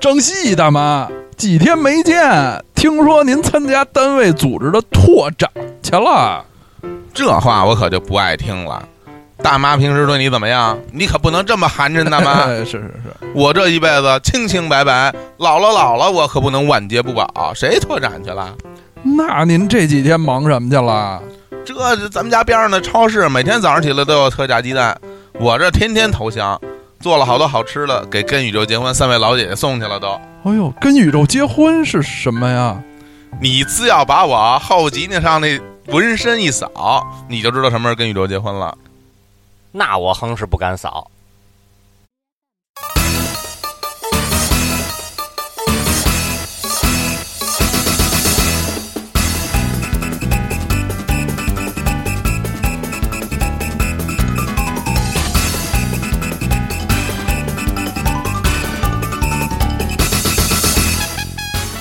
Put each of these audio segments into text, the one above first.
张希大妈，几天没见，听说您参加单位组织的拓展去了。这话我可就不爱听了。大妈平时对你怎么样？你可不能这么寒碜大妈。哎 是是是，我这一辈子清清白白，老了老了，我可不能晚节不保。谁拓展去了？那您这几天忙什么去了？这是咱们家边上的超市，每天早上起来都有特价鸡蛋，我这天天投降，做了好多好吃的，给跟宇宙结婚三位老姐姐送去了都。哎呦，跟宇宙结婚是什么呀？你只要把我后脊梁上那纹身一扫，你就知道什么时候跟宇宙结婚了。那我哼是不敢扫。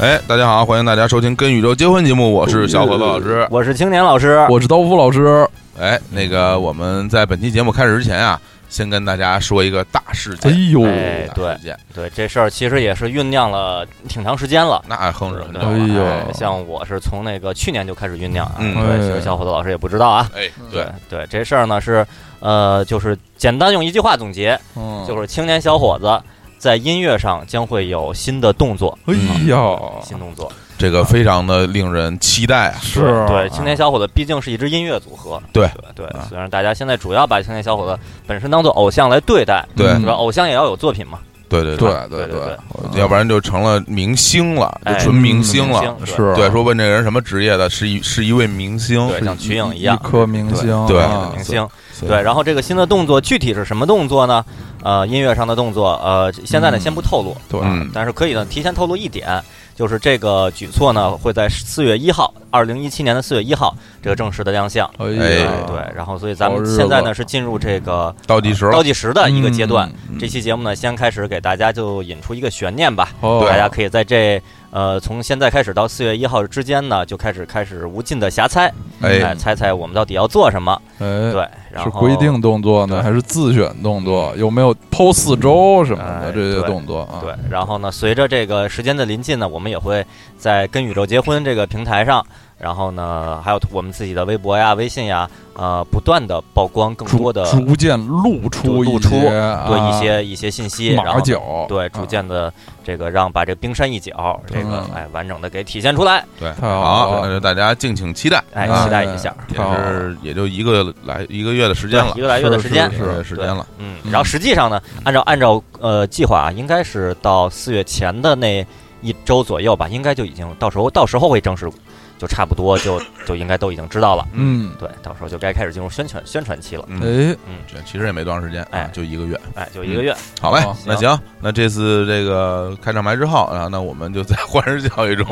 哎，大家好，欢迎大家收听《跟宇宙结婚》节目，我是小伙子老师。我是青年老师，我是刀夫老师，哎，那个我们在本期节目开始之前啊，先跟大家说一个大事哎件。呦，哎大事件，对这事儿其实也是酝酿了挺长时间了。那哼着对很啊哎久。呦哎像我是从那个去年就开始酝酿啊，嗯对，其实小伙子老师也不知道啊。哎，对对，对，这事儿呢是，呃，就是简单用一句话总结，嗯就是青年小伙子在音乐上将会有新的动作，哎呀，新动作。这个非常的令人期待啊。是对，青年小伙子毕竟是一支音乐组合，对对啊，虽然大家现在主要把青年小伙子本身当做偶像来对待，对对嗯吧？偶像也要有作品嘛，对对对对对对对要不然就成了明星了，就哎纯明星明了。星是啊对，说问这人什么职业的，是一是一位明星。对，像瞿颖一样一，颗明星，对啊明星。对对，然后这个新的动作具体是什么动作呢？呃，音乐上的动作，呃，现在呢先不透露，啊对嗯但是可以呢提前透露一点，就是这个举措呢会在四月一号，二零一七年的四月一号这个正式的亮相。哎哎呀，对，然后所以咱好们日子现在呢是进入这个倒计时倒了。计时的一个阶段。嗯，这期节目呢，先开始给大家就引出一个悬念吧，哦大家可以在这呃从现在开始到四月一号之间呢，就开始开始无尽的瞎猜，哎，哎，猜猜我们到底要做什么？哎，对，然是后规定动作呢，对还是自选动作？有没有抛四周什么哎的这些对动作啊？对，然后呢，随着这个时间的临近呢，我们也会在跟宇宙结婚这个平台上，然后呢，还有我们自己的微博呀、微信呀，呃，不断的曝光更逐多的逐渐露出就露一出些对一啊些一些信息，然马后呢脚，啊对，逐渐的这个让把这个冰山一角，这个嗯哎完整的给体现出来，对，太好了那就大家敬请期待。哎，啊期待一下。也太好了是也就一个来一个月的时间了一，个来月的时间是，一是个月的时间了。嗯，嗯然后实际上呢，按照按照呃计划啊，应该是到四月前的那一周左右吧，应该就已经到时候到时候会正式，就差不多就就应该都已经知道了。嗯，对，到时候就该开始进入宣传宣传期了。嗯，哎，这其实也没多长时间，啊哎就一个月。哎，就一个月，好嘞好，那行，那这次这个开场白之后，啊，那我们就在 欢声教育中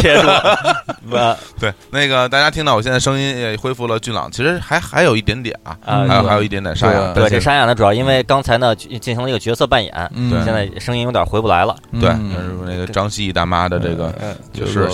结束 了。 呃对，那个大家听到我现在声音也恢复了俊朗，其实还还有一点点啊，啊还有嗯还有一点点沙哑。对对，但是这沙哑呢，主要因为刚才呢进进行了一个角色扮演，嗯，对现在声音有点回不来了。对，嗯但是那个张希大妈的这个哎就是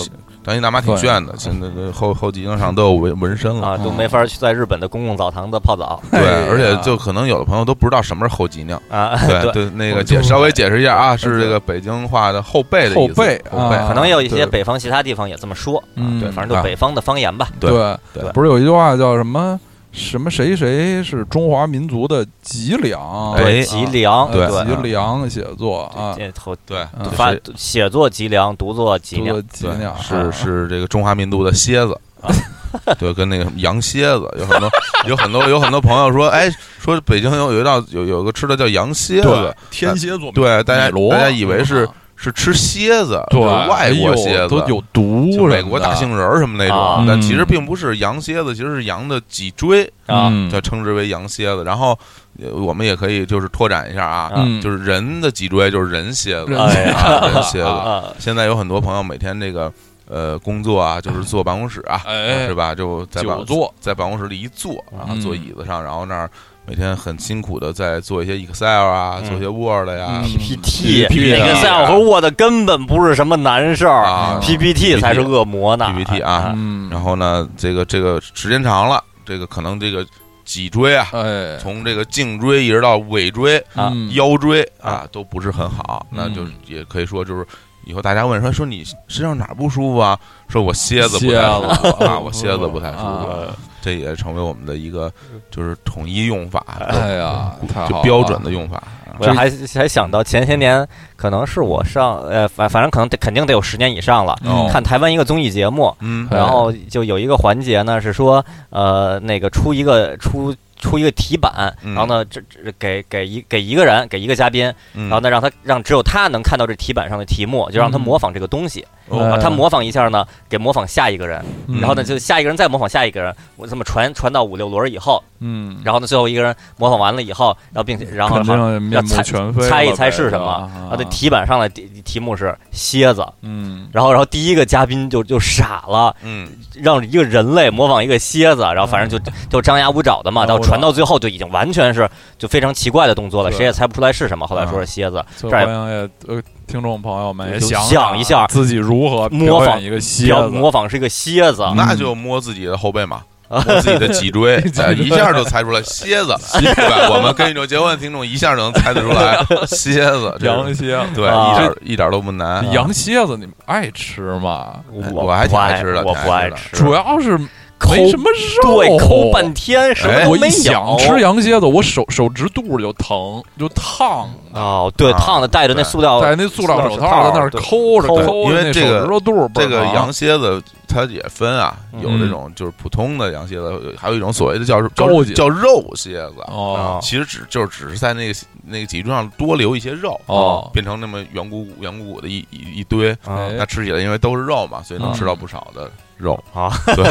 张希大妈挺炫的，现在这后后脊梁上都有纹纹身了。嗯啊，都没法去在日本的公共澡堂子泡澡对哎呀，而且就可能有的朋友都不知道什么是后脊梁。啊。 对对，那个解对稍微解释一下啊，是对这个北京话的后背的意思后背后背啊可能有一些对北方其他地方也这么说，啊嗯对，反正就北方的方言吧。对对对不是有一句话叫什么什么谁谁是中华民族的脊梁？哎对，脊梁，哦对啊呃对脊梁写作啊，这头对嗯，这发是写作脊梁，读作脊读梁作脊梁啊对是是这个中华民族的蝎子啊。 对，跟那个羊蝎子有很多，有很多，有很多朋友说，哎，说北京有有一道有有个吃的叫羊蝎子，天蝎座对，大家米罗嗯大家以为是是吃蝎子，对哎就是外国蝎子，都有毒什就么的，美国大杏仁儿什么那啊种，但其实嗯并不是羊蝎子，其实是羊的脊椎，啊，嗯就称之为羊蝎子。然后呃我们也可以就是拓展一下啊，嗯就是人的脊椎就是人蝎子，人啊蝎子人蝎子。啊，现在有很多朋友每天这个呃工作啊，就是坐办公室啊，哎是吧？就在办久坐在办公室里一坐啊，嗯坐椅子上，然后那儿每天很辛苦的在做一些 Excel 啊，嗯做一些 Word 呀、嗯 PPT PPT 那个啊 Excel 和 Word 根本不是什么难事儿啊 PPT 才是恶魔呢 PPT 啊。嗯，然后呢，这个这个时间长了，这个可能这个脊椎啊，哎，从这个颈椎一直到尾椎、啊嗯腰椎啊，都不是很好。嗯那就也可以说，就是以后大家问说说你身上哪儿不舒服啊？说我蝎子不太舒蝎服子 啊，我蝎子不太舒服。啊这也成为我们的一个就是统一用法，哎呀，太好就了标准的用法。啊我还还想到前些年，可能是我上呃反反正可能得肯定得有十年以上了，哦看台湾一个综艺节目，嗯哎然后就有一个环节呢，是说呃那个出一个出出一个题板，嗯然后呢这这给给一给一个人给一个嘉宾，嗯，然后呢让他让只有他能看到这题板上的题目，就让他嗯模仿这个东西，哦然后他嗯模仿一下呢，给模仿下一个人，然后呢就下一个人再模仿下一个人，我这么传传到五六轮以后，嗯，然后呢最后一个人模仿完了以后，然后并且然后肯好定啊面目猜全非了呗，猜一猜是什么啊啊，那题板上的题题目是蝎子，嗯，然后然后第一个嘉宾就就傻了，嗯，让一个人类模仿一个蝎子，然后反正就就张牙舞爪的嘛，张牙嗯到啊舞爪传到最后就已经完全是就非常奇怪的动作了，对谁也猜不出来是什么。后来说是蝎子，所以这儿欢迎也呃听众朋友们也就想啊想一下自己如何模表仿演一个蝎子，要模仿是一个蝎子，嗯那就摸自己的后背嘛。摸自己的脊椎，哎一下就猜出来蝎子，对吧？我们跟宇宙结婚的听众一下就能猜得出来蝎子，这羊是蝎子。对，啊一点一点都不难。啊羊蝎子你们爱吃吗？我还挺不爱爱吃的我挺不爱爱吃吃，主要是抠没什么肉，啊对抠半天什么哎都我没一想有。吃羊蝎子，我手手指肚就疼，就烫，哦，对，啊烫的戴着对那塑料戴那塑料手套在那儿对抠着抠抠着，因为那这手个指头肚儿倍儿这个疼羊蝎子它也分啊，有啊嗯这种就是普通的羊蝎子，还有一种所谓的叫高叫级叫肉蝎子，哦 啊其实只就是只是在那个那个脊椎上多留一些肉，啊哦变成那么圆鼓鼓圆鼓鼓的一一一堆，啊哎那吃起来因为都是肉嘛，所以能嗯吃到不少的肉。啊， 对，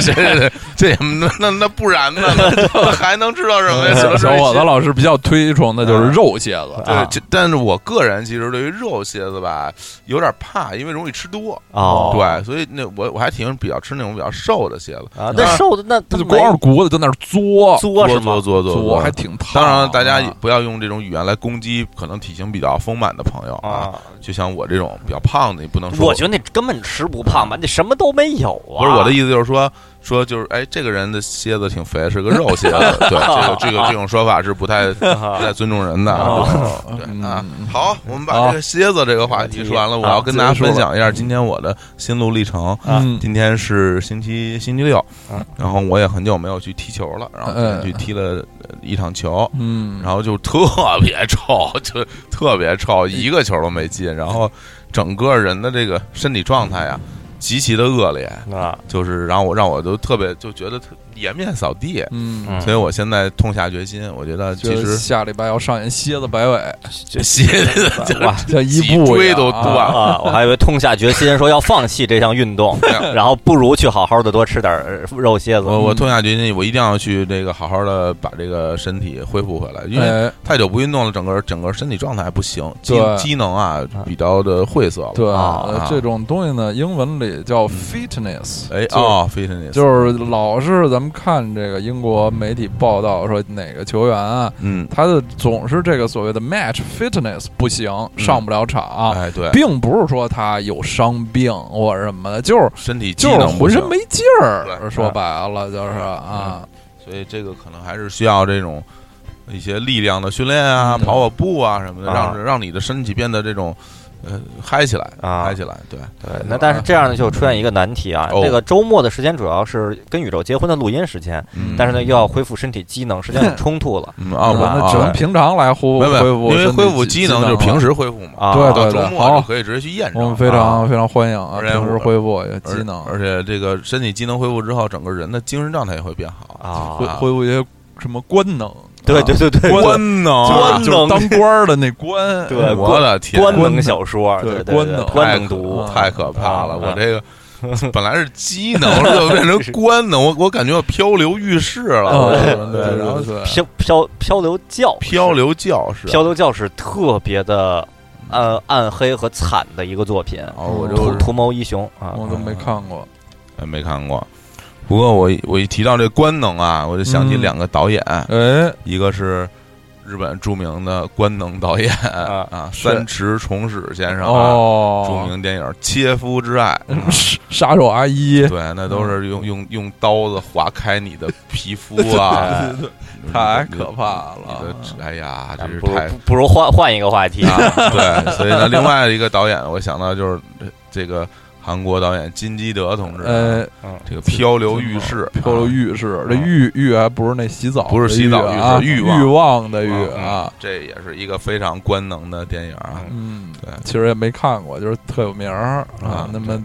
这这这这也那那那不然呢？那还能知道什么呀？只能小说伙子老师比较推崇的嗯就是肉蝎子，对啊，这但是我个人其实对于肉蝎子吧有点怕，因为容易吃多。哦，对，所以那我我还挺比较吃那种比较瘦的蝎子，啊，那瘦的那他他就没光着骨头在那儿嘬作是做吗？做做嘬，还啊做。挺烫。当然，大家也不要用这种语言来攻击可能体型比较丰满的朋友啊。啊，就像我这种比较胖的，你不能说我觉得那根本吃不胖吧，那什么都没有啊。不是 我的意思，就是说说就是哎，这个人的蝎子挺肥，是个肉蝎子。对，这个这个这种说法是不太不思太尊重人的。啊对对嗯 啊，好，我们把哦好这个蝎子这个话题说完了，我啊要跟大家结束了分享一下今天我的心路历程。嗯，今天是星期星期六啊，然后我也很久没有去踢球了，然后今天嗯去踢了呃一场球，嗯，然后就特 别臭，就特别臭，一个球都没进，然后整个人的这个身体状态呀、啊极其的恶劣， 啊，就是然后我让我都特别就觉得特颜面扫地，嗯，所以我现在痛下决心，我觉得其就是实下礼拜要上演蝎子摆 尾，这蝎子哇像伊脊布一椎样都啊断了。啊！我还以为痛下决心说要放弃这项运动， 然后不如去好好的多吃点儿肉蝎子啊我我嗯痛下决心，我一定要去这个好好的把这个身体恢复回来，因为哎，太久不运动了，整个整个身体状态还不行，机对嗯机能啊比较的晦涩了。对，啊呃这种东西呢，英文里叫 fitness，嗯哎就是哦 f i t n e s 就是老是咱们看这个英国媒体报道说哪个球员啊，嗯，他的总是这个所谓的 match fitness 不行，上不了场，嗯哎对，并不是说他有伤病或者什么的，就是身体机就是能不浑行身没，劲儿。对嗯说白了就是啊，所以这个可能还是需要这种一些力量的训练啊，嗯跑跑步啊什么的，啊让让你的身体变得这种呃嗨起来，啊嗨起来，对，对，那但是这样呢，就出现一个难题啊。哦那个周末的时间主要是跟宇宙结婚的录音时间，嗯但是呢又要恢复身体机能，时间很冲 突了嗯啊，啊我那只能啊平常来恢复没有没恢有，复因为身体恢复机机能就是了平。时恢复嘛，啊。对到周好末就可以直接去验我证们。非常非常欢迎啊，而且平时我恢复也机而能，啊而且这个身体机能恢复之后，整个人的精神状态也会变好啊恢恢复一些什么官能，对啊对对对，官官能啊，就是官就是能当官儿的那官，对嗯我的天，啊官能小说，对对对，官对能官太能可读啊，太可怕了！啊我这个本来是机能，就变成官能， 我我感觉我漂流浴室了，我这个嗯对对，然后对，漂漂漂流教室嗯漂流教室，漂流教室特别的呃暗黑和惨的一个作品，哦，我都图就图谋一雄啊我都没看过，哎没看过。不过我一我一提到这官能啊，我就想起嗯两个导演，哎，一个是日本著名的官能导演啊啊，三池崇史先生啊，著哦，名电影《切肤之爱》 啊。杀手阿姨，对，嗯那都是用用用刀子划开你的皮 肤啊，太可怕你的了！你的哎呀，真咱是不如太不不如换换一个话题，啊， 对，所以呢，另外一个导演，我想到就是这个韩国导演金基德同志，呃，嗯，这个啊漂流浴室，漂流浴室，这浴浴还不是那洗澡的浴啊，不是洗澡浴是欲欲望望的欲嗯啊，这也是一个非常官能的电影啊。嗯，对其实也没看过，就是特有名儿啊啊，那么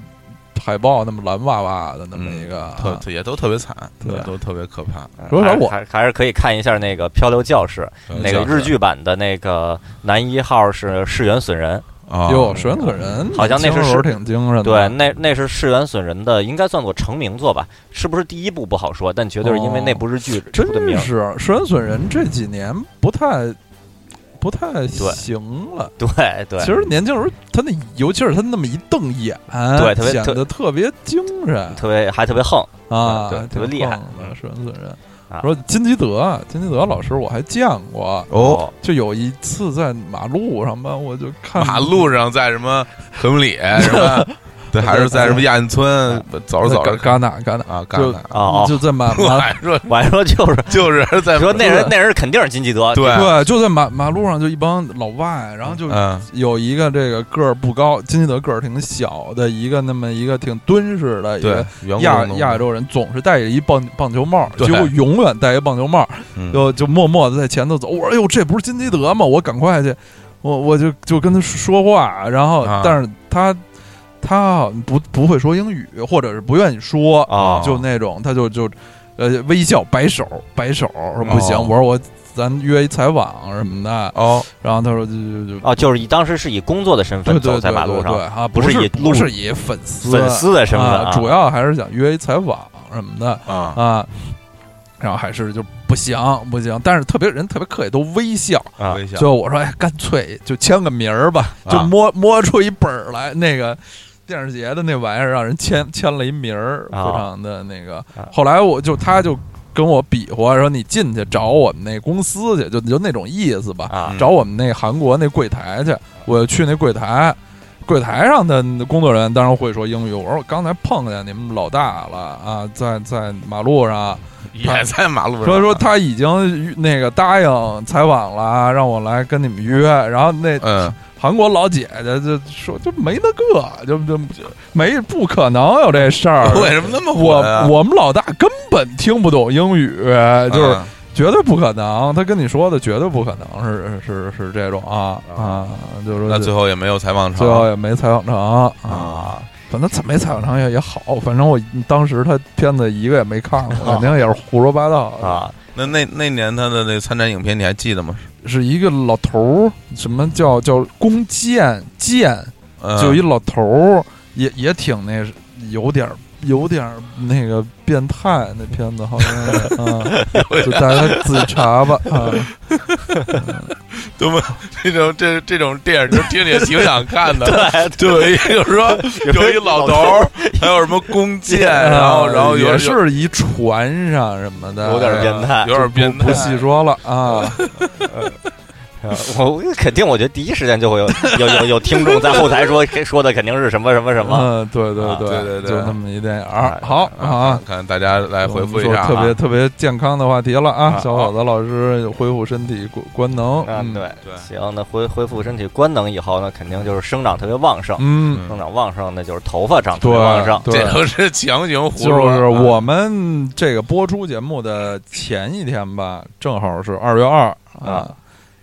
海报那么蓝哇哇的那么嗯一个，特特也都特别惨，啊对也都特别可怕。主要是我还还还是可以看一下那个《漂流教室》，呃嗯那个日剧版的那个男一号是世原损人，啊，哟，水原隼人好像那是时候挺精神的，对，那那是世原损人的，应该算作成名作吧？是不是第一部不好说，但绝对是因为那部日剧出的名哦 真。是水原隼人这几年不太不太行了。对对，其实年轻时候，他那尤其是他那么一瞪眼，对特别显得特别精神特别还特别横，啊，对特别挺厉害棒的嗯水原隼人啊。说金基德，金基德老师我还见过，哦，，就有一次在马路上吧，我就看马路上在什么河姆里什么，对，还是在什么亚运村走着走着戛纳戛纳，啊，干的。哦哦，就在 马我马还说我还 说就是就是在说那人那人肯定是金基德，对哎对，就在马马路上就一帮老外，然后就嗯有一个这个个儿不高，金基德个儿挺小的一个，那么一个挺敦实的一对个亚亚洲人，总是戴着一棒棒球帽，对嗯结果永远戴一棒球帽，洲就就默默的在前头走。我说：“哎呦，这不是金基德吗？”我赶快去，我我就就跟他说话，然后、啊但是他他好像不不会说英语，或者是不愿意说，啊哦就那种他就就呃微笑摆手摆手说不行，哦我说我咱约一采访什么的，哦然后他说就就就。哦，就是以当时是以工作的身对份对走在对马路对上对，啊，不不是以不路是以粉丝粉丝的身份啊啊主要还是想约一采访什么的啊啊，然后还是就不行不行，但是特别人特别客气，都微笑，啊微笑就我说，哎，干脆就签个名儿吧，啊就摸摸出一本儿来。那个电视节的那玩意儿，让人签签了一名儿，非啊常的那个啊。后来我就他就跟我比划说，你进去找我们那公司去，就就那种意思吧，啊嗯找我们那韩国那柜台去。我去那柜台。柜台上的工作人员当然会说英语。我说我刚才碰见你们老大了啊，在在马路上，也在马路上，说说他已经那个答应采访了，让我来跟你们约。然后那嗯韩国老姐姐就说就没那个，就就没不可能有这事儿。啊 为什么那么我混啊我们老大根本听不懂英语，就是啊绝对不可能。他跟你说的绝对不可能是是是这种啊啊，就是说那最后也没有采访成，最后也没采访成啊。啊反正没采访成也也好，反正我当时他片子一个也没看 过，肯定也是胡说八道的 啊，那那那年他的那参展影片你还记得吗？是一个老头儿，什么叫叫弓箭箭，嗯就一老头儿，也也挺那有点儿有点儿那个变态，那片子好像 啊，就大家自己查吧啊。多么这种这这种电影，就听着也挺想 看的。对，就有一就是说有一老头儿，还有什么 弓箭，然后然后有啊哎也是一船上什么的，哎有点变态有点变态，不细说了啊。 我肯定，我觉得第一时间就会有有有有听众在后台说 说的肯定是什么什么什么，嗯，对对啊对对对就那么一电影儿。哎好啊啊，，看大家来回复一下我们说特啊。别特别健康的话题了啊啊！小伙子老师恢复身体官官能，啊嗯，对对行，那恢恢复身体官能以后呢，肯定就是生长特别旺盛，嗯，生长旺盛那就是头发长特对别旺盛，对，这都是强行胡说。啊啊就是我们这个播出节目的前一天吧，正好是二月二啊啊，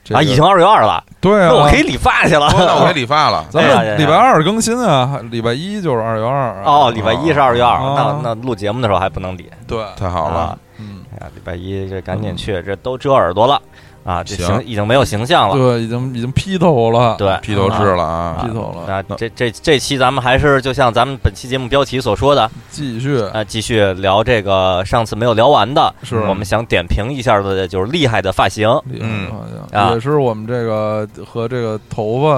这啊，个已经二月二了，对啊，那我可以理发去了啊，那我给理发了。 咱哎呀哎呀们礼拜二更新啊，礼拜一就是二月二啊 哦，礼拜一是二月二，啊那那录节目的时候还不能理对，哎太好了啊，，嗯，哎呀礼拜一这赶紧去，这都遮耳朵了啊，这行形已经没有形象了，对，已经已经劈头了，对，披头士了啊劈！头了，那这这这期咱们还是就像咱们本期节目标题所说的，继续啊，继续聊这个上次没有聊完的，是我们想点评一下的，就是厉害的发型。厉嗯害好像啊也是我们这个和这个头发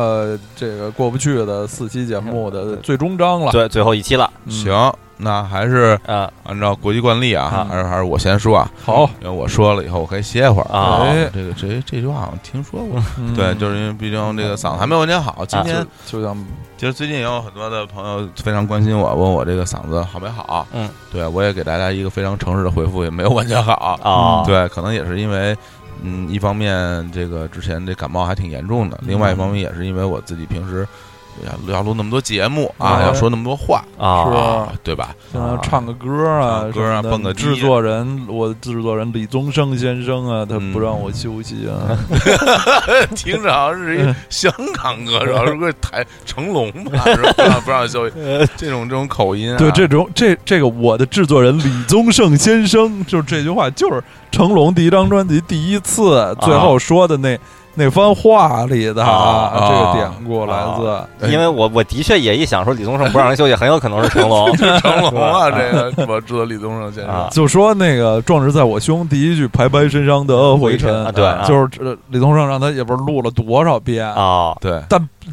这个过不去的四期节目的最终章了，最最后一期了，嗯行，那还是啊按照国际惯例啊啊，还是还是我先说啊，好，因为我说了以后我可以歇会儿啊哎这个这这句话好像听说过，嗯啊对，就是因为毕竟这个嗓子还没完全好。今天就像其实最近也有很多的朋友非常关心我，问我这个嗓子好没好。嗯，对我也给大家一个非常诚实的回复，也没有完全好。啊，嗯对，可能也是因为，嗯，一方面这个之前这感冒还挺严重的，另外一方面也是因为我自己平时要要录那么多节目啊，哎要说那么多话是啊吧啊，对吧？ 现在唱个歌啊，唱歌啊什么的蹦个迪啊制作人，我制作人李宗盛先生啊，他嗯不让我休息啊，听着好像是一香港歌手，是不是台成龙吧？是吧不让不让休息，这呃种这种口音啊，对这种这这个我的制作人李宗盛先生，就是这句话，就是成龙第一张专辑第一次最后说的那、那番话里的啊这个啊典故来自、哎因为我我的确也一想说李宗盛不让人休息，很有可能是 成龙成龙啊，这个我知道李宗盛先生啊。就说那个“壮志在我胸”第一句“拍拍身上的灰尘”，啊对啊就是这李宗盛让他也不是录了多少遍。啊对，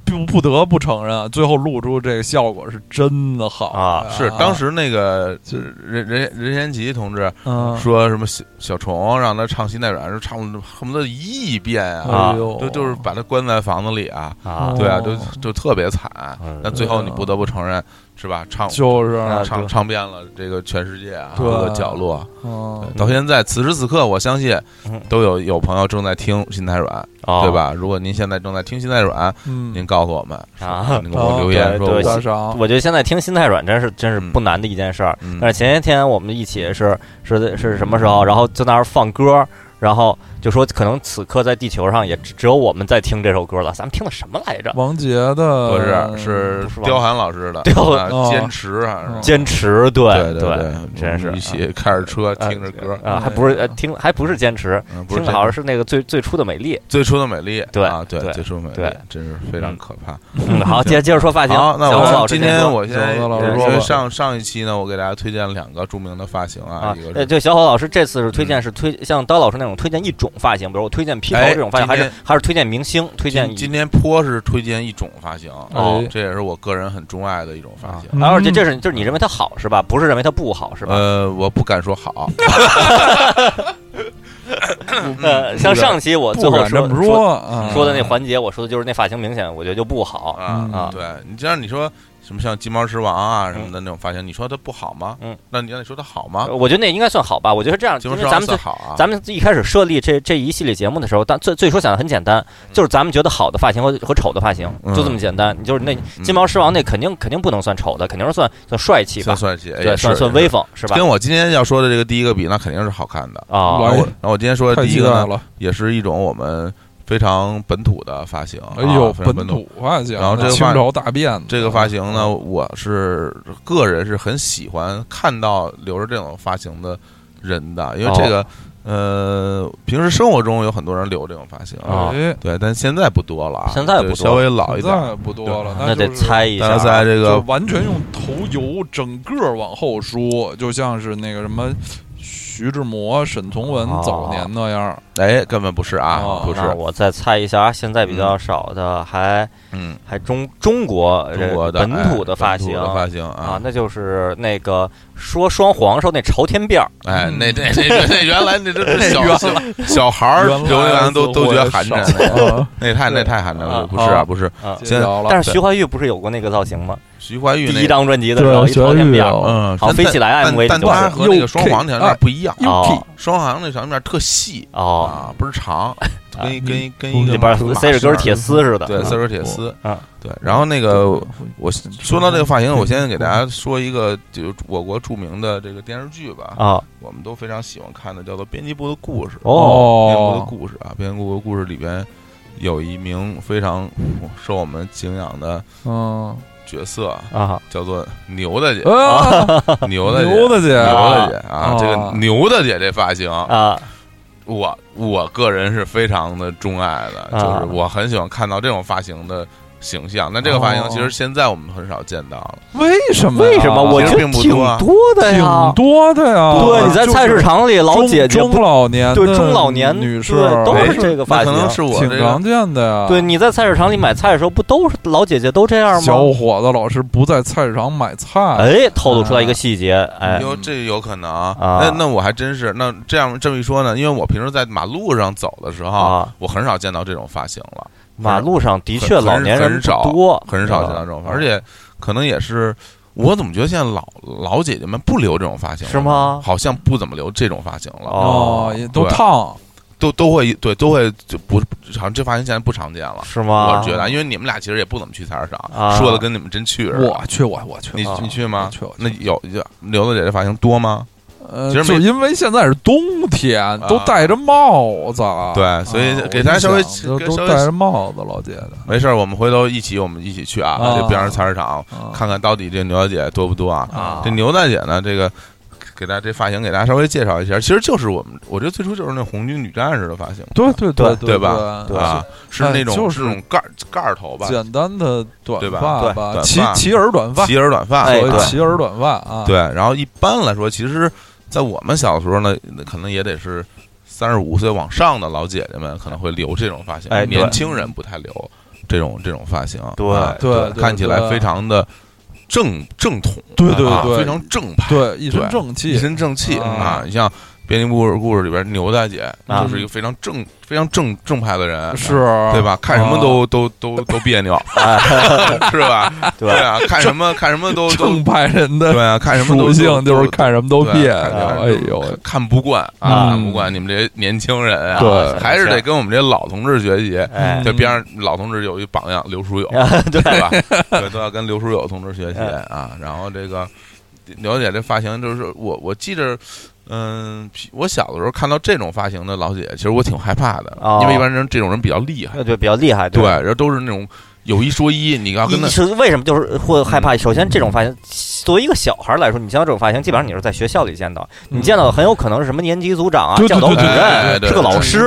不不得不承认，啊最后录出这个效果是真的好啊是当时那个就任任任贤齐同志嗯，说什么小小虫让他唱《心太软》，是唱了恨不得一亿遍啊，哎呦，就就是把他关在房子里啊，啊哦对啊，就就特别惨嗯。但最后你不得不承认，是哎吧？唱就是啊唱对唱遍了这个全世界啊，对各个角落。嗯到现在，此时此刻，我相信嗯都有有朋友正在听《心太软》，哦对？吧？如果您现在正在听《心太软》，嗯，您告诉我们，啊您给哦我留言对说对我打赏，我觉得现在听心太软真是真是嗯不难的一件事儿。嗯哎但是前些天我们一起是是是什么时候？然后就那儿放歌，然后就说可能此刻在地球上也只只有我们在听这首歌了。咱们听的什么来着？王杰的不是，是不是吧刁寒老师的刁啊呃哦坚持啊，是吧坚持，对对嗯真是一起开着车听着歌，啊，还不是呃听还不是坚持，嗯不是听的好像是那个最最初的美 丽。最初的美丽，对啊，对，对最初的美丽对，真是非常可怕。嗯，好，接接着说发型。好，那小我王老们师今先天说我先小王老师因说吧为上上一期呢，我给大家推荐了两个著名的发型啊啊，，一个呃，是就小伙老师这次是推荐是推像刀老师那种推荐一种发型，比如我推荐披头哎这种发型，还今是还是推荐明星，推荐哦今今天颇是推荐一种发型，啊哎这也是我个人很钟爱的一种发型。嗯啊而且这是就是你认为它好是吧？不是认为它不好是吧？呃，我不敢说 好，嗯呃，像上期我最不后敢这说么说啊说的那环节，我说的就是那发型明显我觉得就不好。啊嗯对你就像你说什么像金毛狮王啊什么的那种发型，你说它不好吗？嗯，那你让你说它好吗？我觉得那应该算好吧？我觉得这样，金因毛为狮咱王们算最好啊，咱们一开始设立这这一系列节目的时候，但最最初想的很简单，就是咱们觉得好的发型和和丑的发型嗯就这么简单。你就是那金毛狮王那肯定肯定不能算丑的，肯定是算算帅气算？吧算起，哎对，也算是算也是威风是吧？跟我今天要说的这个第一个比，那肯定是好看的。啊，来然后我今天说的啊太第一期个待呢，了，也是一种我们非常本土的发型。哎呦，啊非常本本土土发型，然后这个发清朝大啊辫子，这个发型呢，我是个人是很喜欢看到留着这种发型的人的，因为这个呃，平时生活中有很多人留这种发型，啊哎，对，但现在不多了啊，现在不多就稍微老一现点儿。啊在不多了，那得就是猜一大家下。在这就个完全用头油整个往后梳，就像是那个什么徐志摩、沈从文啊哦早年那样。哎，根本不是啊哦，不是那，我再猜一下，啊现在比较少的还嗯，还中中国这中国的本土的的发型本土的发型啊，那就是那个说双簧时候那朝天辫儿哎，嗯那那那那那原来那 这这小小小孩儿原来留言都都觉得寒碜，似乎也少 那太那对太寒碜了，啊不是啊，不是。 啊。接着了，但是徐怀钰不是有过那个造型吗？徐怀钰第那一张专辑的时候，对啊一朝天徐辫怀钰儿有，嗯，好但飞起来啊但 MV 但里它就是和那个双簧那有点不一样，哦双簧那小面特细哦，啊，不是长，啊跟一跟一跟一嗯个里边马塞着根绳儿铁丝似的。对，啊塞着铁丝啊。对，然后那个我说到这个发型，嗯我先给大家说一个，就是我国著名的这个电视剧吧，啊我们都非常喜欢看的，叫做《编辑部的故事》。编哦辑部的哦，故事啊，编辑部的故事里边有一名非常受我们敬仰的嗯，角色，啊叫做牛大姐，啊， 牛大姐，牛大大姐牛啊大姐啊啊，这个牛大姐这发型，啊我我个人是非常的钟爱的，就啊是我很喜欢看到这种发型的形象。那这个发型哦其实现在我们很少见到了，为什么呀？为什么？我其实觉得并不挺多啊多的呀挺，多的呀。对，啊你在菜市场里老中姐姐中不老年对的中老年女士对都哎是这个那发可能型。是我挺这个常见的啊呀。对，你在菜市场里买菜的时候，不都是老姐姐都这样小吗？伙子老是不在菜市场买菜，哎，透露出来一个细节，哎，有这有可能啊啊那那我还真是，那这样这么一说呢，因为我平时在马路上走的时候，啊我很少见到这种发型了，马路上的很确很老年人很不少多，很少见到这种啊发型，而且可能也是。我怎么觉得现在老老姐姐们不留这种发型了是吗好像不怎么留这种发型了，哦哦，也都烫，都都会对都会就不好像这发型现在不常见了。是吗？啊我觉得，因啊为你们俩其实也不怎么去菜市场，啊说的跟你们真去似的。我去，我我去，你啊你去吗我去，我去那有有刘大姐这发型多吗？呃，其实就没啊因为现在是冬天，都戴着帽子，对所以啊给大家稍微我就想给都稍都微戴着帽子，老姐姐，没事儿，我们回头一起我们一起去啊，啊这边上菜市场啊看看到底这牛大姐多不多啊？啊这牛大姐呢，这个给大家这发型给大家稍微介绍一下，其实就是我们我觉得最初就是那红军女战士的发型对对对对吧？对啊，是哎那种就是那种盖儿盖儿头吧，简单的短对吧发对吧，短齐发齐耳短发，齐耳短发，哎所谓对齐耳短发啊，对，然后一般来说，其实，在我们小时候呢，可能也得是三十五岁往上的老姐姐们可能会留这种发型，哎对年轻人不太留这种这种发型，对啊对对看起来非常的正正统，对对啊对非常正派，对，一身对正一气，身正气啊啊！你像《编辑故事故事》里边牛大姐，啊就是一个非常正、非常正正派的人，是，啊哎对吧？看什么都都都都别扭， 是吧？对对啊，看什么看什么都都正派人的对啊，看什么都属性就是都看什么都别对扭，啊哎呦喂，看不惯嗯啊，看不惯你们这些年轻人啊，对还是得跟我们这些老同志学习。哎在边上老同志有一榜样刘书友， 对对吧？对，都要跟刘书友同志学习哎啊。然后这个刘姐这发型，就是我我记着，嗯，我小的时候看到这种发型的老姐，其实我挺害怕的，哦因为一般人这种人比较厉害，那就比较厉害，对，然后都是那种有一说一，你要跟嗯他你是为什么就是会害怕？首先，这种发型作为一个小孩来说，你像这种发型，基本上你是在学校里见到，你见到的很有可能是什么年级组长啊、对对教导对主对对任，对是个老师。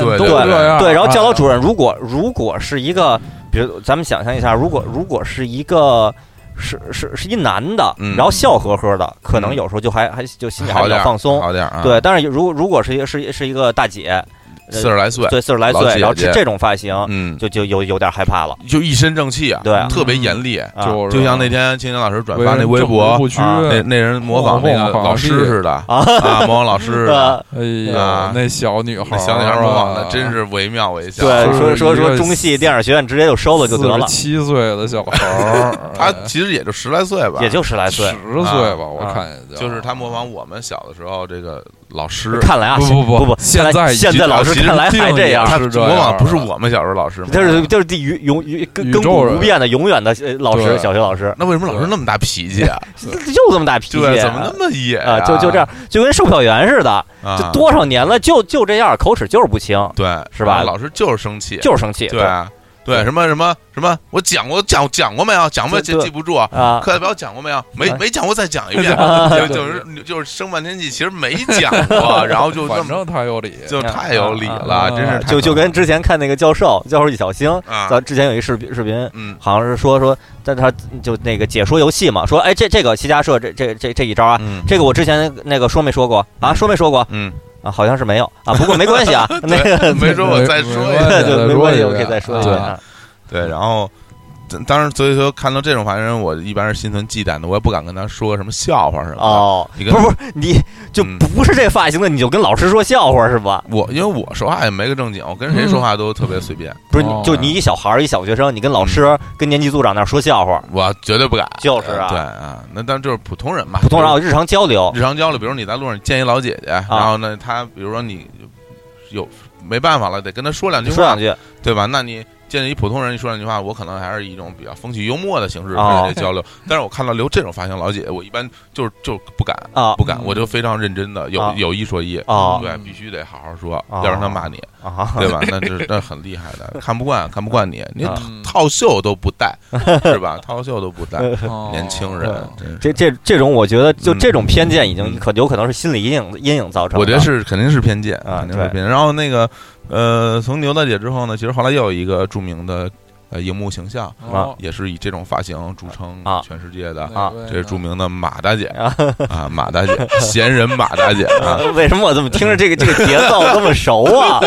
对都对这样对，然后教导哎主任如果如果是一个，比如咱们想象一下，如果如果是一个。是是是一男的嗯，然后笑呵呵的，可能嗯有时候就还还就心里还好比点较儿放松，好点儿啊。对。，但是如果如果是一个是一是一个大姐，四十来岁，对四十来老姐岁，然后姐这这种发型，嗯，就就有有点害怕了，就一身正气啊，对啊特别严厉，啊就是就像那天青年老师转发那微博，不屈，啊那那人模仿那个老师似的啊啊，模仿老师 似的。呃，哎呀啊，那小女孩那儿，小女孩模仿的真是是啊惟妙惟肖。对，是说说一个说中戏电影学院直接就收了就得了，七岁的小孩儿 ，他哎其实也就十来岁吧，也就十来十岁。岁吧，我啊看见就是他模仿我们小的时候这个老师，看来啊，不不不不不，现看来在已现经在老师其实看来还定这样义他是这模仿样不是的我们小时候老师吗？就是就是地永永永宇亘亘宙人古不变的永远的呃老师对，小学老师那为什么老师那么大脾气啊？就这么大 脾气，对，怎么那么野啊？就就这样，就跟售票员似的，啊，就多少年了，就就这样，口齿就是不清，对啊是吧老师就是生气，就是生气，对啊对什么什么什么，我讲过讲讲过没有？讲过没有记对对记不住啊？啊，课代表讲过没有？没啊没讲过，再讲一 遍。啊就对就是就是生半天气，其实没讲 过，然后就这反么正他有理，就太有理了，啊真是太就就跟之前看那个教授，教授易小星，啊，咱之前有一视频视频，嗯好像是说说，但他就那个解说游戏嘛，说哎这这个西家社这这这这一招啊，嗯这个我之前那个说没说过啊？说没说过嗯，啊？好像是没有啊，不过没关系 啊，那个 没说我再没说没一关遍。系对再没说关一系，我遍可以再说一对遍啊。对，然后。当然，所以说看到这种发型，我一般是心存忌惮的，我也不敢跟他说什么笑话什么的。哦，你不跟是不是，你就嗯不是这发型的，你就跟老师说笑话是吧？我因为我说话也没个正经，我跟谁说话都特别随便，不是，哦你就你一小孩儿一小学生，你跟老哦师跟年级组长那儿说笑话，我绝对不敢。就是啊对啊，那当然就是普通人嘛，普通人日啊常交流日常交流，比如你在路上见一老姐姐，啊然后呢，她比如说你有没办法了，得跟她说两句说话两，句，对吧？那你见着一普通人，你说两句话，我可能还是一种比较风趣幽默的形式哦跟人家交流。但是我看到留这种发型老姐，我一般就是就不敢啊不敢，我就非常认真的有、啊有一说一。哦对，必须得好好说，哦要让他骂你，啊对吧？那这那很厉害 的，看不惯，看不惯你，你啊套套袖都不戴，是 吧？套袖都不戴，呃哦 年轻人真是。这这这种，我觉得就嗯这种偏见已嗯经可有可能是心理阴影阴影造成的。我觉得是肯定是偏见啊肯定是偏见。然后那个呃，从牛大姐之后呢，其实后来又有一个著名的呃荧幕形象，哦也是以这种发型著称啊全世界的。啊哪位这是呢著名的马大姐啊啊，马大姐，闲人马大姐 啊，为什么我怎么听着 这个这个节奏这么熟啊？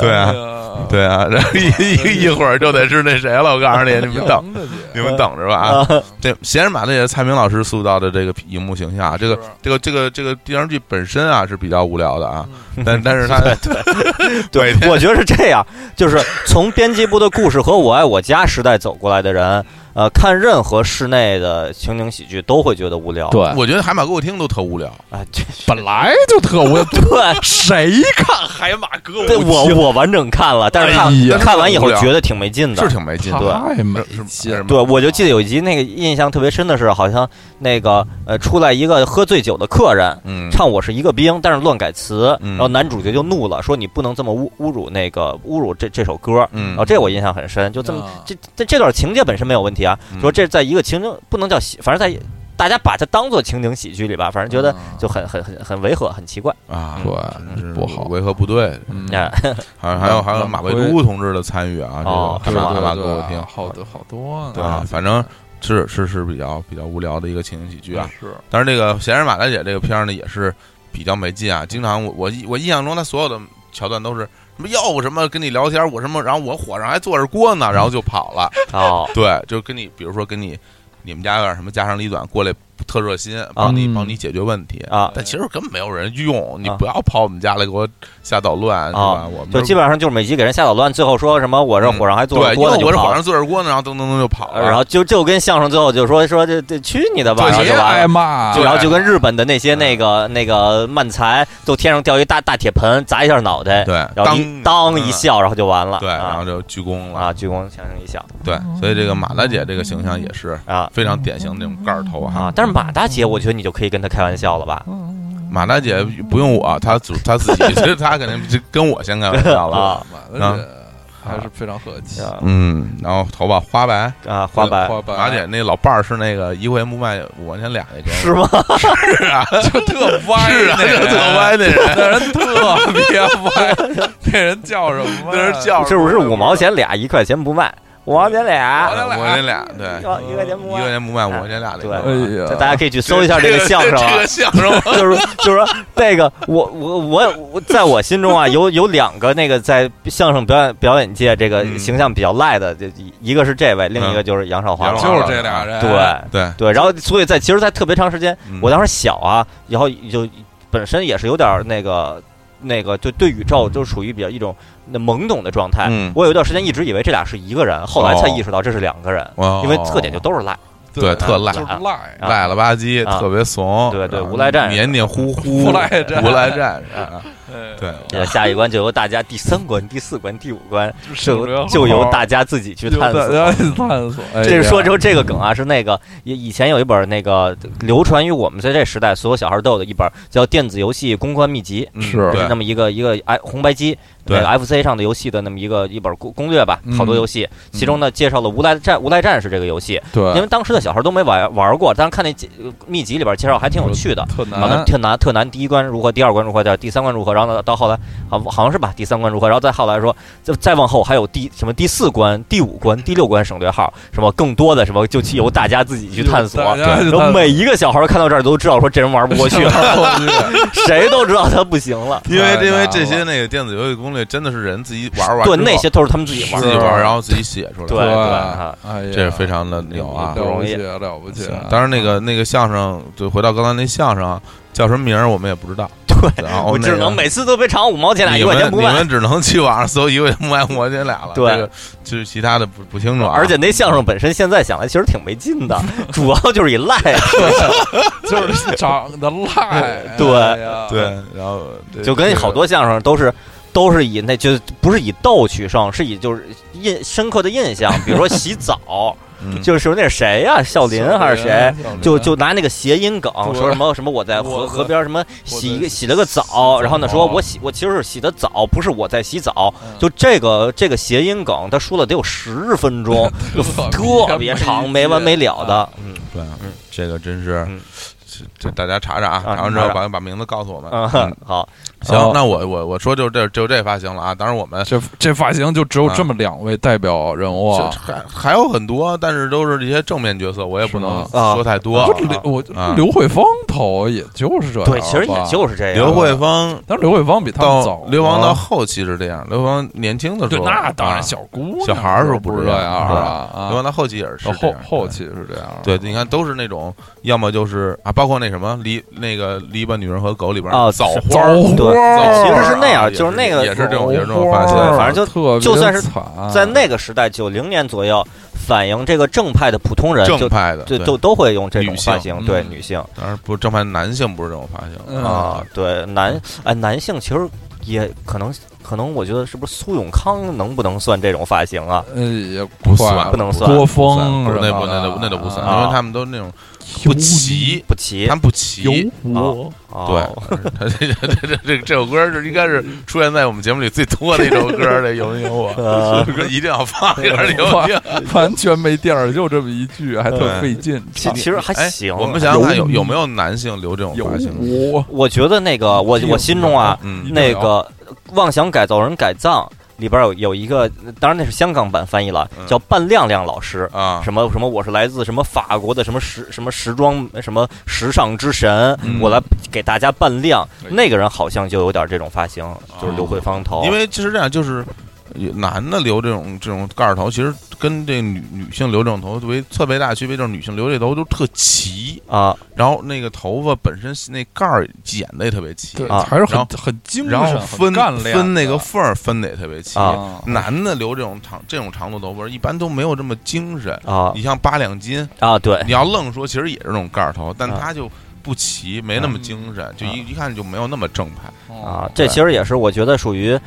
对啊，啊，对啊，然后 一一一会儿就得是那谁了，我告诉你，你们等，杨大姐你们等着吧啊！这闲人马大姐，蔡明老师塑造的这个荧幕形象啊，这个是这个这个这个电视剧本身啊是比较无聊的啊，嗯但但是他 对每，天我觉得是这样，就是从编辑部的故事和《我爱我家》时代走过来的人，呃，看任何室内的情景喜剧都会觉得无聊。对，我觉得海马歌舞厅都特无聊，啊，这 是本来就特无聊，对。谁看海马歌舞对我厅我完整看了，但是看、哎呀看完以后无聊觉得挺没劲的是。挺没劲的。太没是劲是儿，对，我就记得有一集那个印象特别深的是，好像那个呃出来一个喝醉酒的客人，嗯，唱我是一个兵，但是乱改词，嗯然后男主角就怒了，说你不能这么侮侮辱那个侮辱这这首歌。嗯然后这我印象很深，就这么啊这这这段情节本身没有问题啊嗯，说这在一个情景不能叫喜，反正在大家把它当做情景喜剧里吧，反正觉嗯得就很很很很违和，很奇怪。啊，对真是不好违和不对。嗯哎，还有还有还有马未都同志的参与啊，这个哦海马海马歌舞厅，好多好多呢，对啊，反正是是是比较比较无聊的一个情景喜剧啊。是但是这个《闲人马大姐》这个片儿呢，也是比较没劲啊。经常我我印我印象中，她所有的桥段都是什么要我什么跟你聊天，我什么，然后我火上还坐着锅呢，然后就跑了。 哦，对，就跟你，比如说跟你你们家有点什么家长里短，过来特热心，帮你、嗯帮你解决问题。啊，但其实根本没有人用，你啊不要跑我们家来给我瞎捣乱，是吧？啊我们就这基本上就是每集给人吓捣乱，最后说什么我这火上还坐嗯对，着因为锅呢，我就这跑火了上坐着锅呢，然后噔噔噔就跑了，然后就就跟相声最后就说说这这去你的吧，然后对哎就别完了挨。骂，对然后就跟日本的那嗯些那个那个漫才，都天上掉一大大铁盆砸一下脑袋，对，然后一当一下，笑，然后就完了。对，然后啊就鞠躬了，啊，鞠躬向上一笑对，所以这个马大姐这个形象也是啊非常典型的那种盖儿头哈。啊！但是马大姐，我觉得你就可以跟她开玩笑了吧？马大姐不用我，她主她自己， 其实她肯定是跟我先开玩笑了。啊马大姐还是非常和气，啊嗯，然后头发花白，啊！花白花马姐白那老伴儿是那个一回不卖五块钱俩那哥是吗？ 就特歪，是啊，那人特歪那人，那人特别歪，那人叫什么呀？那人叫是不是五毛钱俩，一块钱不卖？五毛钱五俩，块钱俩，对，一一块钱一不块卖。钱不卖五块钱俩那哎个。呀，这大家可以 去搜一下这个相声啊这。个相声就是就是说，这个我我我我，在我心中啊，有有两个那个在相声表演表演界这个嗯形象比较赖的，就一一个是这位，另一个就是杨少华杨少老华师。就是这俩人，对对，对，然后所以在其实，在特别长时间，嗯我当时小啊，然后就本身也是有点儿那个那个，就对宇宙就属于比较一种那懵懂的状态。嗯我有一段时间一直以为这俩是一个人，后来才意识到这是两个人，哦因为特点就都是赖。对特赖就是赖，啊赖了吧唧，啊特别怂，对对然后无赖战士黏黏糊糊，无赖战士无赖战士啊，哎对，呃下一关就由大家第三关、第四关、第五关省着就好就由大家自己去探由索。大家去探索，哎呀这是说出这个梗啊，是那个以以前有一本那个流传于我们在这时代所有小孩都有的一本叫《电子游戏公关秘籍嗯是对是那么一个一个哎红白机对那个 FC 上的游戏的那么一个一本攻攻略吧嗯，好多游戏，其中呢介绍了无赖战无赖战士这个游戏，因对，为当时的小孩都没玩玩过，但是看那几秘籍里边介绍还挺有趣的。特好像难，特难，特难。第一关如何？第二关如何？到第三关如何？然后呢，到后来，好好像是吧？第三关如何？然后再后来说，再再往后还有第什么第四关、第五关、第六关省略号，什么更多的什么，就由大家自己去探索。大家去探然索后每一个小孩看到这儿都知道说这人玩不过去 了，谁都知道他不行了。因为太因为难这些了那个电子游戏攻略真的是人自己玩儿玩之后，对，那些都是他们自己哦玩自己的。玩儿，然后自己写出来，对啊哎呀，这是非常的牛了，啊嗯不起，了不起啊行，当然，那个嗯那个相声，就回到刚才那相声啊，叫什么名儿我们也不 知道。对，然后我那只个能每次都被尝五毛钱哎俩，你一块们钱不你卖。们只能去网上搜一块钱不卖五毛钱俩了。对这个就是其他的不不清楚啊。而且那相声本身现在想来其实挺没劲的，主要就是以赖就是 长 得赖，对哎呀对，然后这 就跟好多相声都是都是以那就不是以逗取胜，是以就是印深刻的印象，比如说洗澡，嗯就是那谁呀、孝林还是谁？？小林啊就就拿那个谐音梗对说什么什么我在我河河边什么我洗在洗了个澡澡，然后呢说我洗我其实是洗的澡，不是我在洗澡嗯，就这个这个谐音梗，他说了得有十分钟，就特别特别长，没完没了的，嗯啊对，这个真是嗯这这大家查查，查完之后把把名字告诉我们。啊嗯，好，行哦，那我我我说就这就这发型了啊。当然我们这这发型就只有嗯这么两位代表人物啊这，还还有很多，但是都是一些正面角色，我也不能是吗啊说太多。不是刘我啊刘慧芳头啊也就是这样吧，对，其实也就是这样。刘慧芳但是刘慧芳比他们早到啊，刘芳到后期是这样，刘芳年轻的时对，候，那当啊然小姑娘小孩儿时候不不是是这这样样啊刘啊芳，到后期也是是这后样后对期是这样，啊对，你看都是那种，要么就是啊，包括那什么篱那个篱笆女人和狗里边啊枣是花儿，枣对花儿枣其花实是儿那啊样也就是那个也是这种枣也是这种发型花，儿对反正就特别就算是惨啊在那个时代，九零年左右，反映这个正派的普通人就正派的，对对，都都会用这种女性发型，对嗯女性当然不正派男性不是这种发型嗯啊，对男哎男性其实也可能可能我觉得是不是苏永康能不能算这种发型啊？呃也不快算了不能算多不风算不什那么不那的那那都不算，啊因为他们都那种有不齐，不齐他们不齐。有啊我对哦，他这这这这这这首歌是应该是出现在我们节目里最多的一首歌的，有没有我？ 呃这首歌一定要放一 下，有哇病。 完全没地儿，就这么一句，还特对费劲。其其实还哎行。我们想想看，有有有没有男性留这种啊有发型？我我觉得那个我我心中啊，嗯一定那要个《妄想改造人改造》里边有有一个，当然那是香港版翻译了，嗯叫半亮亮老师。啊，什么什么，我是来自什么法国的什么时什么时装什么时尚之神，嗯我来给大家扮靓。哎那个人好像就有点这种发型，就是刘慧芳哦头。哦因为其实这样就是。也男的留这种这种盖儿头，其实跟这女女性留这种头为特别大的区别，就是女性留这头都特齐，啊，然后那个头发本身那盖儿剪的也特别齐对，啊还是很然很精神，然后很分干练分那的个缝儿分的也特别齐。啊男的留这种长这种长度头发，一般都没有这么精神。啊你像八两金，啊，对，你要愣说，其实也是这种盖儿头，但啊嗯他就不齐，没那么精神，就一一看就没有那么正派。啊，对这其实也是我觉得属于，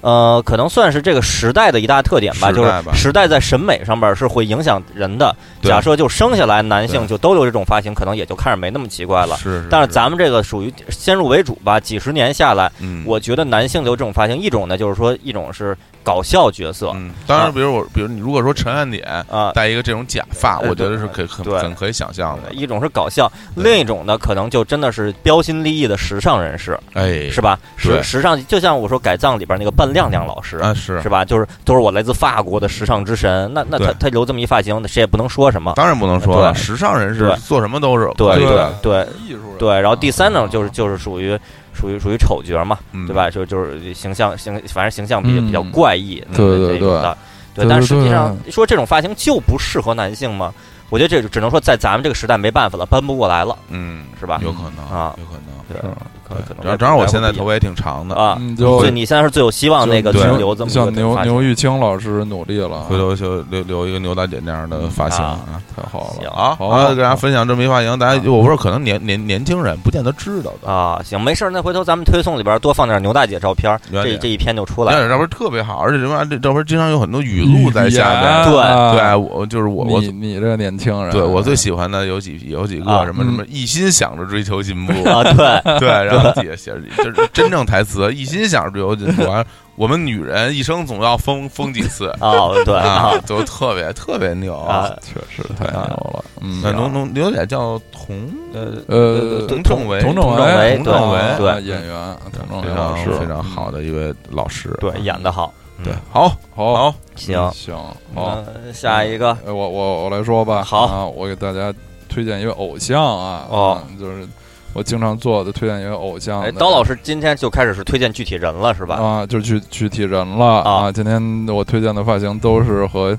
呃，可能算是这个时代的一大特点吧，时就是代吧时代在审美上面是会影响人的。对假设就生下来男性对就都有这种发型，可能也就看着没那么奇怪了。是，但是咱们这个属于先入为主吧，几十年下来，嗯，我觉得男性留这种发型，一种呢就是说一种是搞笑角色嗯，当然，啊比如我，比如你如果说陈汉典啊，戴一个这种假发，呃我觉得对是可以很对很可以想象的。啊一种是搞笑，对另一种呢可能就真的是标新立异的时尚人士，哎，是吧？时对时尚就像我说改葬里边那个半亮亮老师啊，是是，吧？就是都是我来自法国的时尚之神，那那他对他留这么一发型，谁也不能说什么。当然不能说了，对时尚人士对做什么都是对可以对的对艺术人对，然后第三啊种就是就是属于属于属于丑角嘛，嗯对吧？就就是形象形，反正形象比较嗯比较怪异，对对嗯这对种的对对。但对实际对上说这种发型就不适合男性吗？我觉得这只能说在咱们这个时代没办法了，搬不过来了，嗯，是吧？有可能啊有可能。对，可对可能然后会当然，我不太现在会头发也挺长的，啊，嗯就对，你现在是最有希望那个去就牛留这么一个像牛发型牛玉清老师努力了啊，回头就留留一个牛大姐那样的发型啊啊。太好行了，好，好好，给大家分享这么一发型，大啊家我不是可能年年年轻人不见得知道的，啊，行，没事儿，那回头咱们推送里边多放点牛大姐照片儿，原这点这一篇就出来那了。照片特别好，而且什么这照片经常有很多语录在下 面。对对，我就是我我啊你你这个年轻人，对我最喜欢的有几有几个啊什么什嗯么一心想着追求进步，啊，对，对，然后底下写着就是真正台词，一心想着追求进步。完，我们女人一生总要疯疯几次哦，对啊啊，，都特别特别牛。啊确实太牛了，嗯那，农农牛姐叫童呃，呃，对童政委，佟政哎佟政委，委佟政委，对对啊演员，佟政非委常老师，啊非常好的一位老师。啊对，演的好，对，好，好，好，行，行，好，嗯，下一个，哎我我我来说吧，好啊，我给大家推荐一个偶像啊，哦嗯，就是我经常做的推荐一个偶像哎，的，刀老师今天就开始是推荐具体人了，是吧？啊，就是具具体人了啊今天我推荐的发型都是和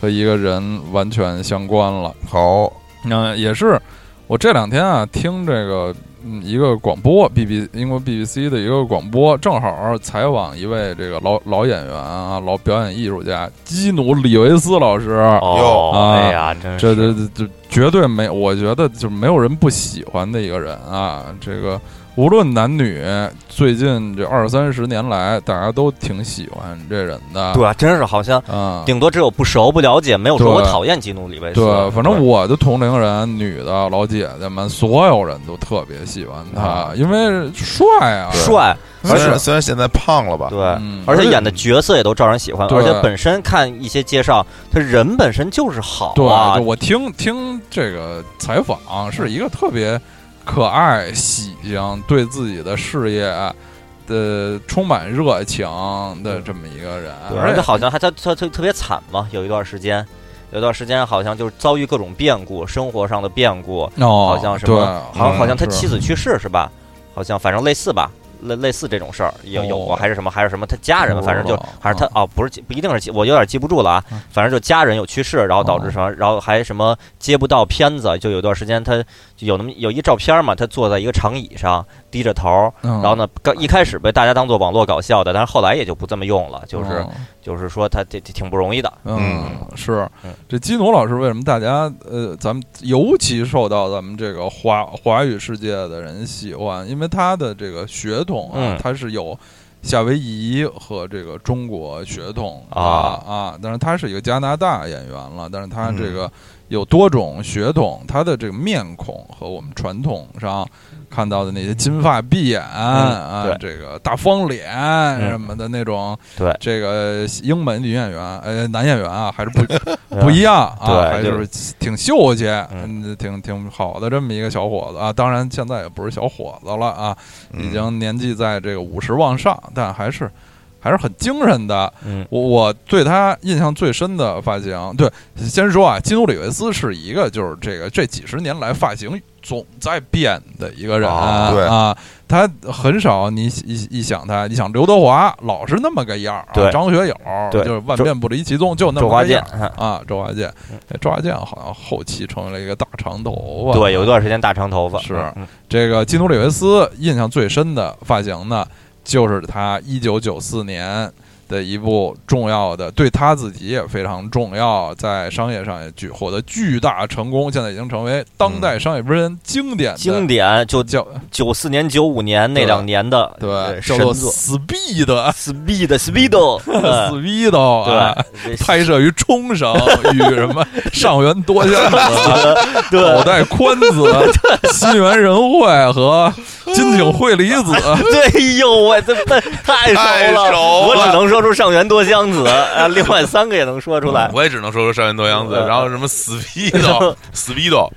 和一个人完全相关了。好，那、也是我这两天啊听这个嗯一个广播，B B 英国 B B C 的一个广播，正好采访一位这个老老演员啊，老表演艺术家基努里维斯老师。哦，哟啊哎呀，真这这是这这绝对没，我觉得就没有人不喜欢的一个人啊。这个无论男女，最近这二三十年来，大家都挺喜欢这人的。对啊，真是好像啊，顶多只有不熟不了解，没有说对我讨厌基努里维斯。对，啊反正我的同龄人，女的老姐姐们，所有人都特别喜欢他啊，因为帅啊，帅，虽而且然虽然现在胖了吧，对，嗯而且演的角色也都招人喜欢，对而且本身看一些介绍，他人本身就是好对，啊就，我听听这个采访，是一个特别可爱、喜庆，对自己的事业的充满热情的这么一个人，嗯对，而而且且好像还他他特特别惨嘛，有一段时间，有一段时间好像就是遭遇各种变故，生活上的变故，哦，好像什对么，好像好像他嗯是妻子去世是吧？好像反正类似吧，类类似这种事儿有有过，哦还是什么还是什么他家人，不反正知就道还是他哦，不是不一定是记我有点记不住了啊嗯，哦反正就家人有去世，然后导致什么，然后还什么接不到片子，就有段时间他就有那么有一照片嘛，他坐在一个长椅上低着头，然然后呢刚一开始被大家当做网络搞笑的，但是后来也就不这么用了，就是就是说他这这挺不容易的，嗯，是嗯这基努老师为什么大家呃，咱们尤其受到咱们这个华华语世界的人喜欢，因为他的这个血统啊嗯，他是有夏威夷和这个中国血统的啊嗯啊，但是他是一个加拿大演员了，但是他这个有多种血统，他的这个面孔和我们传统上。看到的那些金发碧眼、啊嗯对，嗯这个大方脸什么的那种，对这个英本女演员，呃，男演员啊，还是不对吧不一样啊，对还对就是挺秀气，嗯嗯，挺挺好的这么一个小伙子啊。当然，现在也不是小伙子了啊，已经年纪在这个五十往上，但还是还是很精神的。嗯我我对他印象最深的发型，对，先说啊，基努里维斯是一个就是这个这几十年来发型总在变的一个人、啊对啊，他很少你一一想他，你想刘德华老是那么个样儿、啊，对张学友对就是万变不离其宗，就那周么华个健嗯样。儿。啊，周华健，哎周华健好像后期成为了一个大长头啊发，对，有一段时间大长头发是嗯这个基努里维斯印象最深的发型呢，就是他一九九四年的一部重要的，对他自己也非常重要，在商业上也巨获得巨大成功，现在已经成为当代商业片人经典的经典就叫九四年、九五年那对两年的对呃叫神做作 Speed ，Speed Speed，嗯 Speed 啊。对，拍摄于冲绳，与什么上元多香子、 对口袋宽子、新垣仁惠和金井惠梨子， 对，哎呦我这太太太熟了，熟我了只能说出上元多香子，啊，另外三个也能说出来。嗯我也只能说说山原多洋子，嗯然后什么 speedo，speedo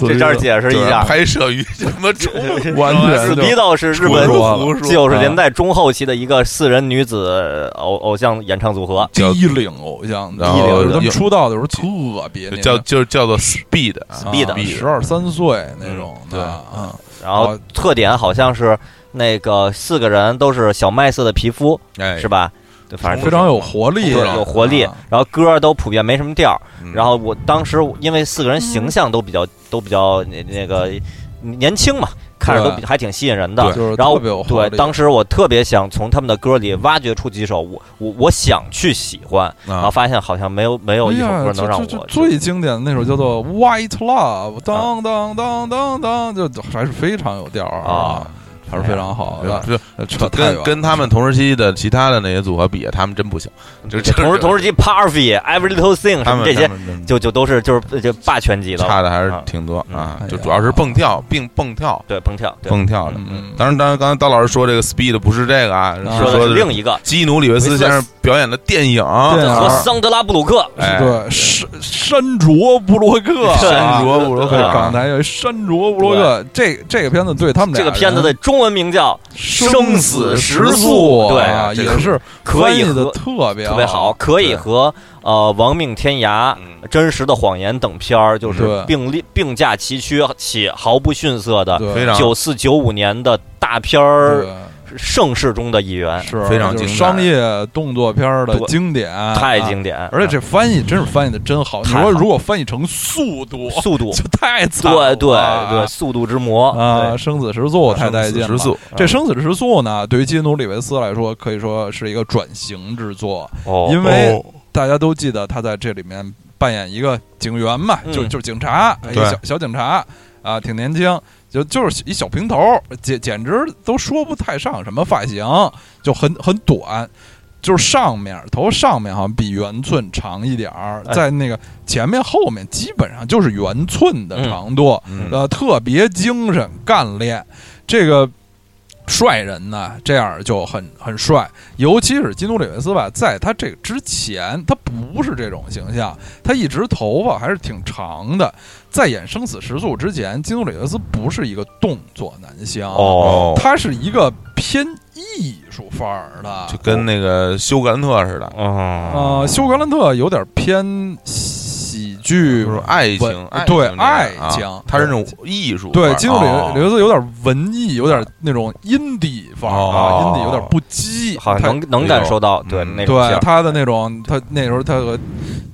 这这儿解释一下拍摄于什 么冲 啊绳完全是就，Speed 是日本胡说九十嗯年代中后期的一个四人女子偶偶像演唱组合，叫低龄偶像，然后就是他们有出道的时候特别啊叫就叫做 speed 啊 Speed 十二三岁那种的，嗯对啊，然后哦特点好像是那个四个人都是小麦色的皮肤，哎是，吧？对反正嗯非常有活力，对哦有活力啊，然后歌都普遍没什么调儿。嗯然后我当时因为四个人形象都比较都比较那那个年轻嘛，看着都比还挺吸引人的。就是然后特别有活对，力。当时我特别想从他们的歌里挖掘出几首我我我想去喜欢，然后啊，发现好像没有没有哎一首呀歌能让我这这这去最经典的那首叫做嗯《White Love》，当当当当当，就就还是非常有调儿啊，还是非常好的。就扯太远哎跟了，跟他们同时期的其他的那些组合比，啊他们真不行，就就同时同时期 Parfy、Every Little Thing 什他么们这些他，们真就就都是就是就霸权级的了，差的还是挺多嗯啊哎，就呀主要是蹦跳并蹦跳对蹦跳，对蹦跳的。嗯，当然，当然，刚才刀老师说这个 speed 不是这个啊，是啊说的说是另一个基努里维斯先生表演的电影，对啊和桑德拉布鲁克，哎，对，山山卓布洛克，啊山卓布洛克对，啊港台有一山卓布洛克，这这个片子对他们俩这个片子人的中文名叫生死时时速，速对啊这也个是可以翻译的和特别特别好，可以对和呃《亡命天涯》《真实的谎言》等片儿就是嗯对并列并驾齐驱，且毫不逊色的对非常九四九五年的大片儿哎对盛世中的一员，是非常就精彩商业动作片儿的对经典，太啊。经典，而且这翻译真是翻译的真好，你太说好如果翻译成速度，速度，就太惨了，对对对，速度之魔啊，，生死时速太带劲了时。速，这生死时速呢，对于基努里维斯来说，可以说是一个转型之作，对哦，因为大家都记得他在这里面扮演一个警员嘛，嗯就就是警察，一个对小小警察啊，挺年轻，就就是一小平头，简简直都说不太上什么发型，就很很短。就是上面头上面好像比圆寸长一点儿，哎在那个前面后面基本上就是圆寸的长度，嗯呃，特别精神干练。这个帅人呢，这样就很很帅。尤其是基努里维斯吧，在他这个之前，他不是这种形象，他一直头发还是挺长的。在演《生死时速》之前，基努里维斯不是一个动作男星，哦他是一个偏艺术范儿的，就跟那个休格兰特似的，哦呃，休格兰特有点偏喜剧就是爱情文，爱对情这样爱啊情它是那种艺术范儿，对，基努哦里维斯有点文艺，有点那种阴底范儿啊，哦阴底有点不羁，好像他能能感受到，对嗯那种劲哎对儿他的那种，他那时候他和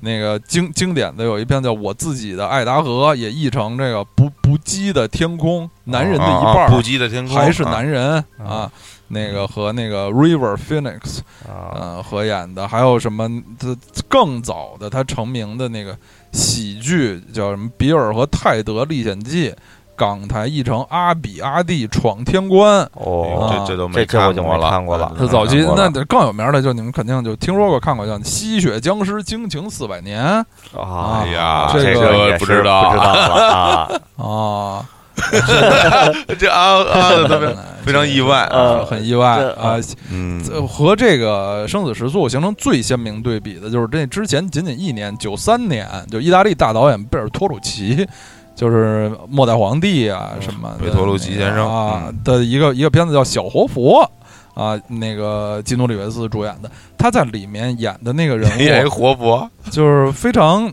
那个经经典的有一篇叫《我自己的爱达荷》，也译成这个不不羁的天空，男人的一半啊啊不儿羁的天空还是啊男人啊啊，那个和那个 River Phoenix 啊，呃合演的，还有什么他更早的他成名的那个喜剧叫什么《比尔和泰德历险记》，港台译成《阿比阿弟闯天关》。哦，这这都没这这我就过没看过了啊他早期看过那了得更有名的，就你们肯定就听说过、看过，叫《吸血僵尸惊情四百年》啊哎呀这这个个我也不是知道不知道了啊，啊，这啊啊，特 别非常意外呃，呃很意外这啊。嗯，呃和这个《生死时速》形成最鲜明对比的就是这之前仅仅一年，九三年，就意大利大导演贝尔托鲁奇，就是《末代皇帝》啊嗯什么的哦贝托鲁奇先生嗯啊的一个一个片子叫《小活佛》。啊，那个基努里维斯主演的，他在里面演的那个人 演一物，活佛，就是非常，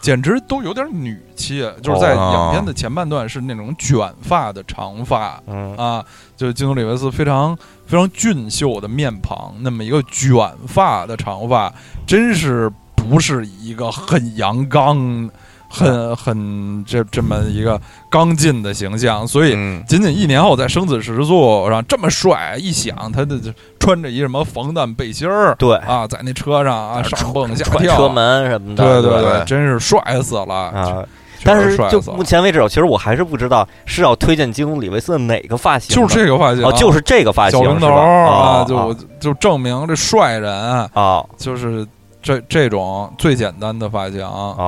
简直都有点女气，就是在哦影片的前半段是那种卷发的长发，嗯啊，就是基努里维斯非常非常俊秀的面庞，那么一个卷发的长发，真是不是一个很阳刚、很啊很这这么一个刚劲的形象，所以。嗯，仅仅一年后，在《生子时速》上这么帅，一想他的穿着一什么防弹背心儿对，啊，在那车上啊上蹦下踹跳，车门什么对的，对对真是帅死了！啊，确但实是帅就死了目前为止，其实我还是不知道是要推荐基努里维斯的哪个发型就的，是这个发型，哦，就是这个发型，小平是头吧儿啊，哦就哦我就证明这帅人啊哦就是这这种最简单的发型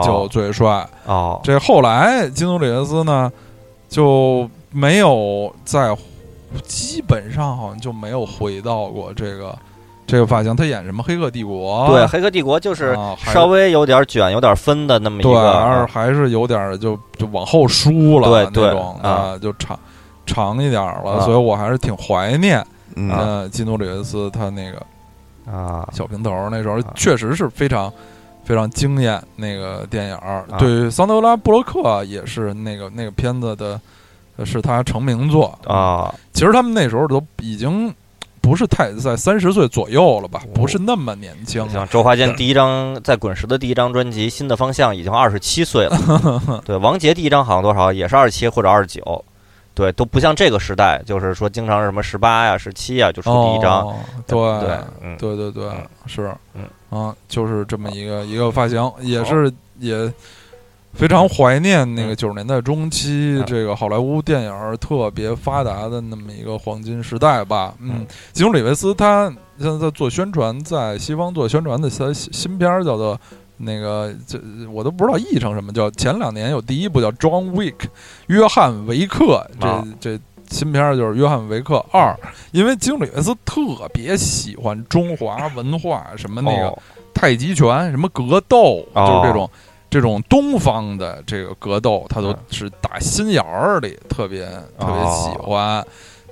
就最帅。哦，这后来基努里维斯呢就没有在，基本上好像就没有回到过这个这个发型。他演什么《黑客帝国》对，《黑客帝国》就是啊还是稍微有点卷、有点分的那么一对，而个，啊嗯还是有点儿就就往后输了对那对种啊，就长长一点儿了，啊所以我还是挺怀念嗯呃基努里维斯他那个啊，小平头儿那时候啊确实是非常非常惊艳那个电影儿啊。对于桑德拉布洛克也是那个那个片子的，呃是他成名作。啊，其实他们那时候都已经不是太在三十岁左右了吧，哦不是那么年轻了。像周华健第一张在滚石的第一张专辑《新的方向》已经二十七岁 了，对，王杰第一张好像多少也是二十七或者二十九，对，都不像这个时代，就是说经常是什么十八呀、十七呀就出第一张，哦，对对，嗯，对对对，是，嗯啊，就是这么一个一个发型，也是也非常怀念那个九十年代中期嗯这个好莱坞电影儿特别发达的那么一个黄金时代吧。嗯嗯，吉姆·里维斯他现在在做宣传，在西方做宣传的他新新片儿叫做。那个，这我都不知道译成什么，叫前两年有第一部叫《John Wick》，约翰·维克，这啊这新片儿就是《约翰·维克二》，因为基努里维斯特别喜欢中华文化，什么那个哦太极拳，什么格斗，哦就是这种这种东方的这个格斗，他都嗯是打心眼儿里特别特别哦喜欢。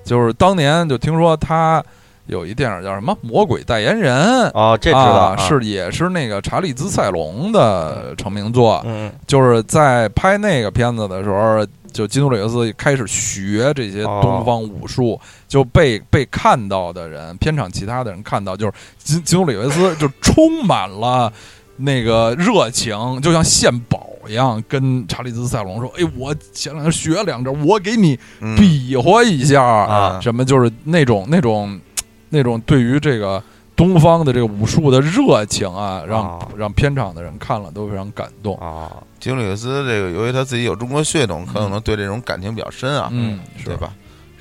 就是当年就听说他有一电影叫什么《魔鬼代言人》。哦，这知道啊，，是也是那个查理兹塞隆的成名作，嗯，嗯，就是在拍那个片子的时候，就基努里维斯开始学这些东方武术，就被被看到的人，片场其他的人看到，就是基基努里维斯就充满了那个热情，就像献宝一样，跟查理兹塞隆说：“哎，我前两天学两招，我给你嗯比划一下。啊什么就是那种那种那种对于这个东方的这个武术的热情啊，让、哦让片场的人看了都非常感动。哦，基努里维斯这个，由于他自己有中国血统，可能对这种感情比较深啊，嗯，是对？吧？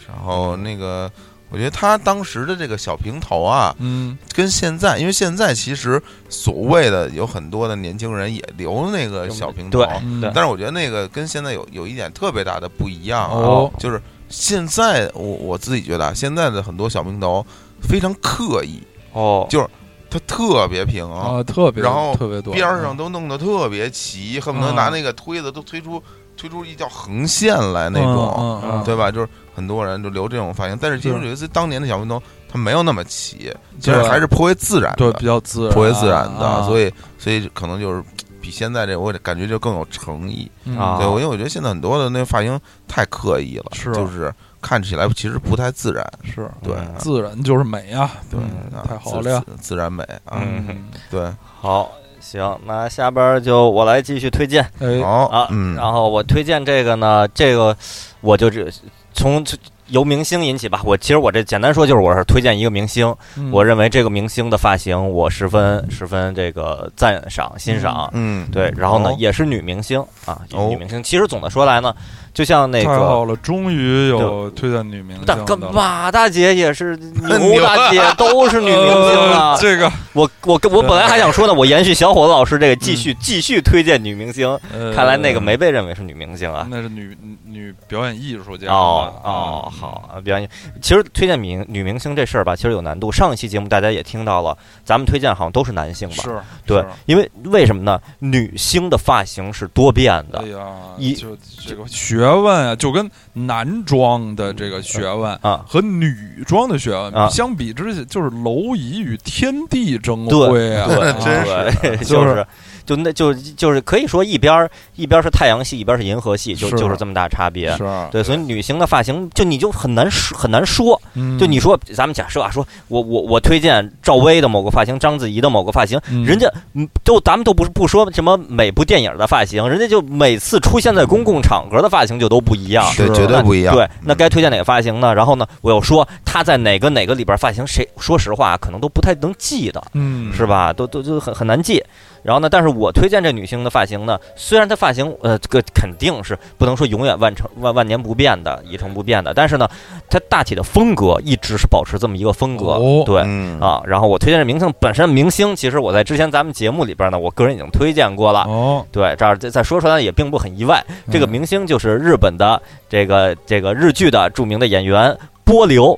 然后那个，我觉得他当时的这个小平头啊，嗯，跟现在，因为现在其实所谓的有很多的年轻人也留那个小平头，对嗯哦对但是我觉得那个跟现在有有一点特别大的不一样啊，哦就是现在我我自己觉得啊，现在的很多小平头非常刻意，哦，就是它特别平，啊，特别然后特别多边儿上都弄得特别齐，恨不得嗯拿那个推子都推出推出一条横线来那种，嗯嗯嗯嗯对吧？就是很多人就留这种发型，但是其实对有一次当年的小平头，它没有那么齐，其对实还是颇为自然对的，比较啊自然，颇为自然的，所以以所以可能就是比现在这我感觉就更有诚意。嗯啊对，我因为我觉得现在很多的那发型太刻意了，是啊就是看起来其实不太自然。是对，嗯自然就是美呀，对嗯，啊太好自了呀，自自然美啊，嗯，对，好，行，那下边儿就我来继续推荐哎，好啊，嗯，然后我推荐这个呢，这个我就只从由明星引起吧。我其实我这简单说就是我是推荐一个明星，嗯我认为这个明星的发型我十分十分这个赞赏欣赏。嗯，对，然后呢，哦也是女明星啊，哦女明星。其实总的说来呢，就像那太个好了，终于有推荐女明星大哥的了马大姐也是，牛大姐都是女明星啊 呃。这个我我我本来还 想说呢，我延续小伙子老师这个，继嗯续继续推荐女明星。呃看来那个没被认为是女明星啊。那是女女女表演艺术家哦啊哦，好，啊表演。其实推荐明女明星这事儿吧，其实有难度。上一期节目大家也听到了，咱们推荐好像都是男性吧？是，对是，因为为什么呢？女星的发型是多变的哎呀，一就这个学问啊，就跟男装的这个学问啊。和女装的学问、啊相比之下，就是蝼蚁与天地争辉啊！对啊，真 就是，就是是，就那就就是可以说一边儿一边儿是太阳系，一边儿是银河系，就是就是这么大差别。是啊，对，所以女星的发型就你就很难说很难说。嗯就你说，咱们假设啊，说我我我推荐赵薇的某个发型，章子怡的某个发型，嗯人家嗯都咱们都不是不说什么每部电影的发型，人家就每次出现在公共场合的发型就都不一样。是对，绝对不一样。对，啊那嗯该推荐哪个发型呢？然后呢，我又说他在哪个哪个里边发型，谁说实话啊可能都不太能记得，嗯是吧？都都就很很难记。然后呢，但是我推荐这女星的发型呢，虽然她发型呃这个肯定是不能说永远万成万万年不变的一成不变的，但是呢，她大体的风格一直是保持这么一个风格，哦对。嗯，啊，然后我推荐的明星本身明星，其实我在之前咱们节目里边呢，我个人已经推荐过了。哦，对，这儿再再说出来也并不很意外。这个嗯明星就是日本的这个这个日剧的著名的演员波流，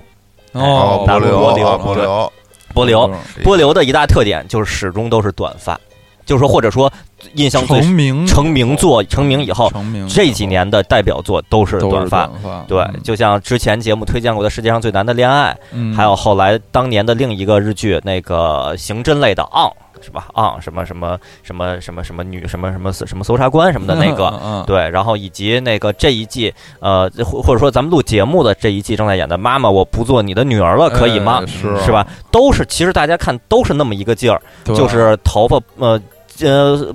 哦，嗯大波陆流，波流啊波流，波流，哎波流的一大特点就是始终都是短发，就是说或者说印象最成名成名作成名以后，成名以后这几年的代表作都是都是短发。发，对，就像之前节目推荐过的《世界上最难的恋爱》，嗯还有后来当年的另一个日剧，那个刑侦类的《昂》是吧？《昂》什么什么什么什么什么女什么什么什么搜查官什么的那个。嗯，对，然后以及那个这一季，呃，或或者说咱们录节目的这一季正在演的《妈妈，我不做你的女儿了》，可以吗哎？是是吧？？都是，其实大家看都是那么一个劲儿，对就是头发，呃，呃，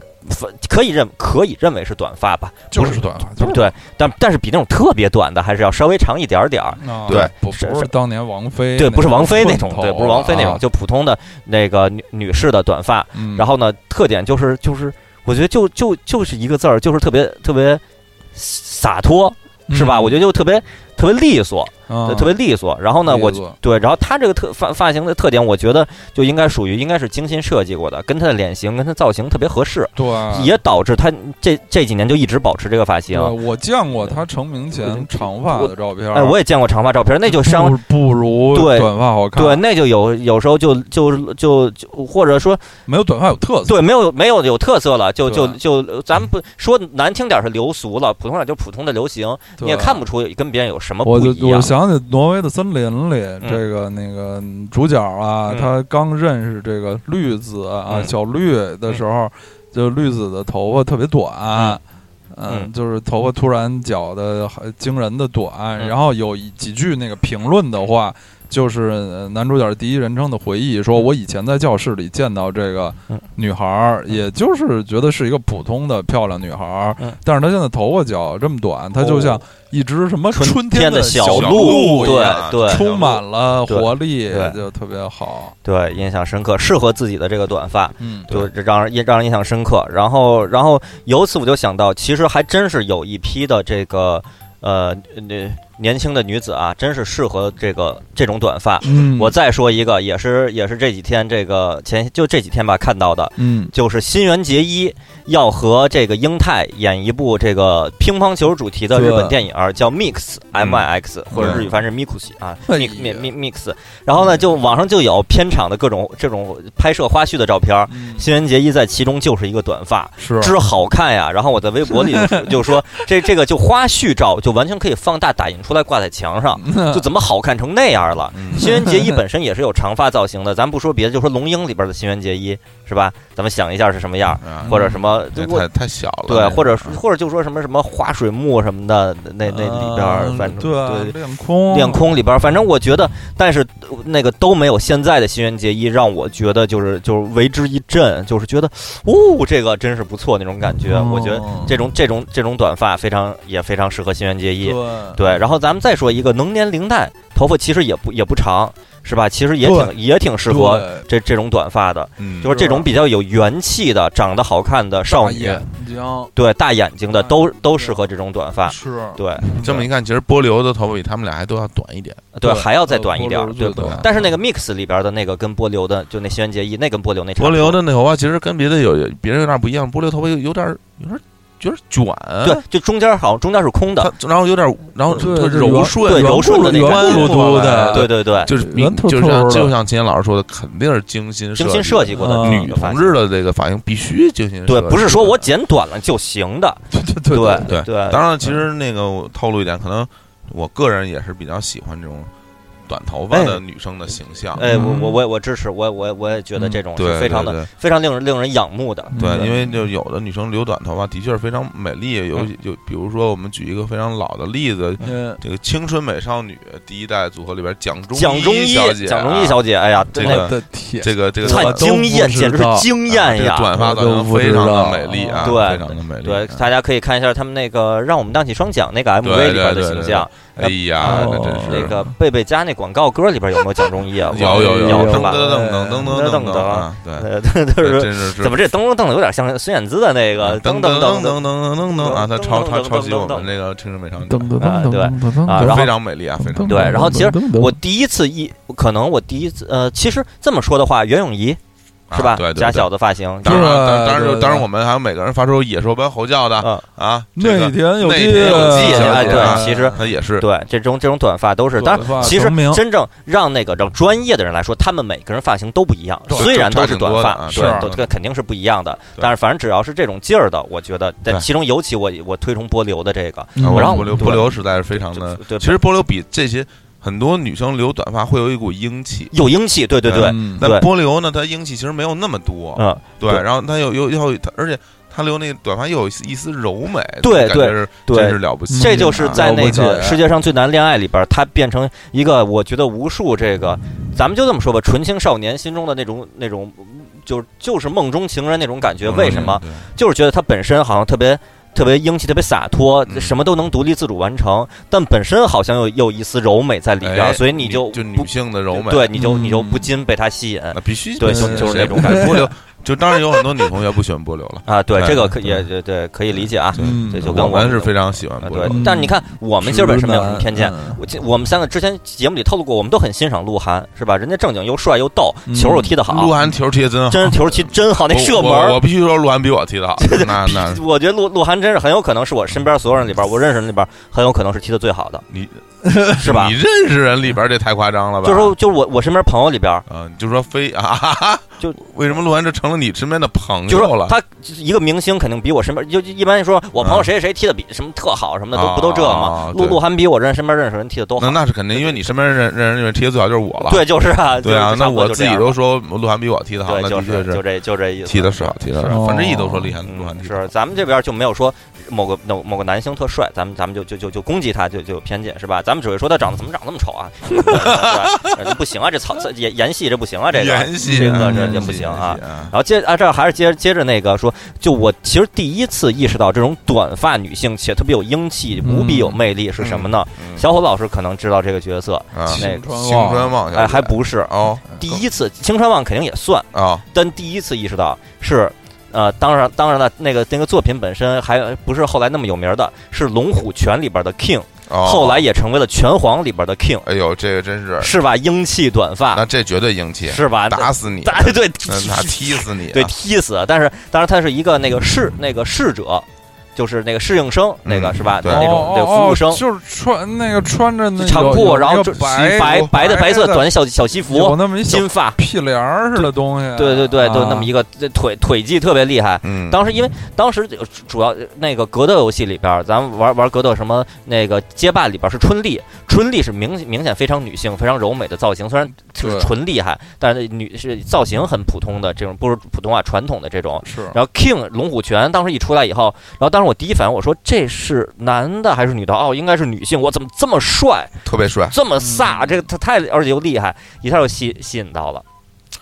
可以认可以认为是短发吧，就不是是短发，就是对，但但是比那种特别短的还是要稍微长一点儿点儿。啊对不是不是是当年王菲对，那不是王菲那寸种，头对，不是王菲那啊种，就普通的那个女女士的短发。嗯然后呢，特点就是就是，我觉得就就就是一个字儿，就是特别特别洒脱，是嗯吧？我觉得就特别特别利索，得对特别利索。然后呢，我就嗯对，然后她这个特发发型的特点，我觉得就应该属于应该是精心设计过的，跟她的脸型跟她造型特别合适，对啊也导致她这这几年就一直保持这个发型对。我见过她成名前长发的照片，哎，我也见过长发照片，那就伤不不如对短发好看，对，，那就有有时候就就就就或者说没有短发有特色，对，没有没有有特色了，就就对就咱们不说难听点儿是流俗了，普通点儿就普通的流行，对你也看不出跟别人有什么不我就一我样。想起挪威的森林里，这个那个主角啊，嗯他刚认识这个绿子啊，嗯小绿的时候，就绿子的头发特别短嗯，嗯，嗯就是头发突然绞的惊人的短，嗯然后有一几句那个评论的话。就是呃男主角第一人称的回忆，说我以前在教室里见到这个嗯女孩儿，也就是觉得是一个普通的漂亮女孩儿嗯，但是她现在头发绞这么短，她就像一只什么春天的小小鹿，鹿一对样对充满了活力对，对就特别好。对，印象深刻，适合自己的这个短发，嗯，就让人让人印象深刻。然后，然后由此我就想到，其实还真是有一批的这个呃那年轻的女子啊，真是适合这个这种短发。嗯，我再说一个，也是也是这几天这个前就这几天吧看到的，嗯就是新垣结衣要和这个英泰演一部这个乒乓球主题的日本电影儿，叫 Mix M I X，或者日语翻是 Mikushi 啊嗯哎，Mix 呀 Mix Mix。然后呢，就网上就有片场的各种这种拍摄花絮的照片儿，嗯新垣结衣在其中就是一个短发，是之好看呀！然后我在微 博里就就说，这这个就花絮照就完全可以放大打印出来挂在墙上，嗯 就怎么好看成那样了？ 嗯新垣结衣本身也是有长发造型的，咱不说别的，就说《龙樱》里边的新垣结衣是吧？咱们想一下是什么样，嗯啊，或者什么这我太太小了，嗯对，或者是或者就说什么什么花水木什么的，那那里边儿嗯反正对练空练空里边儿，反正我觉得，但是呃那个都没有现在的新垣结衣让我觉得就是就是为之一振，就是觉得，哦，这个真是不错那种感觉。我觉得哦这种这种这种短发非常也非常适合新垣结衣。对对，然后咱们再说一个能年龄带，头发其实也不也不长，是吧？其实也对挺也挺适合这这种短发的，嗯，就是这种比较有元气的、长得好看的少大女，眼睛对大眼睛的大都眼睛都适合这种短发。是嗯对这么一看，其实波流的头发比他们俩还都要短一点，对，还要再呃短一点儿，对对不对对？但是那个 mix 里边的那个跟波流的，就那新垣结衣那跟波流那差波不多流的那头发其实跟别的有别人有点不一样，波流头发有有点有点有点卷，对，嗯就中间好像中间是空的，它然后有点然后对它对柔圆顺，对柔顺的那种弯圆嘟嘟的对对对，就是圆头就头像的就像秦岩老师说的，肯定是精心精心设计过的嗯女同志的的这个发型必须精心设计对的，，不是说我剪短了就行的， 对对对对对对当然，其实那个我透露一点，可能我个人也是比较喜欢这种短头发的女生的形象，哎，我嗯我我也我支持，我我我也觉得这种嗯对，是非常的对非常令人令人仰慕的。对嗯对，因为就有的女生留短头发的确是非常美丽，有嗯有比如说我们举一个非常老的例子，嗯这个青春美少女第一代组合里边蒋中蒋中一一小姐，，啊蒋中一，小姐，哎呀，这真个的我的天这个这个我太都惊艳，不知简直是道惊啊这艳个呀！短发造型非常的美丽啊，我都不知道哦非常的美丽，对，啊大家可以看一下他们那个《让我们荡起双桨》那个 MV 对里边的对形对象，哎呀，那真哦是那个贝贝家那广告歌里边有没有蒋中一啊？有有有噔是噔吧？噔噔噔噔噔啊，对。 呃，就是真是是怎么这噔噔噔的有点像孙燕姿的那个噔噔啊噔噔噔噔噔噔噔噔啊！他抄抄抄袭我们这个《青春美少女》，噔噔啊噔对噔噔噔啊噔然后非常美丽啊，非常对然后其实实我第一次一，可能我第一次，呃，其实这么说的话，袁咏仪是吧？啊对对，假小子发型，当然，对当对然，对当然，我们还有每个人发出野兽般吼叫的啊，啊，内田有内纪，田有纪哎对啊其实他也是对这种这种短发都是，当短然发其实成名真正让那个让专业的人来说，他们每个人发型都不一样，对虽然差都挺是短多的发啊，是对，啊都这肯定是不一样的。对但是反正只要是这种劲儿的，我觉得，但对其中尤其我我推崇波流的这个，嗯啊我让波流对波流实在是非常的，对，其实波流比这些很多女生留短发会有一股英气，有英气，对对对，嗯但对波流呢，他英气其实没有那么多，嗯，对，对然后他又又又他，而且他留那个短发又有一丝柔美，对感觉是对真是了不起，啊这就是在那了个不起世界上最难恋爱里边儿，它变成一个我觉得无数这个，咱们就这么说吧，纯情少年心中的那种那种，就是就是梦中情人那种感觉。嗯为什么？对？就是觉得他本身好像特别特别英气，特别洒脱，嗯什么都能独立自主完成，但本身好像又又一丝柔美在里边哎儿，所以你女就就不女性的柔美，对，你就你就嗯不禁被他吸引那必须对就就是那谁种不感敢觉波流，就当然有很多女同学不喜欢波流了，啊。对，对这个可哎对也对对可以理解啊。嗯这 就跟我我们是非常喜欢啊波对流嗯，但是你看我们今儿本身没有什么偏见，嗯我记我们三个之前节目里透露过，我们都很欣赏鹿晗，是吧？人家正经又帅又逗，嗯球又踢得好鹿，晗球踢得真好，真是球踢真好，那我射门我儿我。必须说鹿晗比我踢 得好，那那我觉得鹿鹿晗真是很有可能是我身边所有人里边，我认识人里边很有可能是踢得最好的，你是吧你？认识人里边这太夸张了吧？就是说，就是我我身边朋友里边，啊，你就说非 啊哈哈，就为什么鹿晗就成了你身边的朋就是友说了？他一个明星肯定比我身边就就一般说，我朋友嗯谁谁踢的比什么特好什么的，啊都不都这啊吗？对鹿鹿晗比我认身边认识人踢的都那好，那是肯定，因为你身边认认人里面踢得最好就是我了。对，就是啊，对啊就，是那差不多我就自这己样都说鹿晗比我踢得好，对，那就的确是就是这就这意思，踢得是好，踢得是好，哦反正一都说厉害，鹿晗嗯踢得好是，咱们这边就没有说某个某某个男星特帅，咱们咱们就就就就攻击他，就就有偏见是吧？咱们只会说他长得怎么长那 么丑啊，是吧呃这不行啊，这操这演演戏这不行啊，这个。演戏这个这这也不行啊。然后接啊，这儿还是接接着那个说，就我其实第一次意识到这种短发女性且特别有英气、嗯无比有魅力是什么呢？嗯小伙老师可能知道这个角色，啊，那青春青春望，妄想，哎，还不是哦第一次，青川望肯定也算，哦，但第一次意识到是，呃，当然当然了，那个那个作品本身还不是后来那么有名的，是《龙虎拳》里边的 King，哦后来也成为了拳皇里边的 king，哎呦，这个真是，是吧？英气短那发，这绝对硬气，是吧？打死你，打 对那他踢死你啊， 对踢死，但是当然他是一个那个侍那个侍者，就是那个侍应生那个嗯是吧？对那种那个服务哦生哦哦，就是穿那个穿着那长有裤有然后一个就白白白的白色短小小西有服，那么一小金发，屁帘儿似的东西，对对对，就那么啊一个这腿腿技特别厉害。嗯，当时因为当时主主要那个格斗游戏里边儿，咱们玩玩格斗什么那个街霸里边儿是春丽，春丽是明明显非常女性、非常柔美的造型，虽然就是对纯厉害，但是女是造型很普通的这种，不是普通啊，传统的这种。是然后 King 龙虎拳当时一出来以后，然后当时我第一反应我说这是男的还是女的？哦，应该是女性，我怎么这么帅？特别帅，这么飒，嗯这个他太而且又厉害，一下就吸吸引到了，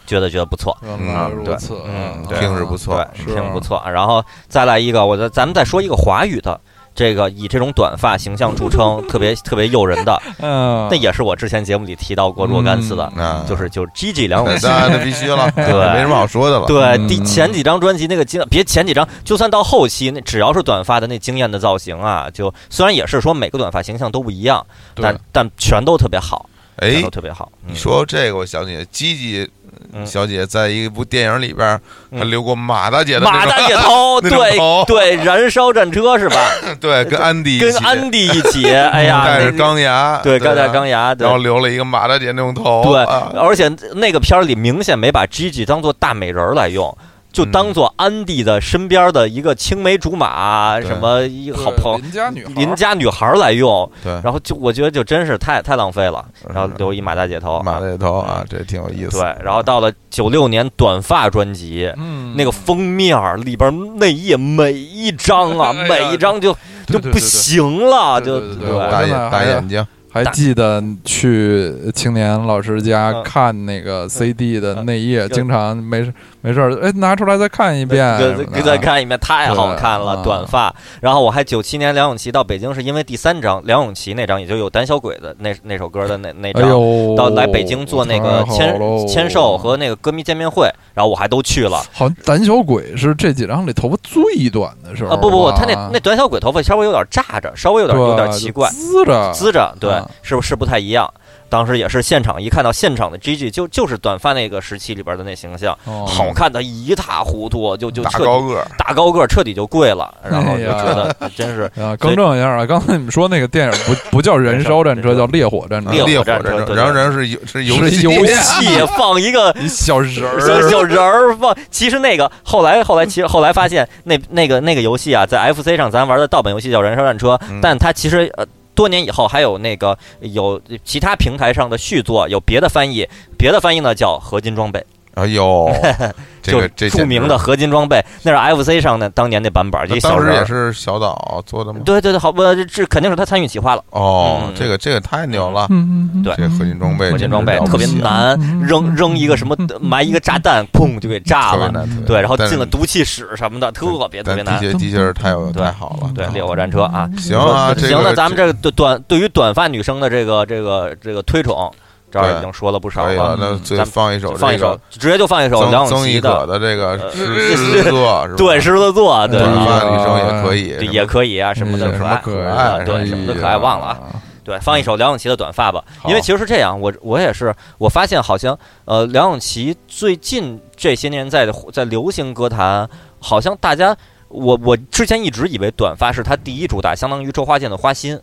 觉得觉得不错，原来嗯如对此，啊嗯对听着不错，对，是挺不错。然后再来一个，我再咱们再说一个华语的。这个以这种短发形象著称，特别特别诱人 的，嗯，那也是我之前节目里提到过若干次啊的，那嗯就是就是 Gigi 梁咏那琪。那必须了， 对没什么好说的了，对，嗯第前几张专辑那个经，别前几张，就算到后期，那只要是短发的那惊艳的造型啊，就虽然也是说每个短发形象都不一样，对但但全都特别好，全哎都，特别好。嗯你说这个，我想起吉吉嗯小姐在一部电影里边，嗯她留过马大姐的马那大种，姐头， 那种对头对，燃烧战车是吧？对，跟安迪 一跟起，安迪一起，哎呀，戴着那钢牙，对，刚吧才钢牙，对然后留了一个马大姐那种头，对，啊而且那个片儿里明显没把 Gigi 当做大美人儿来用。就嗯当做安迪的身边的一个青梅竹马，啊对什么一个好朋嗯邻家女孩儿，邻家女孩儿来用，对，然后就我觉得就真是太太浪费了，嗯然后留一马大姐头，马大姐头啊，这挺有意思，对，然后到了九六年短发专辑，嗯，那个封面儿里边儿内页每一张 啊，哎呀每一张就就对对对不行了，对就对对对，我大眼现在还大眼睛，还大记得去青年老师家嗯看那个 CD 的内页，嗯经常没事没事儿，哎，拿出来再看一遍对什对么对的，再看一遍，太好看了，啊对啊短发。然后我还九七年梁咏琪到北京是因为第三张梁咏琪那张，也就有胆小鬼的那那首歌的那那哎张。呦，到来北京做那个太签好喽签售和那个歌迷见面会，然后我还都去了。好像胆小鬼是这几张里头发最短的时候啊，不不不，吧他那那短小鬼头发稍微有点炸着，稍微有点有点对奇怪，滋着滋着，对啊，是不是不太一样？当时也是现场一看到现场的 G G 就就是短发那个时期里边的那形象，哦好看的一塌糊涂，就就大彻高底个儿，大高个儿彻底就跪 了，然后就哎呀觉得真是啊，更正一下啊，刚才你们说那个电影不不叫《燃烧战车》，叫《烈火战车啊烈》，烈火战车车，对然后对然后是游是游是戏游 戏戏放一个一小人小儿，小人儿放。其实那个后来后来其实后来发现那那个那个游戏啊，在 FC 上咱玩的盗版游戏叫《燃烧战车》嗯，但它其实呃。多年以后，还有那个有其他平台上的续作，有别的翻译，别的翻译呢叫《合金装备》，哎呦，这个就这是著名的简《合金装备》，那是 FC 上的当年那版本，直一那小当时人也儿。是小岛做的吗？对对对，好，不，这肯定是他参与企划了。哦嗯，这个这个太牛了，嗯嗯嗯对这合金装备合金装备真是了特不别起难嗯，扔扔一个什么埋一个炸弹，砰就给炸特别了。难，特别对，然后但进了毒气室什么的，特别特但别的难。确的确是太有对太好了，对，啊烈火战车啊。行啊，这行，个那咱们这个短对于短发女生的这个这个这个推崇，这儿已经说了不少可以了，了，那嗯最咱们放一首放这一首个，直接就放一首梁曾咏曾琪轶可的的，这个呃狮是狮子座，是吧对，狮子座，对短嗯发啊女生也可以，对什么也可以啊，什么的嗯什么可爱，对什么都可爱忘了啊啊，对，放一首梁咏琪的《短发》吧，好因为其实是这样，我我也是，我发现好像呃，梁咏琪最近这些年在在流行歌坛，好像大家我我之前一直以为短发是她第一主打，相当于周华健的《花心》，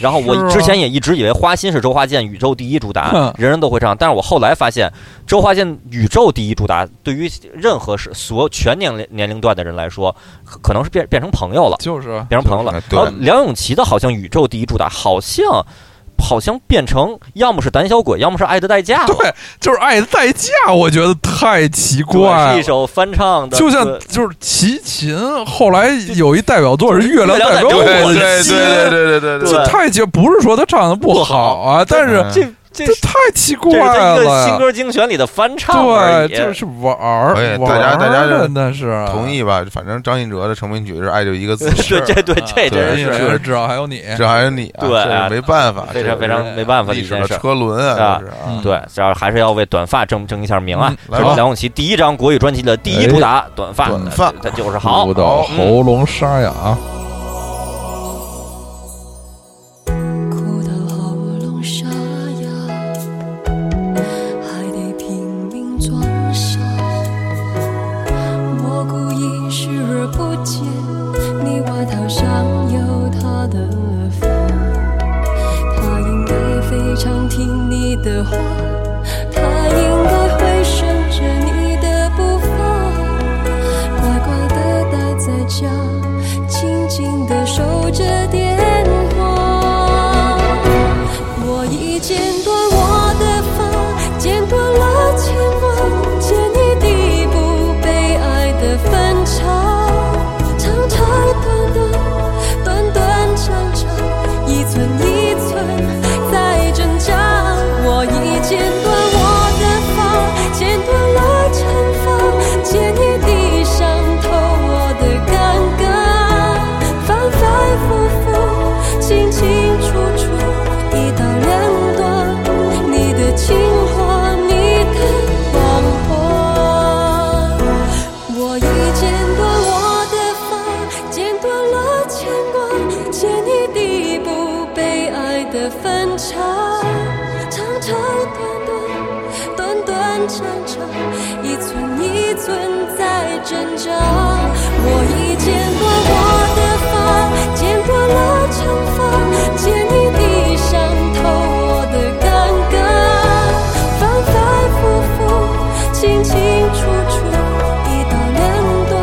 然后我是啊之前也一直以为《花心》是周华健宇宙第一主打哼，人人都会唱，但是我后来发现，周华健宇宙第一主打对于任何是所有全年龄年龄段的人来说，可可能是变变成朋友了。就是啊变成朋友了就是。对然后梁咏琪的好像宇宙第一主打，好像好像变成要么是胆小鬼，要么是爱的代价了。对，就是爱的代价，我觉得太奇对怪了是一首翻唱的，就像对就是齐秦，后来有一代表作是《月亮代表对我对我的对心》，对对对对对这太奇，不是说他唱的不好啊，但是嗯这这这太奇这怪是他一了个呀新歌精选里的翻唱而对，已。 哎就是玩儿可以，玩大家大家儿就的那是啊啊同。意吧？反正张信哲的成名曲是《爱就一个字》， 对，这对这对真也是是至少还有你，这还是你啊，对这是没办法，非这常是非常没办法的历一史件的事儿。车轮啊，啊这是嗯啊，对，这要还是要为短发争争一下名啊！来这是吧梁咏琪第一张国语专辑的第一主打哎《短发》，短发它就是好嗯舞。蹈喉咙沙哑。空常听你的话，他应该会顺着你的步伐，乖乖的待在家，静静的守着电话。我已剪断我的发，剪断了牵挂，剪一地不被爱的分岔，长长短短，短短长长，一寸一寸在挣扎。我已剪断我的发，剪断了惩罚，剪一地伤透我的尴尬，反反复复，清清楚楚，一刀两断，你的情话，你的谎话。我已剪断我的发，剪断了牵挂，剪一地不被爱的分岔，长长短短，短短长长，一寸一寸在挣扎。我已剪断我的发，剪断了长发，剪一地伤透我的尴尬，反反复复，清清楚楚，一刀两断，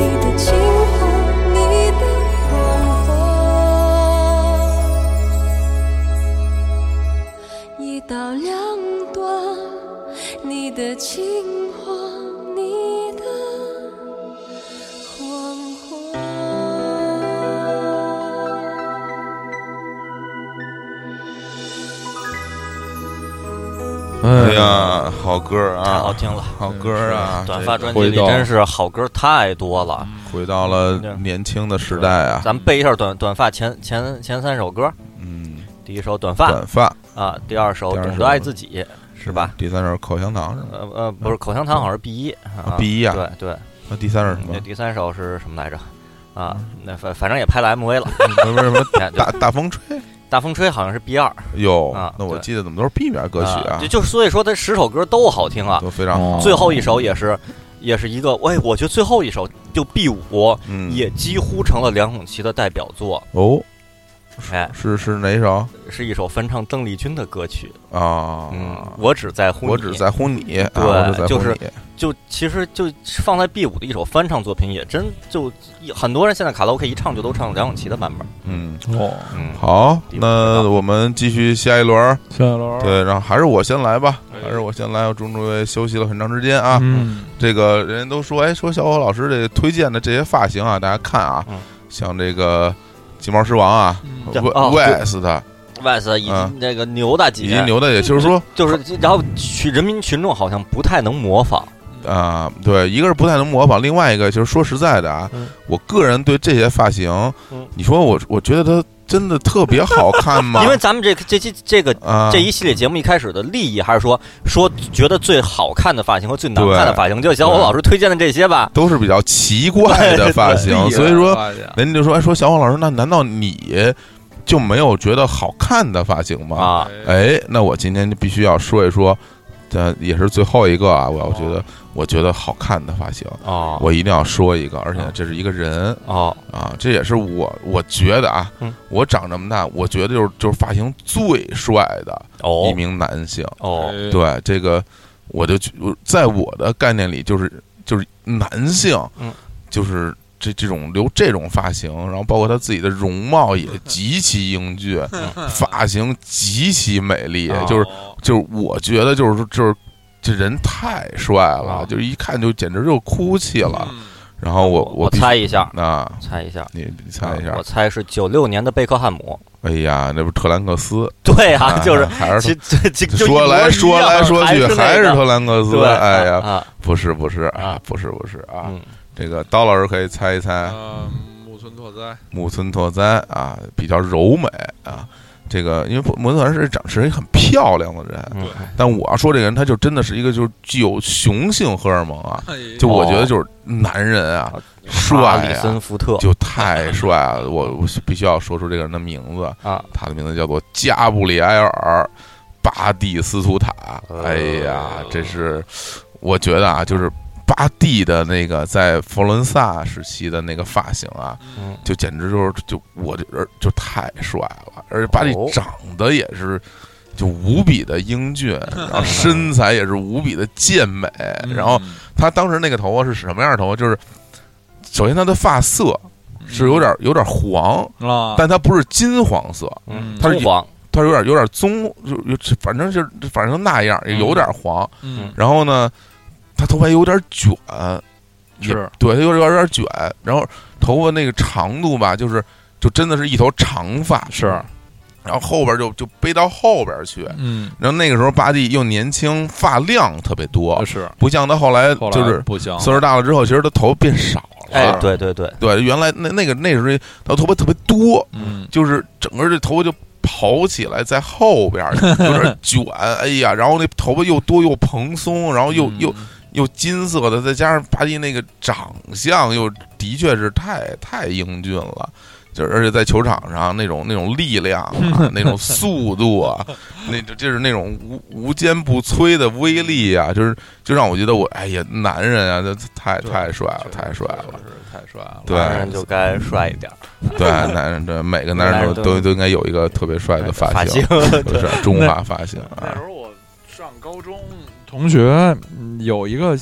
你的情话，你的谎话，一刀两断，你的情话，你的谎话。哎哎，呀，好歌儿太好啊，听了，好歌儿啊！短这发个专辑嗯回里到真是好歌太多了。回到了嗯年轻的时代啊，咱们背一下短短发前前前三首歌，嗯，第一首短发短发啊，第二首第二懂首得爱自己是吧？？第三首口香糖是吗？呃呃，不是口香糖，好像是 B 一啊 B 一啊对对。那第三首什么那？第三首是什么来着？啊，那反反正也拍了 MV 了。 不是什么你看就 大大风吹？大风吹好像是 B 二哟啊，那我对记得怎么都是 B 面歌曲啊就，就所以说这十首歌都好听啊。都非常好。哦最后一首也是，也是一个，哎，我觉得最后一首就 B 五嗯，也几乎成了梁咏琪的代表作，哦，哎，是是哪首是一首翻唱邓丽君的歌曲。啊？嗯，我只在乎你，我只在乎你，啊对我只在乎就是你就其实就放在 B 五的一首翻唱作品，也真就很多人现在卡拉 OK 一唱就都唱梁咏琪的版本。嗯。哦，嗯，好，地方那不知道我们继续下一轮儿。下一轮，对，然后还是我先来吧，哎还是我先来。我中中也休息了很长时间啊。嗯，这个人家都说，哎，说小伙老师这推荐的这些发型啊，大家看啊，嗯像这个金毛狮王啊嗯这，We- 哦对 West 的，外斯以啊及那个牛大姐，以及牛的，也就是 说就是，然后群人民群众好像不太能模仿，啊、对，一个是不太能模仿，另外一个就是说实在的啊，嗯我个人对这些发型嗯，你说我我觉得它真的特别好看吗？ 因为咱们这这这这个啊，这一系列节目一开始的利益，还是说说觉得最好看的发型和最难看的发型，就小伙老师推荐的这些吧。都是比较奇怪的发型，所以说人家就说，哎，说小王老师，那难道你就没有觉得好看的发型吗？啊，哎，那我今天就必须要说一说，这也是最后一个啊！我要觉得，我觉得好看的发型，哦我一定要说一个，而且这是一个人哦，啊，这也是我我觉得啊嗯，我长这么大，我觉得就是就是发型最帅的一哦名男性。哦，对对这个，我就觉我在我的概念里，就是就是男性，嗯就是这这种留这种发型，然后包括他自己的容貌嗯也极其英俊，发型极其美丽，哦就是啊就是我觉得就是说就是这人太帅了，哦嗯就是一看就简直就哭泣了。嗯然后我我必须猜一下，啊，猜一下，你你猜一下我，猜是九六年的贝克汉姆。哎呀，那不是特兰克斯对啊，就是还其是这这就说来说来说去还还是特兰克斯，对，哎呀，啊，不是不是啊啊，不是不是啊，嗯，啊这个刀老师可以猜一猜，嗯，木村拓哉，木村拓哉啊，比较柔美啊。这个，因为木村拓哉是长是一个很漂亮的人，嗯但我要说这个人，他就真的是一个就是具有雄性荷尔蒙啊，对就我哦觉得就是男人啊啊，帅哈里啊森，福特就太帅了。我我必须要说出这个人的名字，啊，他的名字叫做加布里埃尔·巴蒂斯图塔。哎呀，这是我觉得啊，就是巴蒂的那个在佛罗伦萨时期的那个发型啊，嗯就简直就是就我这人就太帅了，而且巴蒂哦长得也是就无比的英俊，然后身材也是无比的健美，哎哎嗯然后他当时那个头发是什么样的头发？就是首先他的发色是有点有点黄，嗯啊，但它不是金黄色，嗯他是中黄，它是有点有点棕，就有反正就是反正那样，也有点黄。嗯然后呢，他头发有点卷，也是对，他有点有点卷。然后头发那个长度吧，就是就真的是一头长发，是，然后后边就就背到后边去。嗯然后那个时候巴蒂又年轻，发量特别多，是，不像他后来呃后来哦啊就是不行，岁数大了之后，其实他头发变少了。哎，对对对，对，原来那那个那时候他头发特别多，嗯就是整个这头发就跑起来，在后边 儿有点卷，哎呀，然后那头发又多又蓬松，然后嗯又、又又金色的，再加上巴蒂那个长相又的确是太太英俊了。就是而且在球场上那种那种力量 啊，那种速度啊，那就就是那种无无坚不摧的威力啊，就是就让我觉得我哎呀，男人啊，这太太帅了，太帅了。，太帅了，哎对男人就该帅一点儿， 对，男人对每个男人都都都应该有一个特别帅的发哎发型 型，不是中华发型那时啊，候我上高中，同学嗯有一个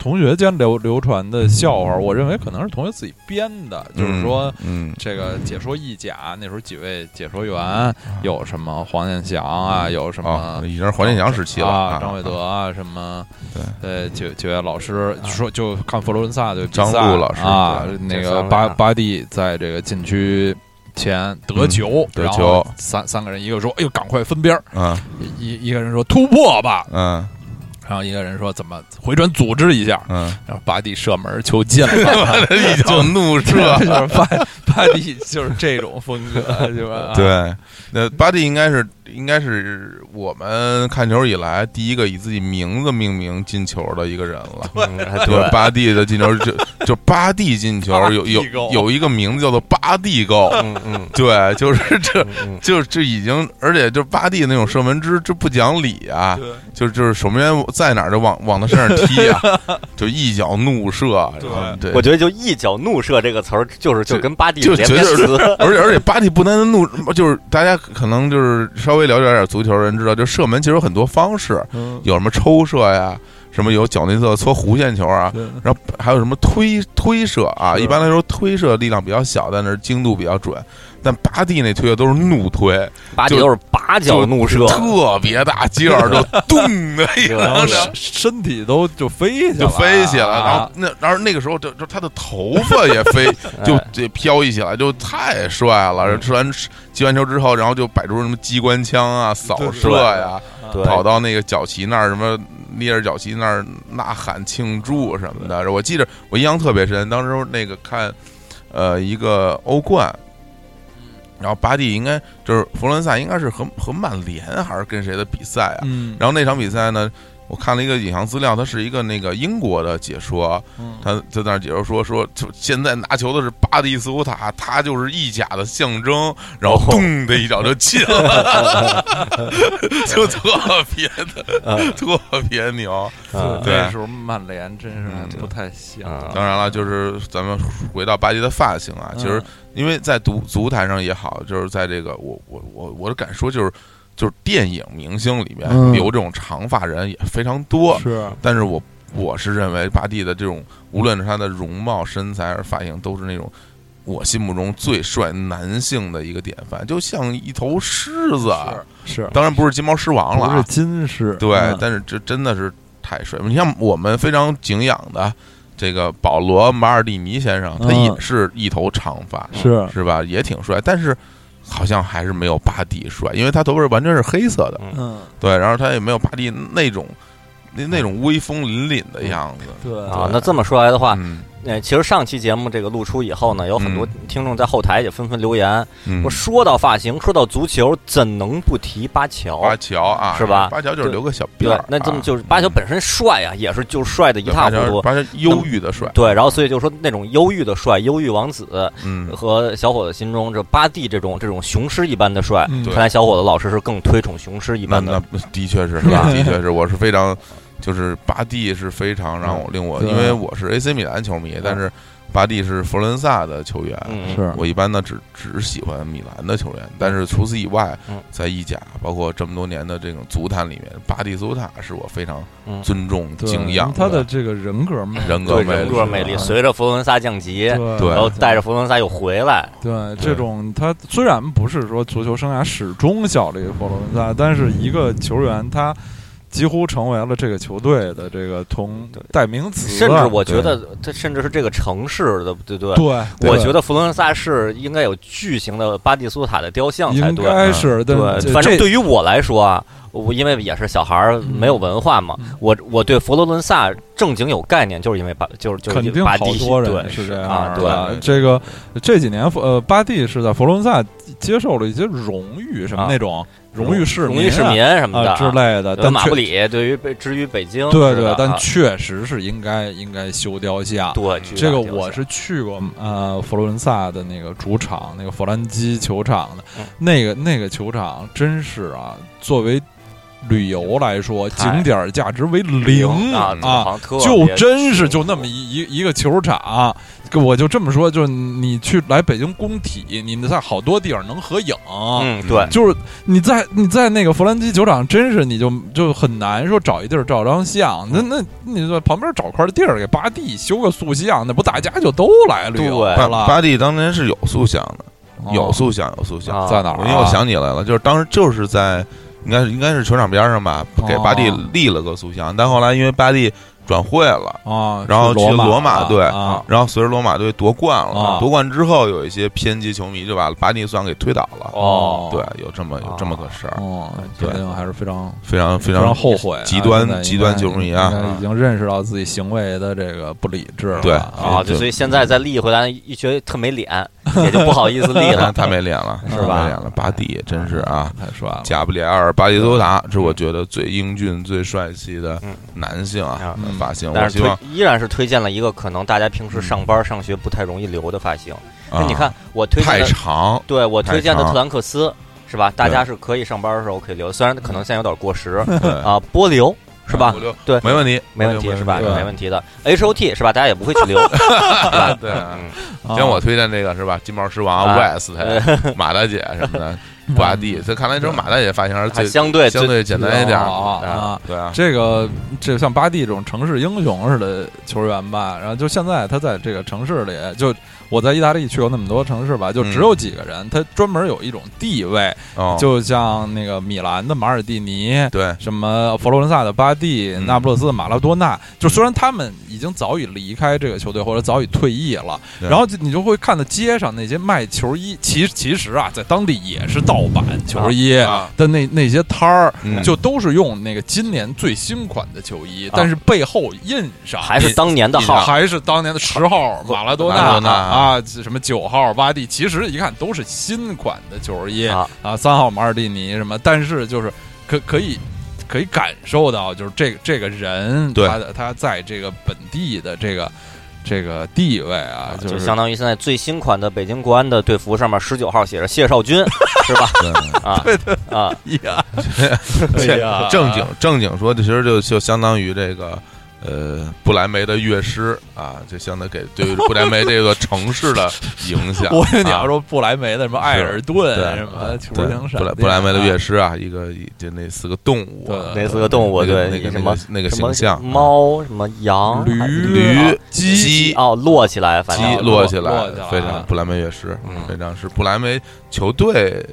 同学间流流传的笑话，我认为可能是同学自己编的，就是说。嗯，这个解说意甲，那时候几位解说员有什么黄健翔啊，有什嗯，么哦，已经是黄健翔时期了啊，啊，张伟德啊，什么对啊呃，几几位老师说就看佛罗伦萨的比张赛璐老师啊，那对个张巴璐啊巴蒂在这个禁区前得球，嗯得然后球三三个人一个说哎呦赶快分边儿，嗯一一个人说突破吧，嗯然后一个人说怎么回转组织一下， 嗯，。然后巴蒂射门球进了 一脚怒这，射就是巴巴蒂就是这种风格，是吧？对，那巴蒂应该是应该是我们看球以来第一个以自己名字命名进球的一个人 了。嗯就是对，巴蒂的进球，就就巴蒂 进球有有巴蒂狗有一个名字叫做巴蒂狗， 嗯嗯对，就是这嗯嗯，就这已经，而且就巴蒂那种射门之这不讲理啊，对就是就是守门员在哪儿就往往他身上踢 啊，就一脚怒射，啊然后对我，觉得就一脚怒射这个词儿，就是就就跟巴蒂就连绝个对词，哎而且而且巴蒂不单单怒，就是大家可能就是稍微了解点足球的人知道，就射门其实有很多方式，嗯，有什么抽射呀，什么有脚内侧搓弧线球啊。对然后还有什么推推射啊？是一般来说，推射力量比较小，但是精度比较准。但巴蒂那推的都是怒推， 巴蒂就都是拔脚怒射，特别大劲儿，就咚的一 然后声，身身体都就飞起来就了，飞起来，啊然后那然后那个时候就就他的头发也飞，就哎嗯这飘逸起来，就太帅了。然后吃完击完球之后，然后就摆出什么机关枪啊、扫射呀，对跑到那个角旗那儿什么捏着角旗那儿呐喊庆祝什么的。我记得我印象特别深，当时那个看呃一个欧冠。嗯然后巴蒂应该就是佛罗伦萨，应该是和和曼联还是跟谁的比赛啊？嗯，然后那场比赛呢，我看了一个影像资料，他是一个那个英国的解说，嗯他在那儿解说说说，就现在拿球的是巴蒂斯图塔，他就是意甲的象征，然后哦咚的一脚就进了， 就特别啊的特别牛。嗯对那时候曼联真是嗯不太像，嗯当然了，就是咱们回到巴蒂的发型啊，其嗯实因为在足足坛上也好，就是在这个我我我我敢说就是。就是电影明星里面嗯留这种长发人也非常多，是但是我我是认为巴蒂的这种，无论是他的容貌、身材还是发型，都是那种我心目中最帅男性的一个典范，就像一头狮子。啊是，当然不是金毛狮王了不是啊，金狮，对，嗯但是这真的是太帅了。你像我们非常敬仰的这个保罗·马尔蒂尼先生，他嗯也是一头长发，是是吧？也挺帅，但是。好像还是没有巴蒂帅，因为他头发是完全是黑色的，嗯，对，然后他也没有巴蒂那种那那种威风凛凛嗯的样子，对啊，那这么说来的话，嗯呃，其实上期节目这个露出以后呢，有很多嗯听众在后台也纷纷留言，嗯说说到发型，说到足球，怎能不提巴乔？巴乔啊，是吧巴乔就是留个小辫对儿，，那这么啊就是巴乔本身帅啊，也是就帅的一对巴塌糊乔涂。巴乔忧郁的帅，对，然后所以就说那种忧郁的帅，忧郁王子嗯，和小伙子心中这巴蒂这种这种雄狮一般的帅，嗯对看来小伙子老师是更推崇雄狮一那般的那。的确是，吧的确是，我是嗯非常，就是巴蒂是非常让我令我，对因为我是 AC 米兰球迷，但是巴蒂是佛罗伦萨的球员，嗯，是我一般呢只只喜欢米兰的球员，但是除此以外嗯，在意甲包括这么多年的这种足坛里面，巴蒂苏塔是我非常嗯尊重对敬仰他的这个人格魅人格对魅人力格魅力，啊随着佛罗伦萨降级，对对然后带着佛罗伦萨又回来，对这种他虽然不是说足球生涯始终效力于佛罗伦萨，但是一个球员他几乎成为了这个球队的这个同对代名词甚了至我觉得他甚至是这个城市的，对对对，对我觉得佛罗伦萨是应该有巨型的巴蒂苏塔的雕像才应对。啊该是，但这对，反正这对于我来说啊，我因为也是小孩儿，没有文化嘛，嗯我我对佛罗伦萨正经有概念，就是因为巴就是就是肯定巴好蒂多人对是这样啊，的对，吧这个这几年佛呃，巴蒂是在佛罗伦萨接受了一些荣誉，什么啊那种荣誉市荣民誉市民什么的啊之类的，对但马确布里对于北至于北京，对是对的，但啊确实是应该应该修雕像。对这个我是去过，呃，佛罗伦萨的那个主场，那个佛兰基球场的，嗯那个那个球场真是啊，作为旅游来说，太景点价值为零啊啊，好像特就别真是辛就苦那么一一一个球场，跟我就这么说，就是你去来北京工体，你在好多地儿能合影，嗯对就是你在你在那个弗兰基球场，真是你就就很难说找一地儿照张相，那嗯那你说旁边找块地儿给巴蒂修个塑像，那不大家就都来旅游对来巴了？啊巴蒂当年是有塑像的，哦有塑像，有塑像。啊在哪我儿因为我啊？想起来了，就是当时就是在应该是应该是球场边上吧，给巴蒂哦立了个塑像，但后来因为巴蒂转会了，啊，然后去罗罗马队啊，然后随着罗马队夺冠了啊，夺冠之后有一些偏激球迷就把巴蒂算给推倒了，哦对，有这么有这么个事儿，哦，对肯定还是非常非常非非常后悔啊，极端现在应该极端球迷啊应该已经认识到自己行为的这个不理智了，对啊啊，就所以现在再立回来，一觉得特没脸，也就不好意思立太 了。太没脸了，是太吧没脸了，巴蒂也真是啊。太帅了，加布里埃尔·巴蒂多嗯塔是我觉得最英俊、最帅气的男性啊嗯，发型。我但是希推望依然是推荐了一个可能大家平时上班上学不太容易留的发型。那啊哎你看我推荐太的， 长，对我推荐的太长特兰克斯是吧？大家是可以上班的时候可以留，虽然可嗯能现在有点过时对啊，波流是吧五？六对没问题，没问题是吧？对没问题的。H O T 是吧？大家也不会去 留，是吧？对嗯啊像我推荐这个是吧？金毛狮啊王、West、马 大姐什么的，嗯布拉蒂，这看来这马大姐发型还是还最相对相对简单一点儿。啊啊啊！对啊，这个这像巴蒂这种城市英雄似的球员吧，然后就现在他在这个城市里，就我在意大利去过那么多城市吧，就只有几个人，他专门有一种地位，嗯哦就像那个米兰的马尔蒂尼。 对什么佛罗伦萨的巴蒂、嗯那不勒斯的马拉多纳，就虽然他们已经早已离开这个球队或者早已退役了，对然后就你就会看到街上那些卖球衣，其其实啊，在当地也是盗版球衣啊的那那些摊儿，嗯就都是用那个今年最新款的球衣，但是背后印上还是当年的号还是当年的十号马拉多马拉纳多纳啊，什么九号巴蒂，其实一看都是新款的球衣啊啊，三号马尔蒂尼什么，但是就是可可以可以感受到，就是这个这个人，对他的他在这个本地的这个这个地位啊，就是相当于现在最新款的北京国安的队服上面十九号写着谢少军，是吧？ 啊，啊， 对哎呀正经正经说，其实就就相当于这个。呃，布莱梅的乐师啊，就相当给对于布莱梅这个城市的影响。 我以为你啊要说布莱梅的什么艾尔顿对啊什么球对星闪布莱电，布莱梅的乐师啊，一个一就那四个动物啊，对那四个动物那个对那个什那么个那个什么形象，啊猫啊什么羊驴还是驴驴、鸡鸡、哦摞起来，反鸡正落落起落来下来，非啊常布莱梅乐师嗯，非常是布莱梅球队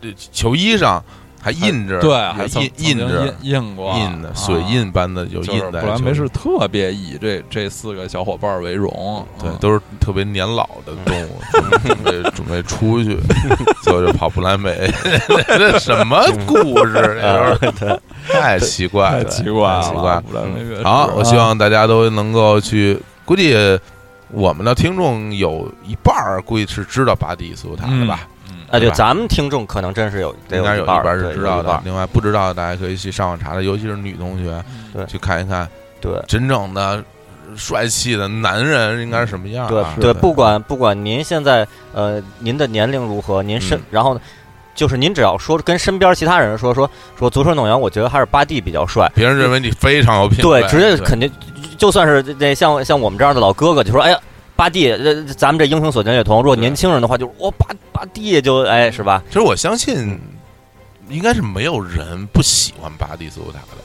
这球衣上还印着，对，还还曾曾印印经着印印过印的啊水印般的有就是印在布莱梅球是衣特别以这这四个小伙伴为荣，对，嗯都是特别年老的动物，准 备准备出去，最后就跑布莱梅， 这什么 故事？呃 这都是太奇怪太了，奇怪了，太奇怪了布莱梅乐好是，我啊希望大家都能够去，估计我们的听众有一半儿估计是知道巴蒂苏塔的嗯吧，啊，对对，吧咱们听众可能真是有得应该有一半半儿儿是对知有道一半的儿。另外不知道的，大家可以去上网查查，尤其是女同学，对去看一看对真正的帅气的男人应该是什么样啊、对对，不管不管您现在呃您的年龄如何，您身嗯然然后呢，就是您只要说跟身边其他人说说说足球运动员，我觉得还是巴蒂比较帅。别人认为你非常有品对味，，直接对肯定就算是那像像我们这样的老哥哥，就说哎呀，八弟，呃咱们这英雄所见略同。如果年轻人的话，就是我八八弟就哎是吧？其实我相信，应该是没有人不喜欢巴蒂斯图塔的，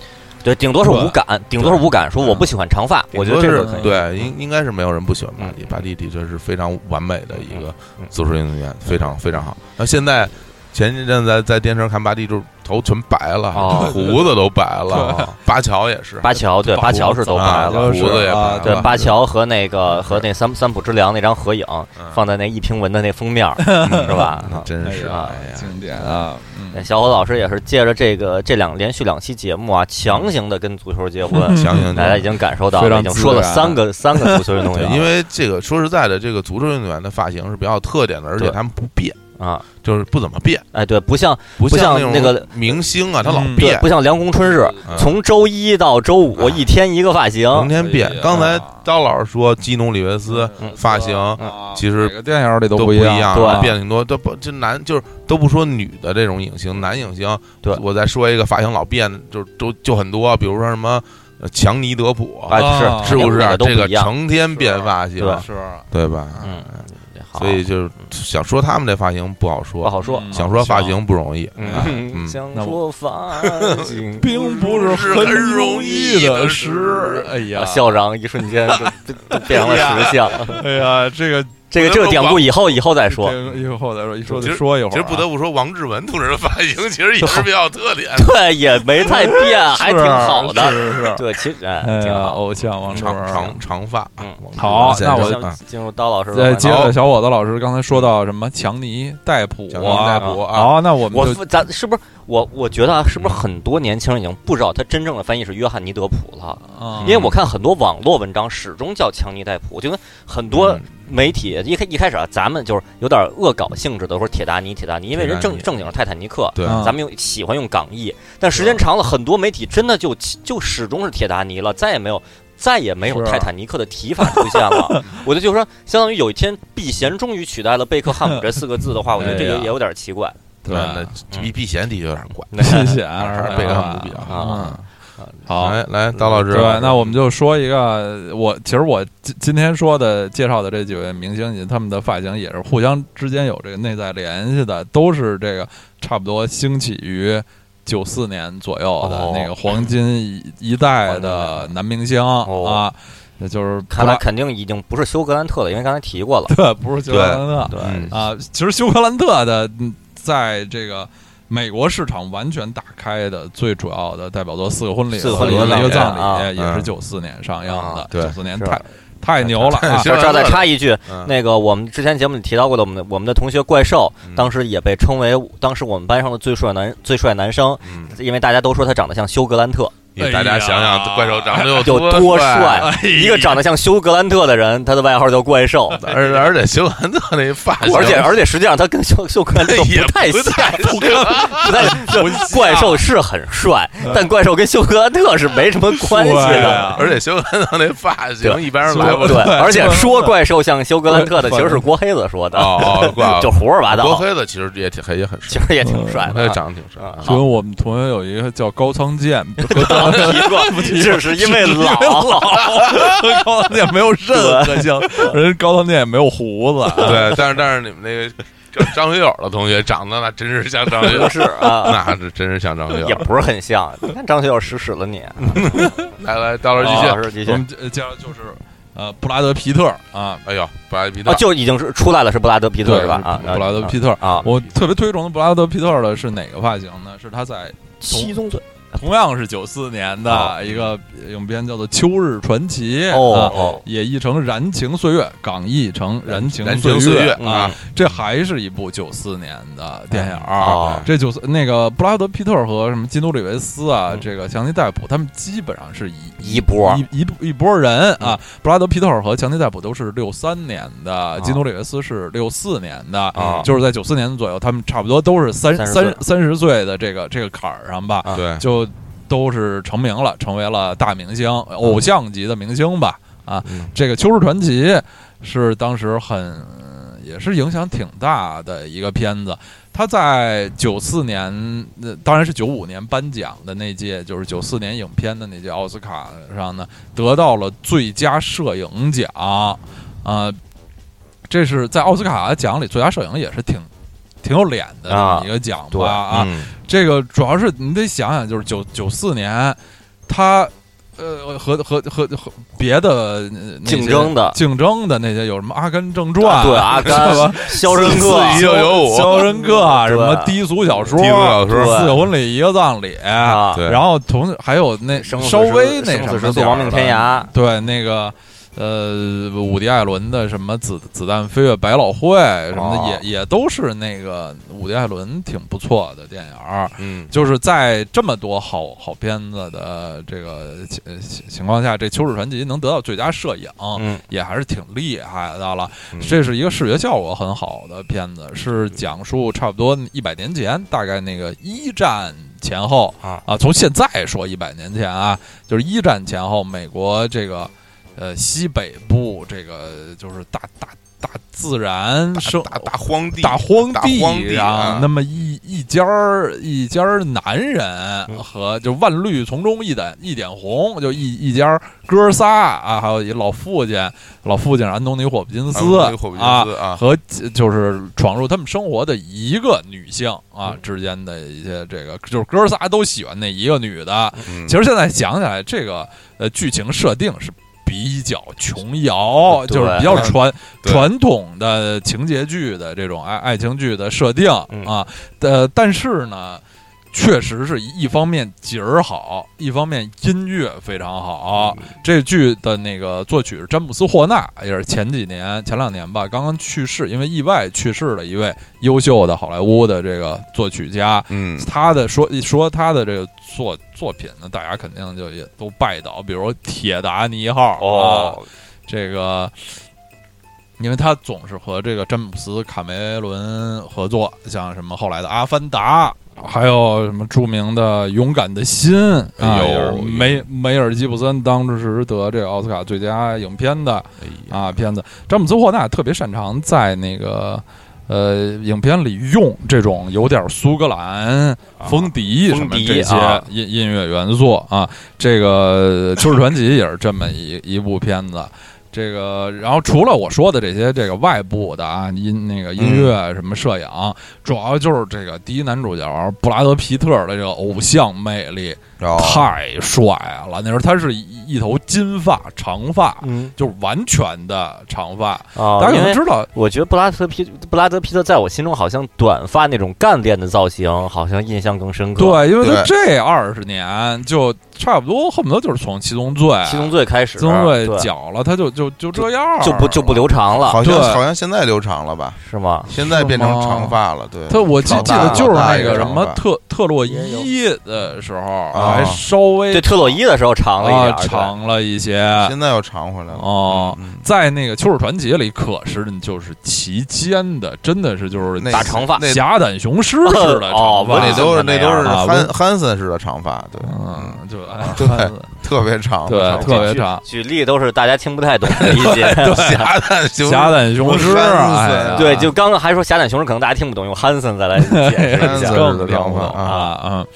对，顶多是无感，顶多是无感，说我不喜欢长发，我觉得这顶多个可是以。嗯对，应应该是没有人不喜欢巴蒂。巴蒂的确是非常完美的一个嗯足球运动员，非常非常好。那现在前一阵在在电视上看巴蒂，就是头全白了，哦 胡子都白了，巴乔也是，巴乔对，胡子巴乔是都白啊了。胡子也白了，对，啊巴乔和那个和那三三浦之良那张合影，嗯放在那一平文的那封面 儿，是 吧？啊真是哎呀哎呀，经典啊，嗯，小伙老师也是借着这个这两连续两期节目啊，强行的跟足 球结婚，嗯强行大家已经感受到非嗯了，常已经说了自然三个三个足球运动对员，，因为这个说实在的，这个足球运动员的发型是比较有特点的，而且对他们不变，啊，就是不怎么变，哎，对，不像不不像那那种个明星啊，他老嗯对变，，不像梁公春日，嗯从周一到周五啊一天一个发型，成天变哎呀。刚才刀老师说基努里维斯发型嗯啊其实每个电影里都都不一啊一样，啊对变了挺多，都不这男就是都不说女的这种影星，男影星，对我再说一个发型老变，就都就很多，比如说什么呃强尼德普，哎，啊是是不是每个都这不个一样？成天变发型，对是，对吧？嗯，好所以就是想说他们这发型不好不说，好说。嗯想说发型不容易，哎嗯想那说发型并不是很容易的事。哎呀啊，校长一瞬间就就就变成了石像。哎呀，这 个这个这个典故以后以后再说。这个一会儿再说，一说其就实说一会儿啊。其实不得不说，王志文同志的发型其实也是比较有特点的，对，也没太变，还挺好的。是是是。对，其实哎哎，挺呀，好。偶像王志长文，长长发嗯。王志文嗯好现在那我是嗯像进入刀老师嗯呃，的接环节，着小伙子老师刚才说到什么强尼戴普强尼戴啊，普啊，好，那我们我就不咱是不是我我觉得啊，是不是很多年轻人已经不知道他真正的翻译是约翰尼德普了？嗯因为我看很多网络文章始终叫强尼戴普，就跟很嗯多媒体一开一开始啊，咱们就是有点恶搞性质的，说铁达尼铁达尼，因为人正铁达尼正经是泰坦尼克，对，嗯咱们用喜欢用港译，但啊时间长了，很多媒体真的就就始终是铁达尼了，再也没有再也没有是啊泰坦尼克的提法出现 了。我就就说，相当于有一天避嫌终于取代了贝克汉姆这四个字的 话，我觉得这哎个呀也有点奇怪。对那那避避嫌的确有点怪， 谢谢啊，还是是贝克吧汉姆比较好。嗯嗯哎啊，好，啊来来，刀老师，对，那我们就说一个，我其实我今今天说的介绍的这几位明星，以及他们的发型也是互相之间有这个内在联系的，都是这个差不多兴起于九四年左右的哦那个黄金一一代的男明星哦啊，那就是看布来拉肯定已经不是休格兰特了，因为刚才提过了。对，不是休格兰特对，嗯啊，其实休格兰特的嗯在这个。美国市场完全打开的最主要的代表作《四个婚礼》四个和婚《礼一个啊葬礼》也是嗯九四年上映的啊，对九四年是太太牛了啊！是这儿再插一句，嗯那个我们之前节目里提到过的，我们的我们的同学怪兽嗯，当时也被称为当时我们班上的最帅男最帅男生，嗯，因为大家都说他长得像休格兰特，你大家想哎呀想，怪兽长得有有多多帅哎呀一个长得像休格兰特的人，他的外号叫怪兽，而而且休兰特那发型， 而且而且实际上他跟休休格兰特 也不太哎不像，太不太像。怪兽是很帅，但怪兽跟休格兰特是没什么关系帅的。啊 而且休兰特那发型一般人来不对对了。，而且休格兰说特怪兽像休格兰特的，其实是郭黑子说的，哦，哦怪 就胡说八国道，黑子其实也挺也很其帅，实也挺帅他的。长得挺帅啊。就跟我们同学有一个叫 高仓健，和刚提过，只是因为老，和高仓健没有任何像，人高仓健也没有胡子， 啊对，但是但是你们那个张张学友的同学长得那真是像张学友 不，是 啊，那这真是像张学也友。不是很像。你看张学友使使了你，来来，到时候老继续。师继续我们接接着就是呃布拉德皮特啊，哎呦，布莱皮特啊，就已经是出来了，是布拉德皮特是吧？啊，布拉德皮特。啊，我特别推崇的布拉德皮特的是哪个发型呢？是他在七宗罪同样是九四年哦的一个影片叫做《秋日传奇》啊哦也译成《燃情岁月》，港译成《燃情燃情岁月啊，这还是一部九四年的电影儿。哦这九四那个布拉德皮特和什么基努里维斯啊，嗯这个强尼戴普，他们基本上是一一波一一一波人啊。布拉德皮特和强尼戴普都是六三年的，基努里维斯是六四年的，啊就是在九四年左右，他们差不多都是三30三三十岁的这个这个坎儿上吧，啊对，就都是成名了，成为了大明星、偶像级的明星吧。啊，嗯这个《秋日传奇》是当时很也是影响挺大的一个片子。他在九四年，呃当然是九五年颁奖的那届，就是九四年影片的那届奥斯卡上呢，得到了最佳摄影奖。啊、这是在奥斯卡奖里最佳摄影也是挺挺有脸的这啊么一个奖对吧啊，嗯这个主要是你得想想，就是九九四年，他呃和和和和别的呃那些竞争的竞争的那些有什么《阿甘正传》对阿甘是啊 吧、肖申克四一又有《我，肖申克》啊什么对低俗小说、低俗小说四个婚礼一个葬礼，啊，对，然后同还有那生死稍时微那生什死么时速点儿亡命天的，涯，对那个。呃，伍迪·艾伦的什么子子弹飞跃百老汇什么的，哦也也都是那个伍迪·艾伦挺不错的电影儿。嗯就是在这么多好好片子的这个呃情情情况下，这《秋水传奇》能得到最佳摄影，嗯也还是挺厉害的了。嗯这是一个视觉效果很好的片子，是讲述差不多一百年前，大概那个一战前后啊从现在说一百年前啊，就是一战前后，美国这个呃西北部这个就是大大大自然生大大荒地，大荒地大荒地啊啊，那么一一家儿一家儿男嗯人和就万绿丛中一点一点红，就一一家儿哥仨啊，还有一老父亲，老父亲是安东尼霍普金斯啊霍普金斯啊，和就是闯入他们生活的一个女性嗯啊之间的一些这个，就是哥仨都喜欢那一个女的。嗯其实现在想起来，这个呃剧情设定是比较琼瑶，对就是比较传对传统的情节剧的这种爱爱情剧的设定嗯啊，呃，但是呢。确实是一方面景儿好，一方面音乐非常好。这剧的那个作曲是詹姆斯·霍纳，也是前几年、前两年吧，刚刚去世，因为意外去世的一位优秀的好莱坞的这个作曲家。嗯他的说一说他的这个作作品呢，大家肯定就也都拜倒，比如《铁达尼号》啊，哦，这个，因为他总是和这个詹姆斯·卡梅伦合作，像什么后来的《阿凡达》，还有什么著名的《勇敢的心》啊，哎呦也是梅梅尔吉布森当时得这个奥斯卡最佳影片的哎呀啊片子，詹姆斯·霍纳特别擅长在那个。呃，影片里用这种有点苏格兰风笛什啊风么笛这些啊音音乐元素啊，这个《秋日传奇》也是这么一一部片子。这个，然后除了我说的这些这个外部的啊音那个音乐什么摄影，主要就是这个第一男主角布拉德·皮特的这个偶像魅力、哦太帅了。那时候他是一一头金发长发，嗯就是完全的长发。啊，大家因可能为知道，我觉得布拉德皮布拉德皮特在我心中好像短发那种干练的造型，好像印象更深刻。，对，因为他对这二十年就差不多，恨不得就是从七宗罪、七宗罪开七始，宗罪对绞了，他就就就这样，就不就不。留长了，好像对好像现在留长了吧？是吗？现在变成是吗长发了，对。他我记长记发得了就是大那一个什长么发特特洛伊的时候，啊还稍微对，特洛伊的时候长了一啊点儿，长了一些现在又长回来了。哦。嗯，在那个《秋水传奇》里，可是就是其间的，真的是就是那大长发那侠胆雄狮似的哦长发，那都是那都是啊汉温汉森式的长发，对，嗯，嗯，就哎对汉子特别长，对长发对特别举长举例都是大家听不太懂的一 些。侠胆雄侠胆雄狮，我三十哎岁呀啊对，就刚刚还说侠胆雄狮，可能大家听不懂，用汉森再来解释一汉下森。更听不懂啊！嗯，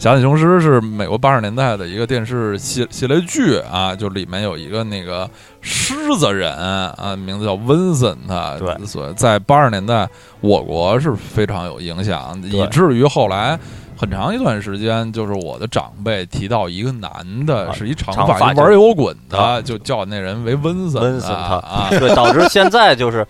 《侠胆雄狮》是美国八十年代的一个电视系系列剧啊，就里面有一个那个狮子人啊，名字叫温森他，对所以在八十年代我国是非常有影响，以至于后来。很长一段时间，就是我的长辈提到一个男的，啊是一长长发发一就玩摇滚啊的，就叫那人为温森温森啊他啊， 对，导致现在就是。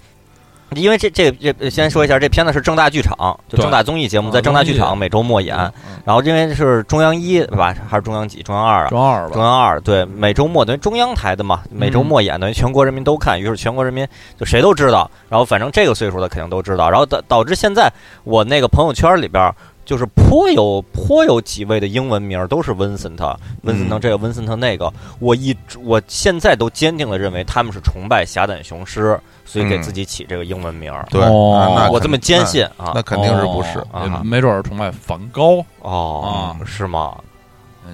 因为这这这先说一下，这片子是正大剧场，就对正大综艺节目，啊在正大剧综场艺每周末演。嗯然后因为是中央一对吧，还是中央几？中央二啊？中二吧中，央二对，每周末等于中央台的嘛，每嗯周末演，等于全国人民都看，于是全国人民就谁都知道。然后反正这个岁数的肯定都知道，然后导导致现在我那个朋友圈里边儿。就是颇有颇有几位的英文名儿都是温森特，温嗯森特这个，温森特那个，我一直我现在都坚定的认为他们是崇拜侠胆雄狮，所以给嗯自己起这个英文名儿。对，哦那那我肯这么坚信啊那，肯定是不是哦啊也没准儿崇拜梵高，哦，是吗？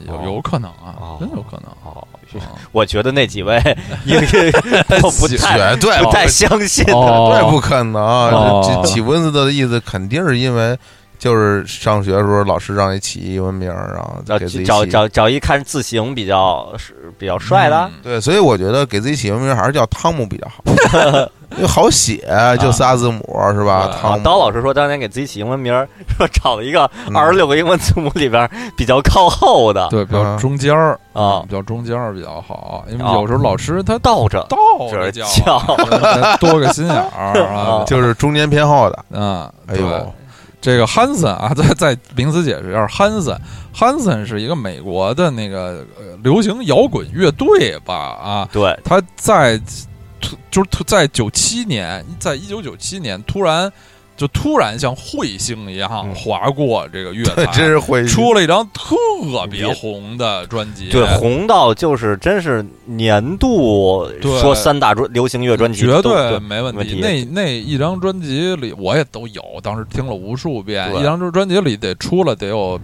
有哦有可能啊哦，真有可能。哦， 啊我觉得那 几位英英都不太绝对不太相信的。哦对，不可能。哦这起蚊子的意思肯定是因为就是上学的时候老师让你起一文名儿，然后找给自己找起找找一看字形比较是比较帅嗯的，对，所以我觉得给自己起个名还是叫汤姆比较 好，因为好写，就仨字母是吧？啊汤姆。呃刀老师说，当年给自己起英文名儿，说找了一个二十六个英文字母里边儿比较靠后的，嗯对，比较中间儿嗯啊比较中间儿比较好，因为哦有时候老师他倒着倒着这叫叫啊，他多个心眼儿啊 啊，就是中间偏后的，嗯，哎对呦，这个 Hanson 啊，再再名词解释一下，Hanson，Hanson 是一个美国的那个呃流行摇滚乐队吧啊，对，他在就是突在九七年，在一九九七年突然就突然像彗星一样嗯划过这个乐真坛。是会啊出了一张特别红的专辑，对，红到就是真是年度对说三大专流行乐专辑绝都，对没问问题。题那那一张专辑里，我也都有，当时听了无数遍。对一张专辑里得出了得有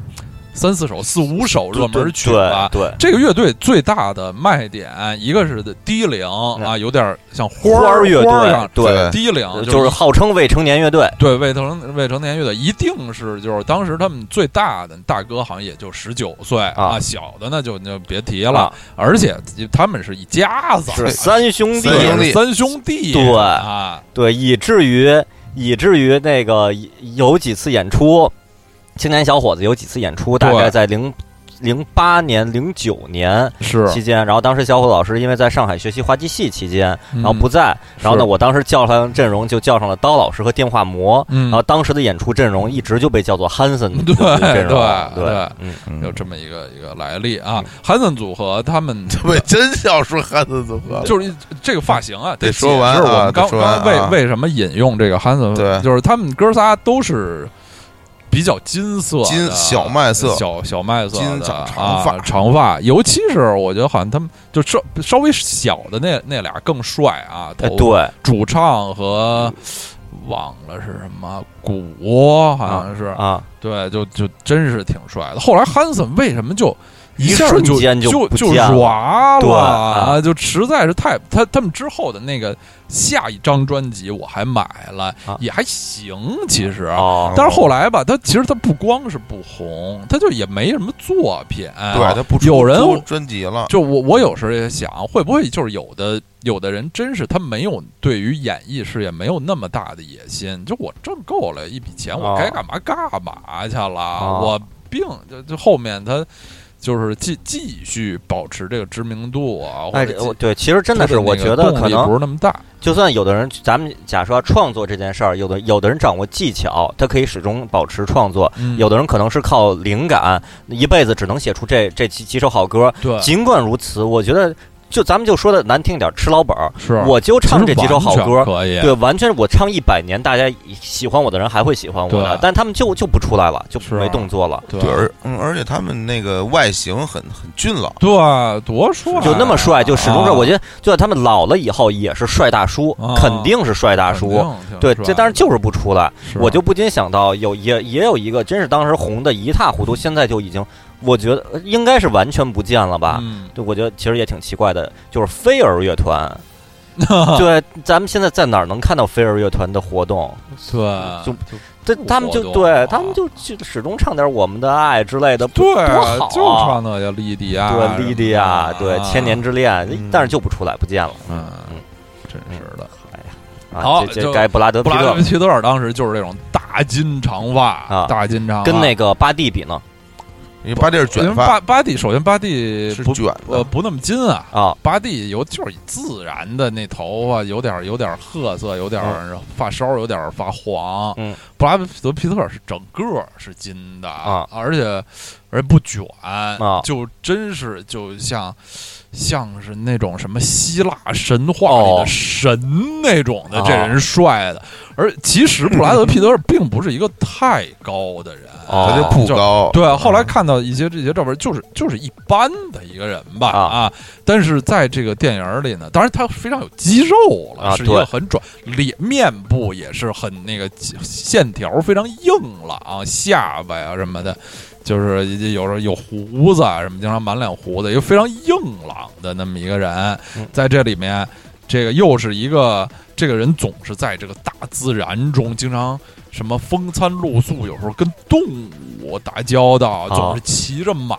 三四首、四五首热门曲吧。对，对这个乐队最大的卖点，一个是低龄啊，有点像花嗯花儿儿乐花儿样队，对对低龄就是是号称未成年乐队，对未成未成年乐队，一定是就是当时他们最大的大哥好像也就十九岁啊小的那就就别提了。而且他们是一家子，啊是三兄弟三，兄弟三兄弟，对啊，对，以至于以至于那个有几次演出，青年小伙子有几次演出，大对概在零零八年、零九年是期间，然后当时小伙老师因为在上海学习滑稽戏期间，然后不在，然后呢，嗯是我当时叫上阵容就叫上了刀老师和电话魔，嗯然后当时的演出阵容一直就被叫做 Hanson 对阵容，对对嗯，有这么一个一个来历啊。韩森组合他 们我真要说汉字组合了，就是一这个发型啊，得解说完释我啊们刚得说完啊刚为为什么引用这个韩森，对就是他们哥仨都是。比较金色的，金小麦色小小麦色的，金长啊长发长发，尤其是我觉得好像他们就稍稍微小的那那俩更帅啊，哎头对，主唱和忘了是什么鼓，好像是啊，对，就就真是挺帅的。后来汉森为什么就一下瞬就间就就不就见了软对了啊就实在是太他他们之后的那个下一张专辑我还买了，啊也还行，其实。哦，但是后来吧，他其实他不光是不红，他就也没什么作品。对他不出啊有人出专辑了，就我我有时候也想，会不会就是有的有的人真是他没有对于演艺事业没有那么大的野心，就我挣够了一笔钱，我哦该干嘛干嘛去了，哦我并就就后面他就是继继续保持这个知名度啊，或哎，者这继我对，其实真的他是，我那个觉得动可力能不是那么大，就算有的人，咱们假说创作这件事儿，有的有的人掌握技巧，他可以始终保持创作；嗯有的人可能是靠灵感，一辈子只能写出这这几几首好歌。对尽管如此，我觉得就咱们就说的难听点儿，吃老本儿，是我就唱其这实几首好完全歌。可以啊对，完全我唱一百年，大家喜欢我的人还会喜欢我的对，啊但他们就就不出来了，就是没动作了。对对，而嗯而且他们那个外形很很俊朗，对多帅啊，就那么帅，就始终是，啊我觉得，就算他们老了以后也是帅大叔啊，肯定是帅大叔。肯定挺对，帅这但是的就是不出来，是我就不禁想到有也也有一个，真是当时红的一塌糊涂，现在就已经，我觉得应该是完全不见了吧。嗯对，我觉得其实也挺奇怪的，就是飞儿 乐团，对，咱们现在在哪儿能看到飞儿乐团的活动？对就这他们啊活就动啊对他们就就始终唱点我们的爱之类的，不对多啊，好就啊！唱那叫莉迪啊亚，对，莉迪亚，对，千年啊之恋嗯，但是就不出来，不见了。嗯嗯，真是的。哎呀，啊好这就这该布拉德布皮拉德特皮特尔当时就是这种大金长发，啊大金长发，跟那个巴蒂比呢因为巴蒂是因为卷发，巴巴蒂，首先巴蒂是不卷呃的，不那么金啊。啊，巴蒂有就是自然的那头发有点有点褐色，有点发梢，有点发黄。嗯，布拉德皮特尔是整个是金的啊，而且而且不卷啊就真是就像像是那种什么希腊神话里的哦神那种的，哦这人帅的。而其实布拉德皮特尔并不是一个太高的人，哦他就不高，嗯对，后来看到一些这些照片，就是就是一般的一个人吧啊啊，但是在这个电影里呢，当然他非常有肌肉了，啊是一个对很壮，脸面部也是很那个线条非常硬朗，下巴呀、什么的，就是有时候有胡子啊什么，经常满脸胡子，一个非常硬朗的那么一个人嗯，在这里面，这个又是一个这个人总是在这个大自然中经常。什么风餐露宿，有时候跟动物打交道，啊总是骑着马，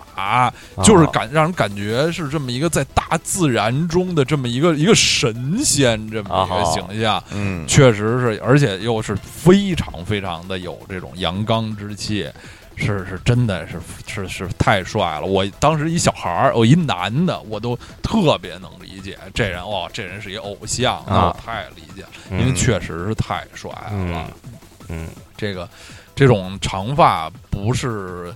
就是感让人感觉是这么一个在大自然中的这么一个一个神仙这么一个啊形象，嗯，确实是，而且又是非常非常的有这种阳刚之气，是是真的是是是太帅了。我当时一小孩儿，我一男的，我都特别能理解这人哦，这人是一偶像，那我啊太理解了，嗯因为确实是太帅了。嗯嗯这个这种长发不是，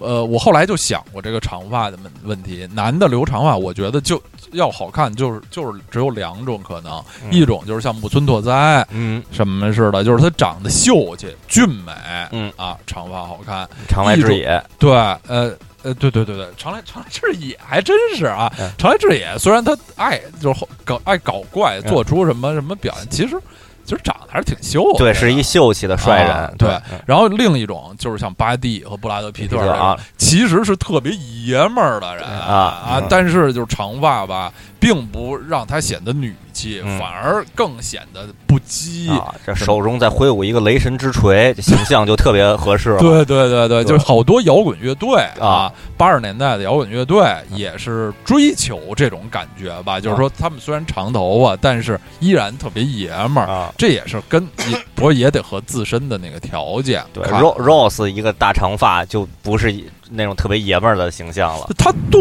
呃，我后来就想过这个长发的问问题。男的留长发，我觉得就要好看，就是就是只有两种可能，嗯一种就是像木村拓哉嗯，什么似的，就是他长得秀气、俊美，嗯啊，长发好看。常来之也，对，呃。呃，对对对对，长来长来智也还真是啊嗯，长来智也虽然他爱就是后搞爱搞怪，做出什么什么表现，其实其实长得还是挺秀的，嗯对，是一秀气的帅啊人，对然后另一种就是像巴蒂和布拉德皮特对这种，啊，其实是特别爷们儿的人啊啊嗯，但是就是长发吧，并不让他显得女气，嗯反而更显得不羁。啊，这手中再挥舞一个雷神之锤，这形象就特别合适了。对对对对，对就是好多摇滚乐队啊啊，八十年代的摇滚乐队也是追求这种感觉啊吧，就是说他们虽然长头发，但是依然特别爷们儿。啊，这也是跟也不过也得和自身的那个条件对看，Ro Rose 一个大长发就不是那种特别爷们儿的形象了。他动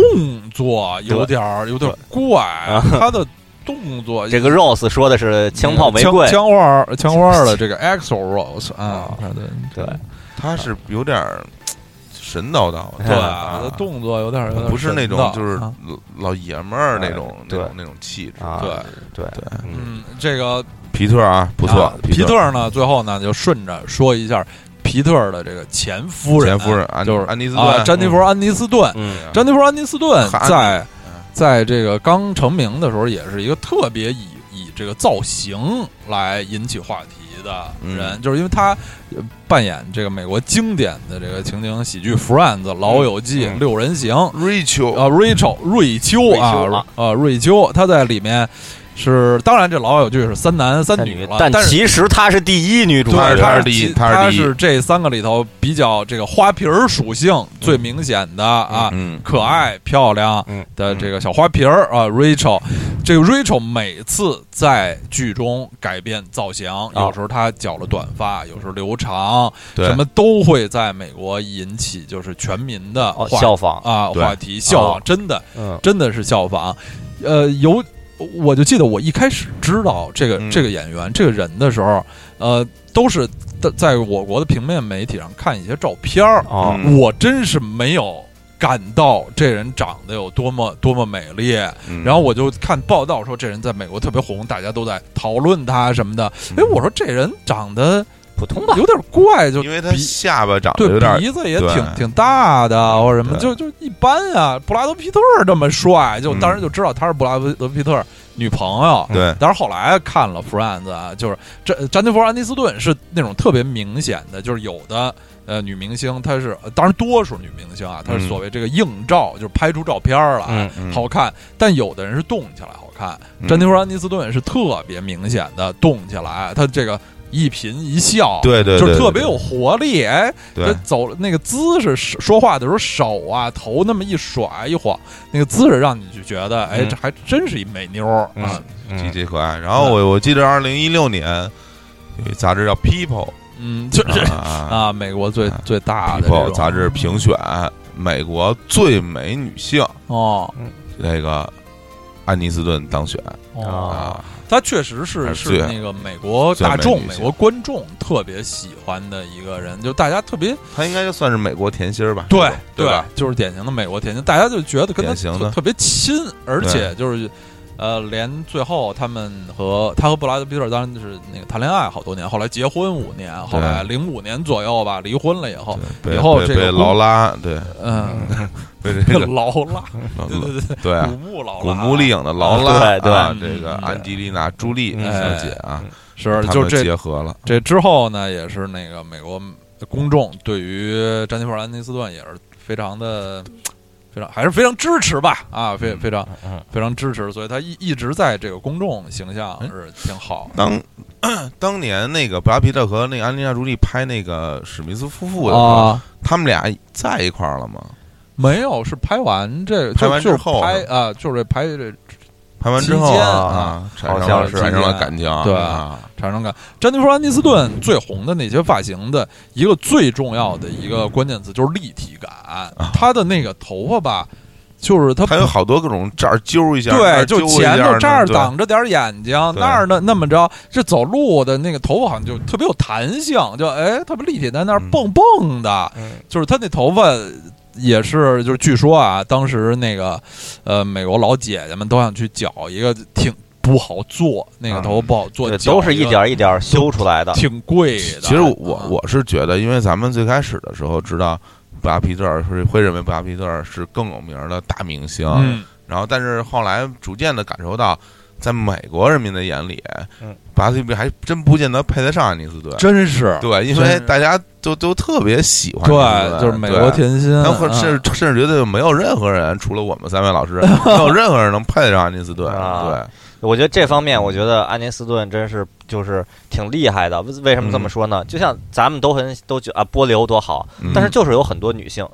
作有点儿有点儿怪，他的动作啊这个 Rose 说的是枪炮玫瑰，枪枪花儿枪花儿的这个 Axel Rose 啊啊，对对，他是有点儿神叨叨的，对，啊他的动作有点有点不是那种神的就是啊老老爷们儿那种哎那对种那种气质。啊，对对对，嗯嗯，这个皮特啊，不错啊，皮皮特呢，最后呢就顺着说一下皮特的这个前夫人，前夫人安就是安妮斯啊，顿，詹妮弗·安妮斯顿，嗯詹妮弗·安妮斯顿哈在嗯在这个刚成名的时候，也是一个特别以以这个造型来引起话题的人，就是因为他呃扮演这个美国经典的这个情景喜剧《Friends》《老友记》嗯六人行》 Rachel，啊，Rachel 瑞秋瑞秋啊啊啊瑞秋，他在里面是当然这老友记是三男三女了，但但是。其实她是第一女主对，她角，是他第一其她他是第一嗯是这三个里头比较这个花瓶儿属性最明显的啊，嗯，可爱漂亮嗯的这个小花瓶儿啊，Rachel，这个 Rachel 每次在剧中改变造型，有时候她剪了短发，有时候留长，啊对什么都会在美国引起就是全民的哦话效仿，啊对话题效仿哦，真的嗯真的是效仿，呃，有我就记得我一开始知道这个、嗯这个演员这个人的时候，呃，都是在在我国的平面媒体上看一些照片儿。哦嗯我真是没有感到这人长得有多么多么美丽。嗯然后我就看报道说这人在美国特别红，大家都在讨论他什么嗯的。哎，我说这人长得普通吧，有点怪，就因为他鼻下巴长得啊有对点儿，鼻子也对嗯挺挺大的，或者什么，就对就一般啊。布拉德皮特这么帅，就嗯当时就知道他是布拉德皮特女朋友。对，但是后来看了《Friends》啊，就是这詹妮弗·安妮斯顿是那种特别明显的，就是有的呃女明星她是，呃当然多数女明星啊，她是嗯所谓这个硬照，就是拍出照片儿来、嗯嗯好看，但有的人是动起来好看。嗯詹妮弗·安妮斯顿是特别明显的动起来，她这个一颦一笑，对对，就是对特别对有活力，哎，对他走了那个姿势，手说话的时候手啊头那么一甩一晃，那个姿势让你就觉得，哎，嗯这还真是一美妞儿嗯啊！极嗯其可爱。然后我我记得二零一六年有一杂志叫《People 嗯，就是》啊啊，美国最啊最大的这，People 种杂志评选美国最美女性，哦那个安妮斯顿当选哦，啊，他确实是还是是最那个美国大最众、美女美性国观众特别喜欢的一个人，就大家特别她应该就算是美国甜心儿吧？对对吧？就是典型的美国甜心，大家就觉得跟他典型特的特别亲，而且就是。呃，连最后他们和他和布拉德皮特当然就是那个谈恋爱好多年，后来结婚五年，后来零五年左右吧离婚了以后，对哦以后被这个被劳拉对嗯，被这 个哎劳拉，劳对对对，对啊古墓劳拉，古墓丽影的劳拉对对啊嗯这个嗯安吉丽娜朱莉嗯小姐啊，是他就们这结合了，这之后呢，也是那个美国公众对于詹妮弗·安妮斯顿也是非常的非常还是非常支持吧啊，非非常嗯非常支持，所以他一一直在这个公众形象哎是挺好。当 当年那个布拉皮特和那个安吉丽娜朱莉拍那个史密斯夫妇的时候，啊，他们俩在一块儿了吗？没有，是拍完这拍完就之后就是拍啊，就是这拍这拍完之后期间啊，啊产好生像了是产生期了间感情啊，对啊产生感。詹妮弗·安妮斯顿最红的那些发型的一个最重要的一个关键词就是立体感，啊她的那个头发吧，就是她还有好多各种这儿揪一下，那对，儿揪就一前下头这儿呢挡着点儿眼睛，对那儿呢那么着，这走路的那个头发好像就特别有弹性，就哎特别立体，在那儿嗯蹦蹦的，嗯就是他那头发。也是，就是据说啊，当时那个，呃，美国老姐姐们都想去绞一个，挺不好做，那个嗯头发不好做，对，绞都是一个点儿一点儿修出来的。挺贵的。其实我啊我是觉得，因为咱们最开始的时候知道布拉皮特尔是会认为布拉皮特尔是更有名的大明星，嗯，然后但是后来逐渐的感受到，在美国人民的眼里，嗯布拉皮特尔还真不见得配得上安妮斯顿。真是对，因真为是大家都都特别喜欢安对，妮斯顿，就是美对国。甜心，他或者啊甚至甚至觉得没有任何人，除了我们三 位老师，没有任何人能配得上安妮斯顿。啊对，我觉得这方面，我觉嗯得安妮斯顿真是就是挺厉害的。为为什么这么说呢？就像咱们都很都觉得啊，波流多好，嗯但是就是有很多女性，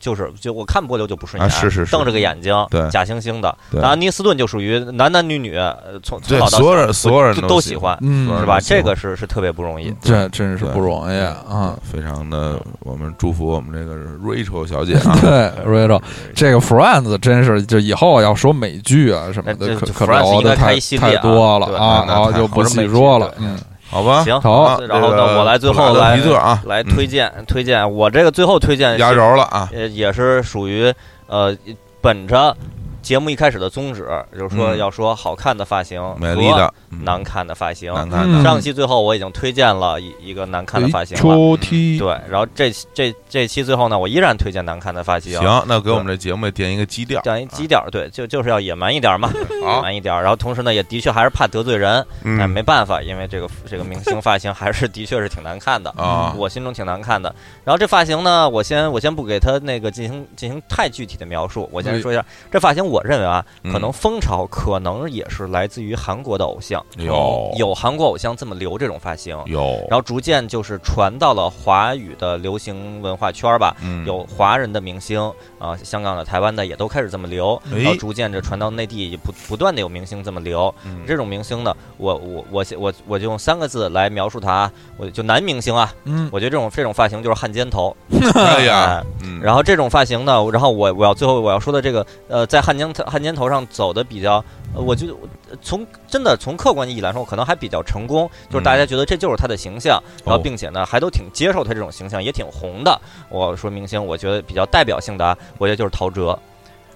就就是就我看波流就不顺眼，啊是是是瞪着个眼睛，对假惺惺的。对但安妮斯顿就属于男男女女，呃从从对老到所有人所有人都都喜喜欢，嗯，所有是人吧？都喜欢嗯这个是是特别不容易。这真是不容易对啊！非常的，我们祝福我们这个 Rachel 小 姐啊，对，Rachel，这个 Friends 真是，就以后要说美剧啊什么那的，哎这可这可 Friends 聊应该的开太一系列太啊多了对啊，那然后太就好不了细美剧说了对。嗯，好吧？行，好啊然后这呢，个我来最后布拉德来皮特啊，来嗯推荐推荐，我这个最后推荐压是轴了啊，呃，也是属于呃，本着节目一开始的宗旨，就是说嗯要说好看的发型美丽和的嗯难看的发型。难看的嗯上期最后我已经推荐了一一个难看的发型了，抽屉对，然后这这这期最后呢，我依然推荐难看的发型。行，那给我们这节目也定一个基调，啊这样一基调，对，就就是要野蛮一点嘛，野好，蛮一点。然后同时呢，也的确还是怕得罪人，哎，嗯没办法，因为这个这个明星发型还是的确是挺难 看的。啊，嗯我心中挺难看的。然后这发型呢，我先我先不给他那个进行进行太具体的描述，我先哎说一下这发型，我认为啊，嗯可能风潮可能也是来自于韩国的偶像，有有韩国偶像这么留这种发型，有，然后逐渐就是传到了华语的流行文化圈儿吧。嗯有华人的明星啊，香港的、台湾的也都开始这么留，哎然后逐渐着传到内地，也不不断的有明星这么留。嗯这种明星呢，我我我我我就用三个字来描述他啊，我就男明星啊，嗯，我觉得这种这种发型就是汉奸头。啊哎呀，嗯，然后这种发型呢，然后我我要最后我要说的这个，呃，在汉奸汉奸头上走的比较，呃我觉得呃从真的从客观意义来说，可能还比较成功，就是嗯大家觉得这就是他的形象，哦然后并且呢还都挺接受他这种形象，也挺红的。我说明星，我觉得比较代表性的啊，我觉得就是陶喆。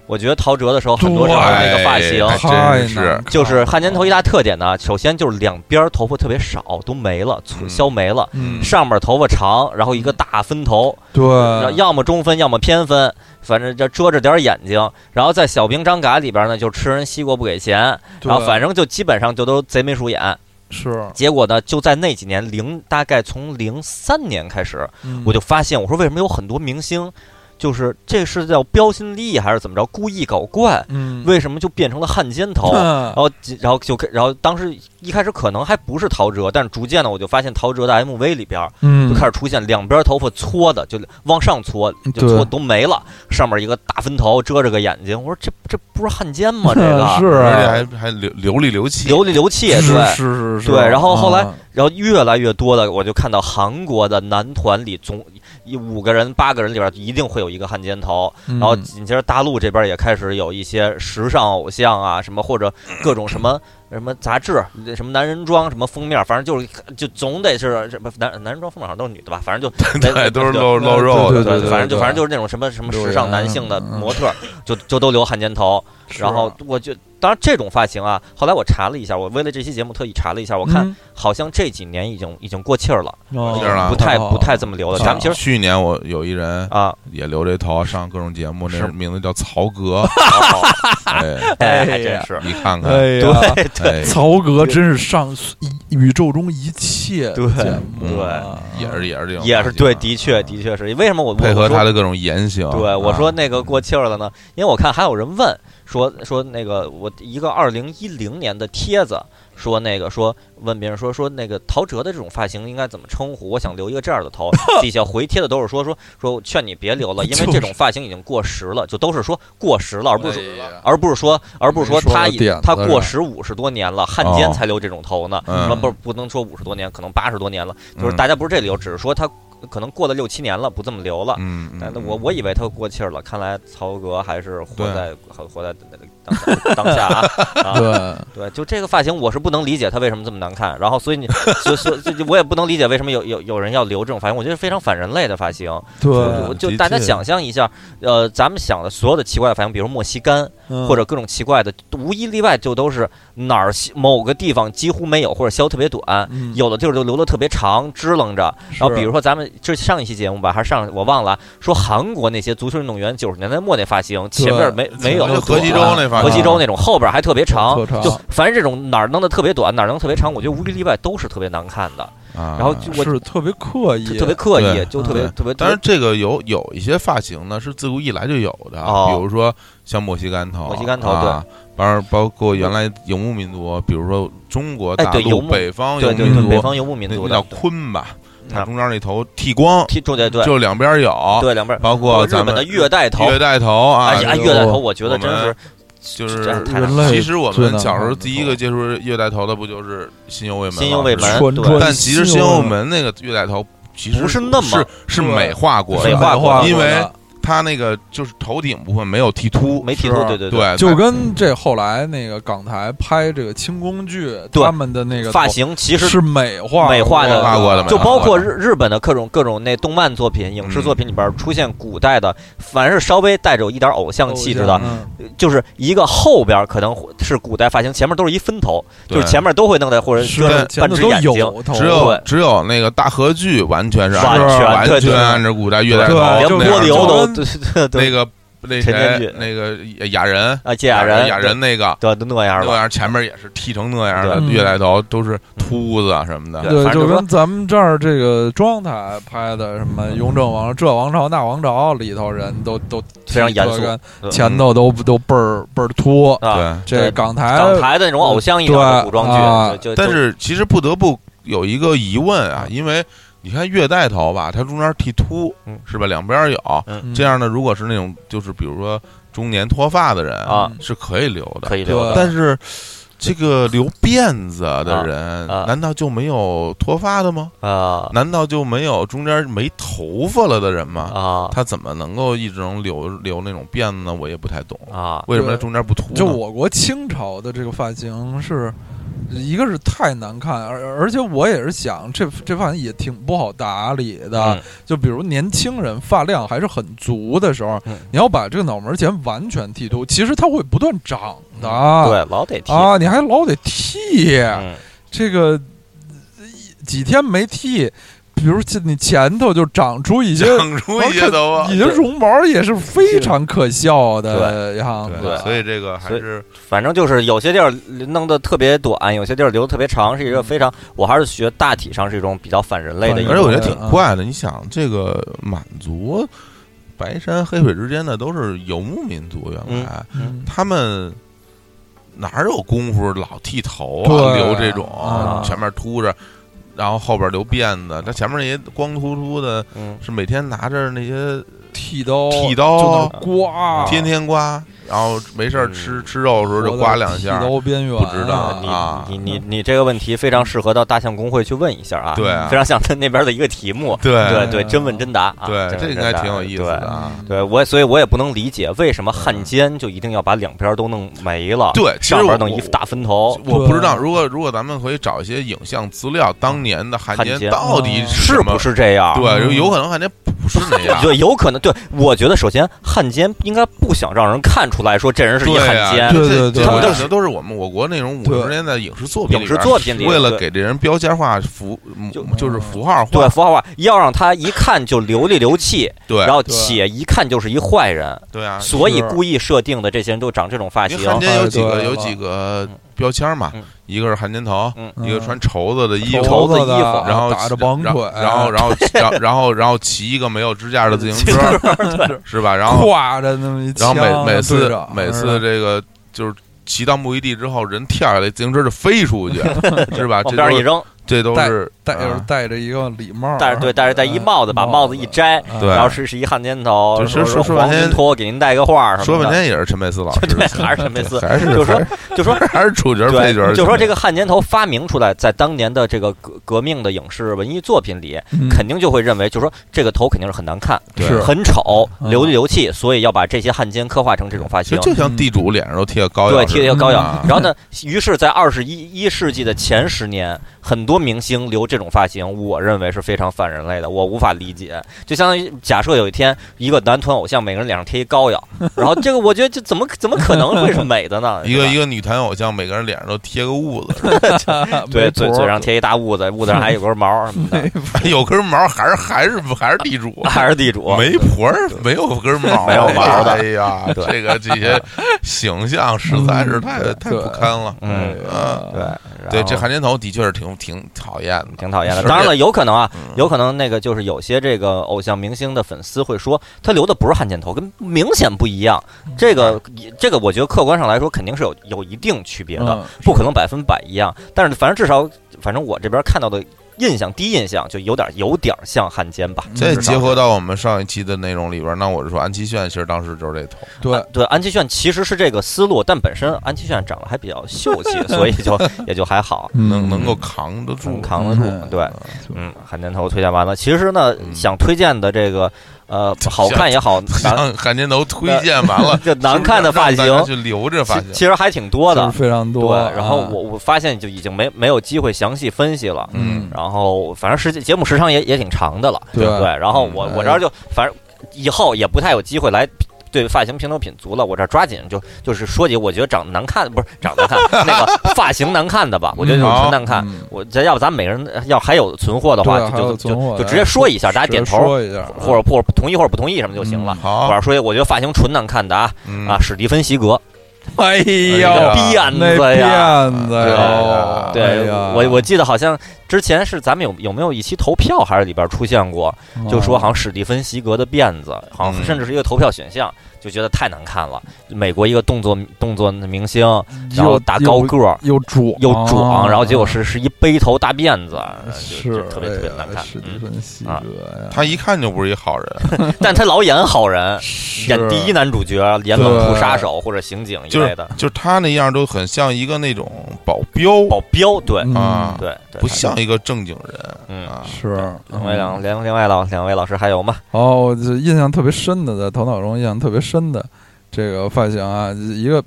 我觉得陶喆的时候，很多时候那个发型对还太真是难看就是汉奸头一大特点呢，首先就是两边儿头发特别少，都没了，粗嗯削没了。嗯，上面头发长，然后一个大分头，然后对，要么中分，要么偏分，反正就遮着点眼睛。然后在小兵张嘎里边呢，就吃人西瓜不给钱，对然后反正就基本上就都贼眉鼠眼。是，结果呢，就在那几年零，大概从零三年开始，嗯我就发现，我说为什么有很多明星，就是这是叫标新立异还是怎么着，故意搞怪？嗯，为什么就变成了汉奸头？然后几，然后就开，然后当时一开始可能还不是陶喆，但是逐渐的我就发现陶喆的 MV 里边，嗯，就开始出现两边头发搓的，就往上搓，就对搓都没了，上面一个大分头遮着个眼睛。我说这这不是汉 奸吗？这是个而且啊，还还流流里流气，流里流气，是对。是是是，对然后后来啊然后越来越多的，我就看到韩国的男团里总一五个人、八个人里边一定会有一个汉奸头。嗯然后紧接着大陆这边也开始有一些时尚偶像啊，什么或者各种什么什么杂志、什么男人装、什么封面，反正就是就总得是什么男男人装封面好像都是女的吧，反正就呃对，都是露露对肉对的，对反正就反正就是那种什么什么时尚男性的模特儿，就就都留汉奸头。是啊然后我就，当然这种发型啊，后来我查了一下，我为了这期节目特意查了一下，我看嗯好像这几年已经已经过气儿了，嗯哦是了啊不太哦不太这么留了。是咱们其实啊去年我有一人啊，也留这头，上各种节目，那是名字叫曹 格，哎，哎，哎还呀 真是，你看看，哎呀，对对哎，曹格真是上一宇宙中一切对节目啊，对也是也是这种发型啊，嗯也是对，的确的确是。为什么我配合他的？的各种言行，对，我啊说那个过气儿了呢，因为我看还有人问说说那个我一个二零一零年的帖子说那个说问别人说说那个陶喆的这种发型应该怎么称呼？我想留一个这样 的头。底下回帖的都是说说说我劝你别留了，因为这种发型已经过时了，就都是说过时了，而不是哎呀而不是说，而不是说没说他到已点子他上过时五十多年了，汉奸才留这种头呢。哦嗯那不不能说五十多年，可能八十多年了。就是嗯大家不是这理由，只是说他可能过了六七年了，不这么留了。嗯，嗯但我我以为他过气儿了，看来曹格还是活对在活活在当当下啊 啊！对，对，就这个发型，我是不能理解他为什么这么难看。然后，所以你，所以所以所以我也不能理解为什么有有有人要留这种发型，我觉得是非常反人类的发型。对就就嗯的大家确想象一下，呃，咱们想的所有的奇怪的发型，比如莫西干，嗯或者各种奇怪的，无一例外就都是哪儿西某个地方几乎没有，或者削特别短，嗯有的地儿就留的特别长，支棱着。然后比如说咱们这上一期节目吧，还是上我忘了说韩国那些足球运动员九十年代末那发型，前面没没有就何其州那发型，啊河西州那种，后边还特别长特。长就凡是这种哪儿弄的特别短，哪儿弄特别长，我觉得无一例外都是特别难看的，啊，然后就我是特别刻就意，特别刻意，对就特别嗯特别。当然，这个有有一些发型呢，是自古以来就有的，哦比如说像墨西干头，墨西干头啊，包包括原来游牧民族，比如说中国哎大对游陆牧北方游对牧对民对，族，北方游牧民那族那叫的昆吧，啊他中间那头剃光，剃中间对就两边有，对两边，包括日咱们本的月带头，月带头啊而且，哎，呦月带头，我觉得我真们是就是这太难人了类其实我最难们小时候看的第一头个接触月带头的，不就是新右卫门吗？新右卫门是传吧对传但其实新新右右卫门那个月带头其实不是那么是是对美化过美的，化过因为他那个就是头顶部分没有剃秃，没剃是头，啊对对，对，就嗯跟这后来那个港台拍这个清宫剧，对他们的那个发型其实是啊美化美化的美化过的嘛就包括日日本的各种各种那动漫作品、影视作品里边出现古代的，凡是稍微带着有一点偶像气质的，嗯就是一个后边可能是古代发型，前面都是一分头，对就是前面都会弄的或者是就是前半头只都眼睛。有头，只对有只有那个大河剧完全是完按全照对完对全对按照古代月带头对就哦那样连的，啊波流就都跟都都都那个那陈建谁俊那个雅人啊，芥雅人，雅人那个对都那样那吧，样前面也是剃成那样的对月带头，都是秃子啊什么的，对对，反正就就说跟咱们这儿这个中央台拍的什么《雍正王这王朝那王朝》里头人都都嗯非常严肃剃特对跟前头都都倍儿倍儿秃。啊，对。这对港台港台的那种偶像一样的哎对古装啊剧，就就但是其实不得不有一个疑问啊，因为你看月带头吧，它中间剃秃嗯是吧，两边有嗯这样呢，如果是那种就是比如说中年脱发的人啊是可以留的呃可，以留对的。但是这个留辫子的人，啊啊难道就没有脱发的吗？啊难道就没有中间没头发了的人吗？啊他怎么能够一直能留留那种辫子呢？我也不太懂，啊！为什么他中间不秃呢？就我国清朝的这个发型是，一个是太难看，而而且我也是想，这这发型也挺不好打理的。嗯就比如年轻人发量还是很足的时候，嗯你要把这个脑门儿前完全剃秃，其实它会不断长的。对，老得剃。啊，你还老得剃、嗯这个，几天没剃，比如这你前头就长出一些。长出一些头发你。的绒毛也是非常可笑的样子，啊对，所以这个还所以是反正就是有些地儿弄得特别短，有些地儿留得特别长，是一个非常，我还是学大体上是一种比较反人类的一对而种。且我觉得对挺嗯怪的。你想，这个满族、白山、黑水之间的都是游牧民族，原来、嗯他们哪有功夫老剃头啊，对留这种、啊前面秃着，然后后边留辫子，他前面那些光秃秃的，嗯，是每天拿着那些剃刀，剃刀就那刮，天天刮，然后没事儿嗯吃吃肉的时候就刮两下剃。刀边缘，不知道呃你啊你你你这个问题非常适合到大象公会去问一下啊，对啊非常像他那边的一个题目，对对对，真问真答啊，对，真这问应真该答挺有意思的。嗯啊。对，对我也所以我也不能理解为什么汉奸就一定要把两边都弄没了，对，其上实我边弄一大分头，我不知道，对如果如果咱们可以找一些影像资料，当年的汉汉奸到底嗯什是么不？是这样？对，嗯有有可能汉奸不不是那我样觉。得 有可能，对我觉得首先汉奸应该不想让人看出来说这人是一对汉啊，奸，对这对对这我对觉得都是我们我国那种五十对年代影视作品影里视边，作品里为了对给这人标签化符，就嗯就是符号化，对符号化，要让他一看就流里流气，对然后对且一看就是一坏人，对啊，所以是故意设定的这些人都长这种发型因为。汉奸有几哎个对有几个标签嘛嗯，一个是汉奸头，一个嗯穿绸子的衣头啊服，子的衣服然后打着绑然腿，然后 然后然后然后然后骑一个没有支架的自行车，是吧？然后挎着那么一然后枪，啊每每对次着每是吧次这个就是骑到目的地之后，人跳下来，自行车就飞出 去，是吧？这都往边上一是扔，这都是戴着啊戴着一个礼帽，戴着对戴着戴一帽子，把帽子一摘，对然后是是一汉奸头，嗯就是说说半黄天金托给您带个画什么的，说半天也是陈佩斯老师， 对，还是陈佩斯， 还是就说还就说还是主角配角，对，就说这个汉奸头发明出来，在当年的这个革革命的影视文艺作品里，嗯肯定就会认为，就说这个头肯定是很难看，对是很丑，嗯流里流气，所以要把这些汉奸刻画成这种发其型实。就像地主脸上都贴个膏对，药似的，贴一个膏药啊。然后呢，于是，在二十一一世纪的前十年，很多明星留这种发型，我认为是非常反人类的，我无法理解。就相当于假设有一天，一个男团偶像每个人脸上贴一膏药，然后这个我觉得这怎么怎么可能会是美的呢？ 一个对吧一个女团偶像，每个人脸上都贴个痦子， 对嘴嘴 上贴。贴一大痦子，痦子上还有根毛 什么的。有根毛还是还是还是地主， 啊还是地主，媒婆儿没有根毛啊， 没有毛的哎呀， 对这个这些形象实在是太嗯太对不堪了。嗯，啊对，然对，后这韩奸头的确是挺挺讨厌的。挺讨厌的。是当然了，有可能啊嗯，有可能那个就是有些这个偶像明星的粉丝会说，他留的不是汉奸头，跟明显不一样。这个这个，我觉得客观上来说肯定是有有一定区别的，嗯不可能百分百一样。但是反正至少，反正我这边看到的印象，第一印象就有点有点像汉奸吧。再至少结合到我们上一期的内容里边，那我是说，安七炫其实当时就是这头，对，对，安七炫其实是这个思路，但本身安七炫长得还比较秀气，所以就也就还好。能能够扛得住嗯能。扛得住，嗯对是，嗯，汉奸头推荐完了。其实呢，嗯想推荐的这个，呃， 好看也好，难像汉奸头推荐完了， 就难看的发型让大家，去留着发其型，其实还挺多就是的。非常对多。，啊然后我我发现就已经没没有机会详细分析了。嗯，然后反正时间节目时长也也挺长的了，对哎对。然后我嗯我这儿就反正以后也不太有机会来。对发型评头品足了，我这儿抓紧就就是说起，我觉得长得难看不是长得难看， 那个发型难看的吧，我觉得就是纯难看。嗯我咱要不咱每个人呃要还有存货的话，对还就有就存货就就的哎直接说一下，大家点头，说一嗯下，或者或者同意或者不同意什么就行了。我好要，说一个，我觉得发型纯难看的啊嗯啊，史蒂芬·席格，哎呦哎呀哎辫那子呀，辫子呀，对哎对呀我我记得好像之前是咱们有有没有一期投票还是里边出现过，嗯就啊说好像史蒂芬·席格的辫子，好像嗯甚至是一个投票选项，就觉得太难看了。美国一个动作动作明星，然嗯后又大高个儿。又啊壮又哦壮，然后结果是是一背头大辫子，呃就是就特别哎特别难看。史蒂嗯芬西啊格呀，他一看就不是一好人，啊 但他老演好人，是嗯演第一男主角，演冷酷杀手或者刑警一就是类的就是他那样都很像一个那种保镖保镖，对嗯啊，对对，不像一个正经人嗯。啊。是两嗯位两两另外老两位老师还有吗？哦，我就印象特别深的，在头脑中印象特别深的这个发型啊，一个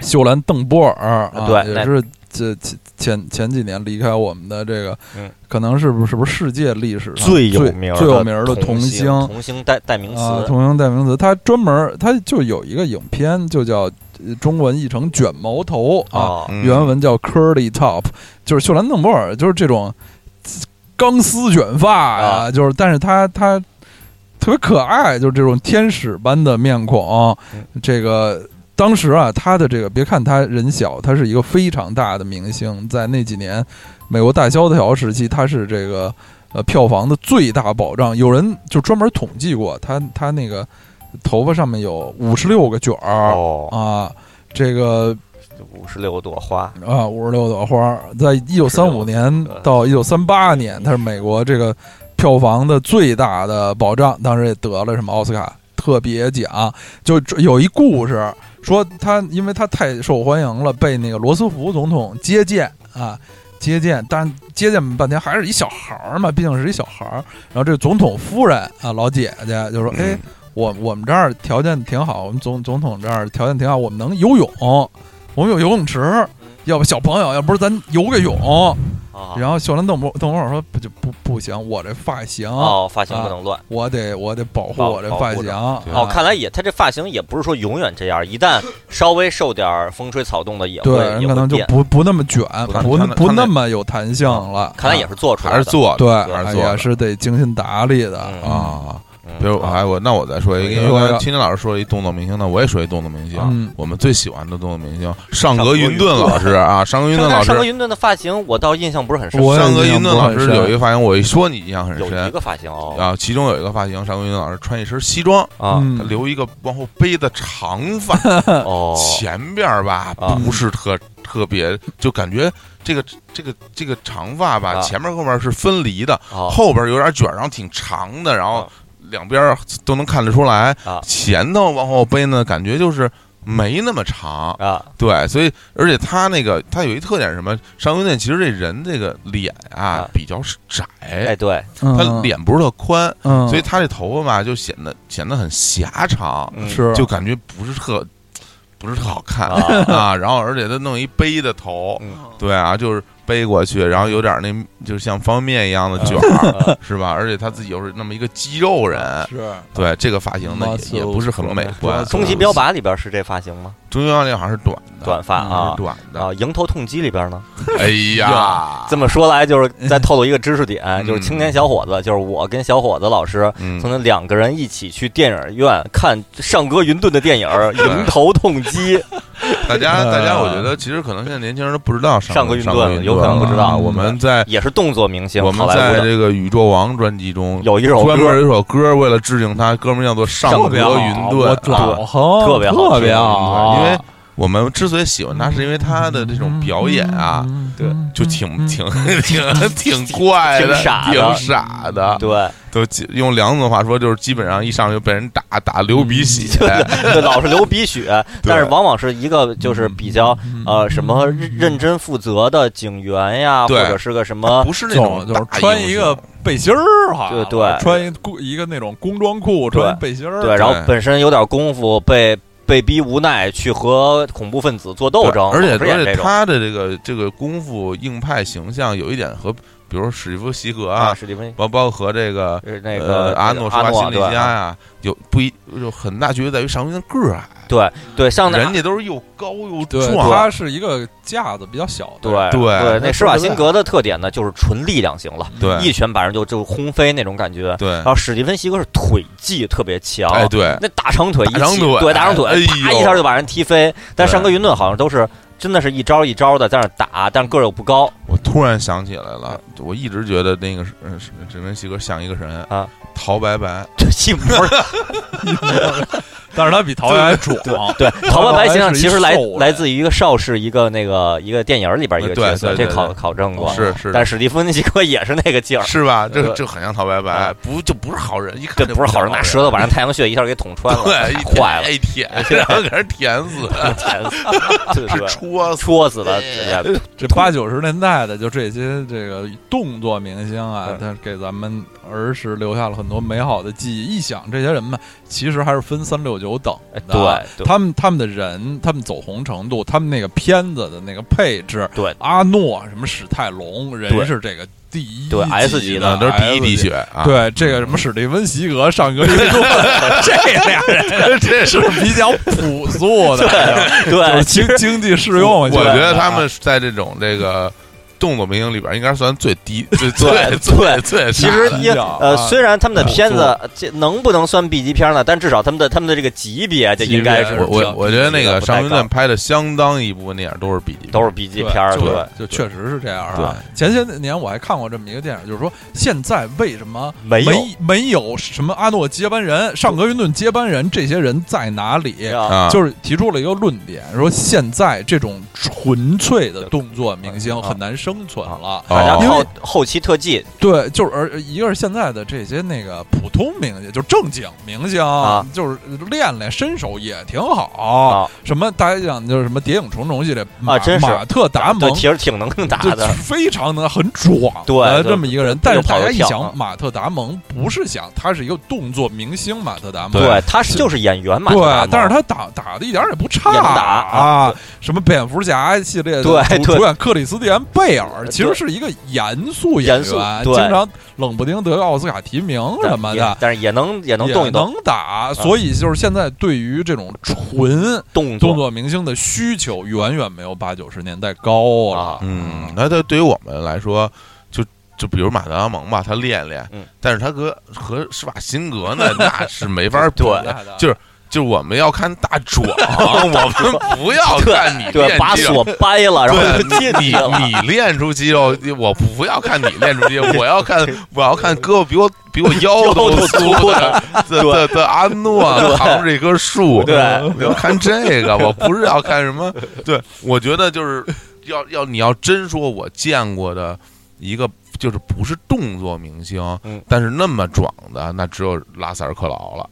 秀兰邓波尔啊，对那也是这前前前几年离开我们的这个，嗯可能是不是是不是世界历史上最有最名儿最的有名儿的童童星星童星代代名啊，词，同名代名词，他专门儿他就有一个影片，就叫呃中文译成卷毛头啊，哦，嗯原文叫 curly top，就是秀兰邓波尔，就是这种钢丝卷发啊就是但是他他特别可爱，就是这种天使般的面孔嗯，这个。当时啊，他的这个别看他人小，他是一个非常大的明星。在那几年，美国大萧条时期，他是这个呃票房的最大保障。有人就专门统计过，他他那个头发上面有五十六个卷儿、哦，啊，这个五十六朵花，啊，五十六朵花儿，在一九三五年到一九三八年，它是美国这个票房的最大的保障，当时也得了什么奥斯卡特别奖。就有一故事说他，因为他太受欢迎了，被那个罗斯福总统接见啊。接见，但接见半天还是一小孩儿嘛，毕竟是一小孩儿。然后这总统夫人啊，老姐姐就说：“哎，嗯我我们这儿条件挺好，我们总总统这儿条件挺好，我们能游泳，我们有游泳池，要不小朋友，要不是咱游个泳。啊然后秀兰邓博邓博尔说不就不不行，我这发型、哦，发型不能乱。我得我得保护保我这保发护型。着啊哦，看来也他这发型也不是说永远这样，一旦稍微受点儿风吹草动的也会对，人也可会能就变。不不那么卷，他不他那那不他那那么有弹性了。哦看来也啊是做出来还的，是做的对，还哎是做也的是得精心打理的嗯啊。嗯比如我还我那我再说一个，因嗯为刚才青年老师说了一动作明星呢，我也说一动作明星。啊嗯我们最喜欢的动作明星尚尚格格云云顿顿老师啊，尚格云上顿老但上格师，云顿的发型我倒印象不是很深，我也尚格印象云顿不老很师深有一个发型，我一说你印象很有一深个发型哦啊。其中有一个发型，尚格云顿老师穿一身西装，啊嗯他留一个往后背的长发，哦，前边儿吧啊不是特特别，就感觉这个这个这个长发吧，啊前面和后面是分离的，哦后边有点卷，然后挺长的，然后啊两边儿都能看得出来啊。前头往后背呢，感觉就是没那么长。啊对，所以而且他那个他有一特点是什么？上云顿其实这人这个脸啊啊比较窄，哎对，嗯他脸不是特宽，嗯，所以他这头发吧就显得显得很狭长，嗯是就感觉不是特不是特好看啊 啊。然后而且他弄一背的头，嗯对啊，就是背过去，然后有点那就是像方便面一样的卷啊 儿，是吧？而且他自己又是那么一个肌肉人，是对这个发型呢也 Muscle 也不是很美观。终极标靶里边是这发型吗？终极标那好像是短的，短发是啊嗯短的。啊，迎头痛击里边呢？哎 呀，这么说来嗯就是再透露一个知识点，就是青年小伙子，就是我跟小伙子老师。嗯曾经两个人一起去电影院看上哥云顿的电影《迎头痛击》，大家呃大家，我觉得其实可能现在年轻人都不知道上上格格运运动动有可能不知道啊我们在也是动作明星，我们好莱坞在的这个《宇宙王》专辑中有一首专门歌，有一首歌，为了致敬他，歌名叫做《上上格格云我顿》啊。老哼，特别好啊特别好，因为我们之所以喜欢他，是因为他的这种表演啊，对就挺挺 挺挺怪的，嗯 挺傻的挺傻的，对，都基用梁总的话说，就是基本上一上来就被人打打流鼻血，嗯 就老是流鼻血，但是往往是一个就是比较嗯呃什么认认真负责的警员呀，或对者是个什么不是那就种就是大穿英一雄个背心儿哈，对对穿一裤一个那种工装裤，对穿背心儿，对，然后本身有点功夫，被被逼无奈去和恐怖分子做斗争，而且老是演而且这种他的这个这个功夫硬派形象有一点和，比如说史蒂夫·席格啊，啊，史蒂芬包包括和这个是那呃个阿诺阿舒瓦辛诺利加对啊呀，有不一有很大区别在于上回那个儿矮，对对上那啊人家都是又高又对，壮，它是一个架子比较小的，对对对，他那施瓦说得辛格的特点呢，就是纯力量型了，对一啊拳把人就就轰飞那种感觉。对然，后史蒂芬席格是腿技特别强，哎对，那大长腿一起，大长腿对大长哎腿，呦啪一下就把人踢飞。但对上格云顿好像都是真的是一招一招的在那打，但个儿又不高， 我突然想起来了，我一直觉得那个是呃史史蒂芬·席格像一个神啊，陶白白，这一模儿。 但是它比桃园还壮，对，陶白白形象其实来陶白白是一瘦人来自于一个邵氏一个那个一个电影里边一个对角色，对这对考对考证过。哦是是但史蒂芬席格也是那个劲儿，是吧？这对这很像陶白白，嗯不就不是好人，一看这就不是好人，像拿舌头把人太阳穴一下给捅穿了，对，太一坏了，一舔， 然后给人舔死， 对对对戳死。哎戳死了，对这八九十年代的就这些这个动作明星啊对，他给咱们儿时留下了很多美好的记忆。一想这些人们，其实还是分三六九等的。哎对对他们他们的人，他们走红程度，他们那个片子的那个配置， 对阿诺什么史泰龙，人对是这个第一对 S 级级那的都是第一滴 S 级血啊！对，这个什么史蒂文·席格、上格运动，这俩人这是比较朴素的，就对，是其经实经济适用。 我觉觉得他们在这种这个动作明星里边，应该算最低、最最 对最最其傻实的因为啊呃，虽然他们的片做子这能不能算 B 级片呢？但至少他们的他们的这个级别，这级别应该是我我我觉得那个不太上云顿高拍的相当一部分电影都是比例，都是 B 级对片儿，就对是就确实是这样啊。前些年我还看过这么一个电影，就是说现在为什么没有没没有什么阿诺接班人、上格云顿接班人这些人在哪里？啊啊，就是提出了一个论点，说现在这种纯粹的动作明星很难生存了。啊啊大家因为靠后期特技对，就是而一个是现在的这些那个普通明星，就正经明星，啊就是练练身手也挺好。啊什么大家讲就是什么《谍影重重》系列马啊真是马特·达对，蒙。其实挺能打就的，非常能很壮对的对这么一个人，对但是跑大着家一跳啊想马特·达蒙，不是想他是一个动作明星马特·达蒙，对，他是就是演员嘛，马特达蒙但是他打打的一点儿也不差，啊也能打啊，什么蝙蝠侠系列的对主对主演克里斯蒂安贝贝尔其实是一个严肃演严肃员，对经常冷不丁得个奥斯卡提名什么的也，但是也能也能也动一嗯动能打。所以就是现在对于这种纯动动作明星的需求，远远没有八九十年代高啊啊。，嗯，那对对于我们来说，就就比如马特阿蒙吧，他练练，嗯但是他和和施瓦辛格那那是没法比 对的。就是我们要看大 壮，我们不要对看你对，练把肌肉锁掰了，然后就对进你去了。你练出肌肉，我不要看你练出肌肉，我要看我要看胳膊比我比 我腰都粗的的的的阿诺啊扛着一棵树，对我要看这个，我不是要看什么，对我觉得就是要要你要真说我见过的一个就是不是动作明星，嗯但是那么壮的那只有拉塞尔克劳了，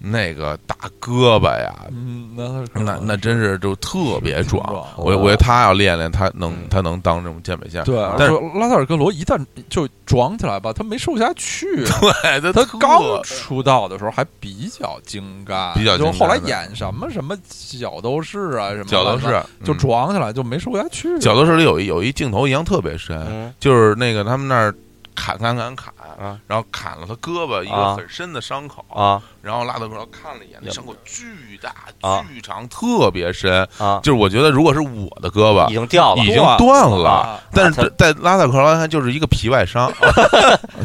那个大胳膊呀，嗯，那他那那真是就特别挺壮壮，我我觉得他要练练，他能他能当这种健美线，对，但是说拉塞尔克罗一旦就壮起来吧，他没瘦下去。 对，他他特刚出道的时候还比较精干，比较精就干后来演什么什么角斗士啊，什么角斗乱七八糟士就壮，壮起来就没瘦下去。角斗士里有一有一镜头印象特别深，嗯就是那个他们那儿砍砍砍砍啊，然后砍了他胳膊一啊个很深的伤口，啊然后拉德克劳看了一眼，那伤口巨大啊巨长，特别深，啊，就是我觉得如果是我的胳膊已经掉了已，经断了。啊，但那是在拉塞克劳他就是一个皮外 伤，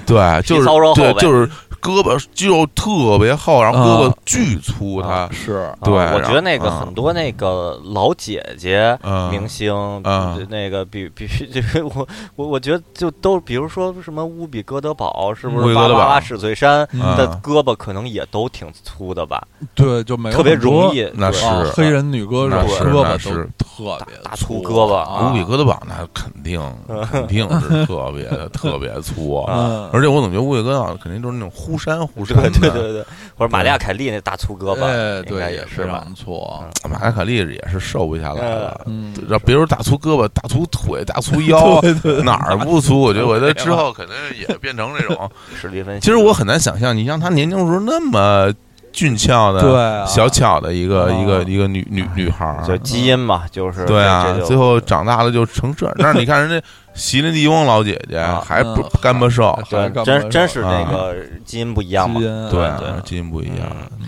对，就是皮糙肉厚对，呗就是胳膊肌肉特别厚，然后胳膊巨粗，他嗯啊是啊对我然觉得那个嗯很多那个老姐姐嗯明星，嗯那个比比这个 我我我觉得就都，比如说什么乌比哥德堡，是乌不比是哥巴德堡巴拉史翠珊嗯哎的胳膊可能也都挺粗的吧，对，就没有特别很多容易那对是啊黑人女歌手那是胳那膊是都特别大大粗胳膊啊乌比哥德堡那肯定啊肯定是特 别特别粗，啊嗯，而且我总觉得乌比哥德堡肯定都是那种忽山忽山对啊对的。对对，或者玛利亚凯莉那大粗哎，胳膊，应该对，也是非吧常？不错。马凯凯利也是瘦不下来了。嗯，然后别说大粗胳膊、大粗腿、大 粗腰，哪儿不粗？我觉得，我觉得之后肯定也变成这种。史蒂芬，其实我很难想象，你像她年轻的时候那么俊俏的、对啊小巧的一个、啊一个一个女女女孩儿，就基因嘛，就嗯是对啊这，就最后长大了就成 这样。但是你看人家席琳迪翁老姐姐啊还不嗯干巴瘦，还干对，嘛哦真呀真是那嗯个基因不一样嘛基。因对啊对啊基因不一样，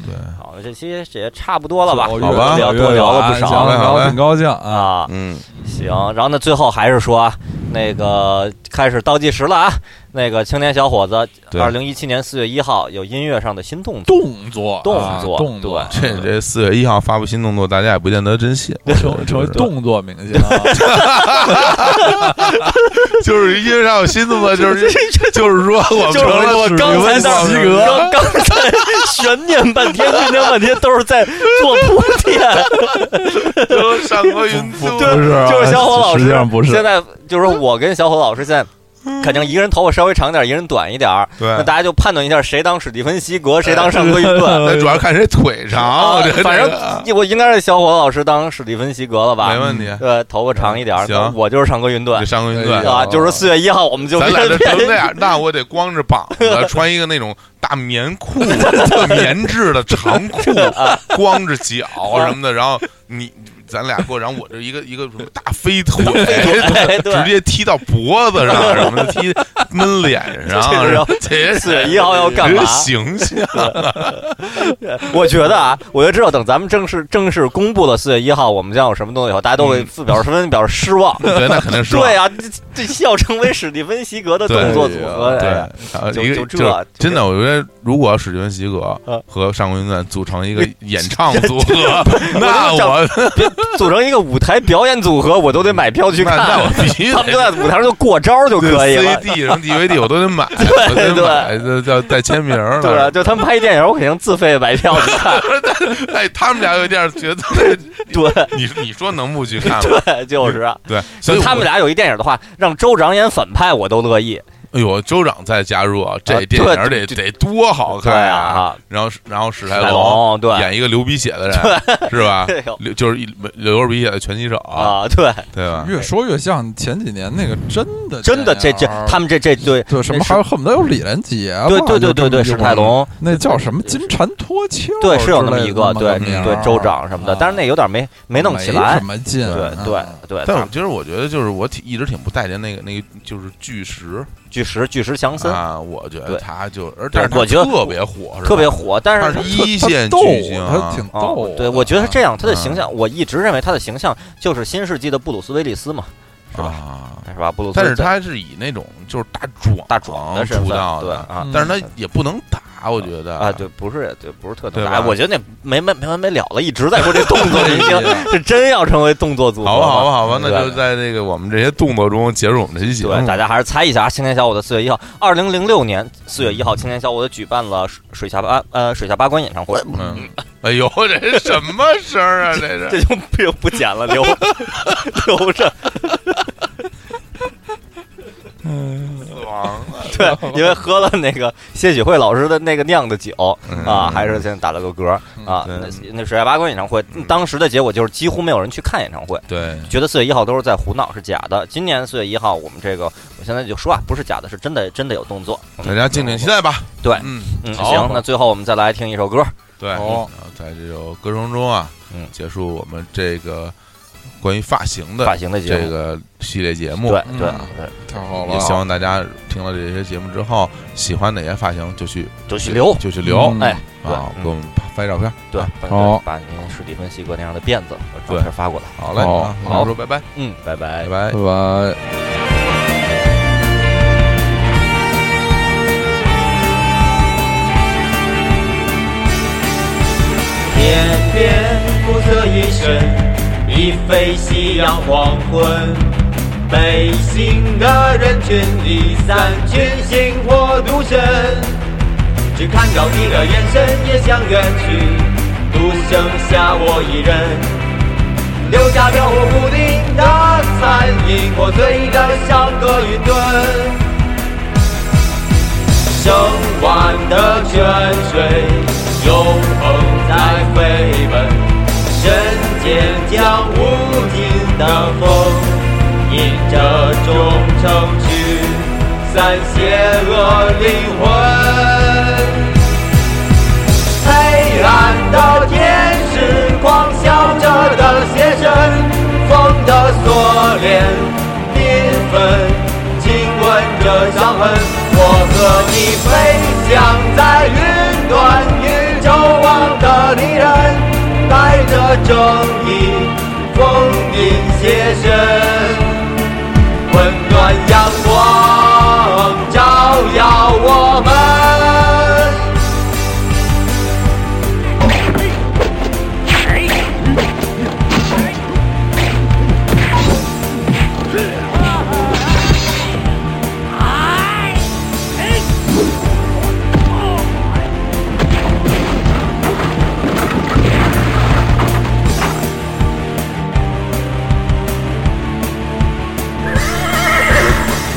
对，好，这期也差不多了吧？好好吧聊多聊了不行少了好聊嘞得挺高兴啊。啊。嗯，行，然后呢，最后还是说啊，那个开始倒计时了啊。那个青年小伙子，对二零一七年四月一号有音乐上的新动作，动作啊，动作动作，这这四月一号发布新动作，大家也不见得真 信，成成为动作明 星啊，就是因为上有新动 作，就是就是说我们就是成了我刚才那史蒂文儿斯刚刚才悬念半天，酝酿半天都是在做铺垫。就是上过云不 霄，不是啊，就是小伙老师，实际上不是现在就是我跟小伙老师现在。肯定一个人头发稍微长点儿，一个人短一点儿，对那大家就判断一下谁当史蒂芬西格，谁当上格云顿。那主要看谁腿啊长，这反这个正我应该是小伙老师当史蒂芬西格了吧？没问题，对，头发长一点儿，嗯行那我就是上格云顿这上过云哎霄呀。啊。就是四月一号，我们就咱俩变这成变那 样，那我得光着膀子，穿一个那种大棉裤、啊 棉质的长裤，啊光着脚啊什么的，然后你咱俩过，然后我这一个一个什么大飞腿，对哎对直接踢到脖子上，啊什么的踢闷脸上 这是要，这四月一号要干这嘛是？形象，我觉得啊，我就知道，等咱们正式正式公布了四月一号我们将有什么东西以后，大家嗯都会表示纷纷表示失 望。对，那肯定是吧对啊，这这这要成为史蒂芬西格的动作组合，对哎呀，呃就一个就这是真就的，我觉得如果史蒂文·席格嗯和上官云段组成一个演唱组合， 那我就我组成一个舞台表演组合，我都得买票去那那看。我必须他们就得在舞台上就过招就可以了。啊 CD 什么 DVD 我都得买，我 对得买，这叫带签名儿对啊，的。就他们拍电影，我肯定自费买票去看。 哎，他们俩有点觉得，对对你你说能不去看吗？ 对，就是啊。对，所就以他们俩俩有一电影的话，让州长演反派，我都乐意。哎呦，州长再加入啊，啊这对电影儿得这得多好看对啊！然后然后史泰海龙龙对演一个流鼻血的人，是吧 对哟？流就是一流着鼻血的拳击手，啊，对，对吧？越说越像前几年那个真的真的这这电啊影儿他们这这对对什么那是还有恨不得有李连杰吧，啊对对对就这么对对，一史个泰龙那叫什么金蝉脱壳儿之类对的，是有那么一个对名儿啊啊对州长什么的，但是那有点没没弄起没来什，么劲，对嗯对对，但我咱其实我觉得，就是我挺一直挺不待见那个那个，就是巨石巨石巨石强森啊，我觉得对他就，而嗯对但是他我觉得特别火，特别火，火，但他是是他一他线逗巨星啊，他挺哦逗，，对，我觉得是这样，他的嗯形象，我一直认为他的形象就是新世纪的布鲁斯威利斯嘛，是吧？啊，是吧？布鲁斯，但是他是以那种就是大壮大壮的身出份，道对的，啊嗯但是他也不能打，我觉得啊，对，不是对，不是特对能吧打。哎我觉得那没没没完没了了，一直在说这动 作明星是真要成为动作组合吗，好吧，好吧，好吧，那对就嗯在这个我们这些动作中结束我们这期节目。对，大家还是猜一下啊！青年小伙的四月一号，二零零六年四月一号，青年小伙子举办了水水下八呃水下八关演唱会，嗯，哎呦，这是什么声儿啊？这是 这就不用不剪了，留 留着。死亡了。 对，因为喝了那个谢启慧老师的那个酿的酒嗯啊，还是先打了个嗝啊。嗯那那水下八关演唱会，当时的结果就是几乎没有人去看演唱会，对，觉得四月一号都是在胡闹，是假的。今年四月一号，我们这个我现在就说啊，不是假的，是真的，真的有动作。大家敬请期待吧。对嗯，嗯，好行，那最后我们再来听一首歌，对。然好后在这首歌声中啊，嗯结束我们这个关于发型发的型的节这目。个系列节目。对嗯对啊对，太好也了，希望大家听了这些节目之后，喜欢哪些发型就去就去留。就去留嗯哎，对啊，嗯给我们拍照片。对啊，把好把您史蒂芬西格那样的辫子和照对片发过来。好嘞，好啊好说拜拜，嗯，拜拜拜。拜拜。拜。翩翩暮色已深，已非夕阳黄昏。北行的人群里，三群星火独身。只看到你的眼神也想远去，独剩下我一人。留下飘忽不定的残影，我醉得像个云吞。盛碗的泉水永恒在飞奔，身间将无尽的风引着众城去散邪恶灵魂。黑暗的天使狂笑着的邪神，风的锁链缤纷，亲吻着伤痕。我和你飞翔在云端，宇宙望的敌人，带着正义，风云邪神。温暖阳光照耀我们。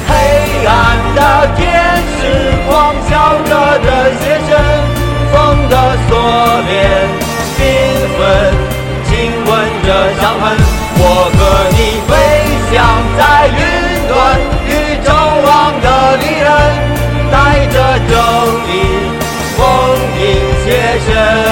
黑暗的天使狂笑着的邪神，风的锁链缤纷，亲吻着伤痕。我和你飞翔在云端，宇宙望的敌人，带着正义，风影邪神。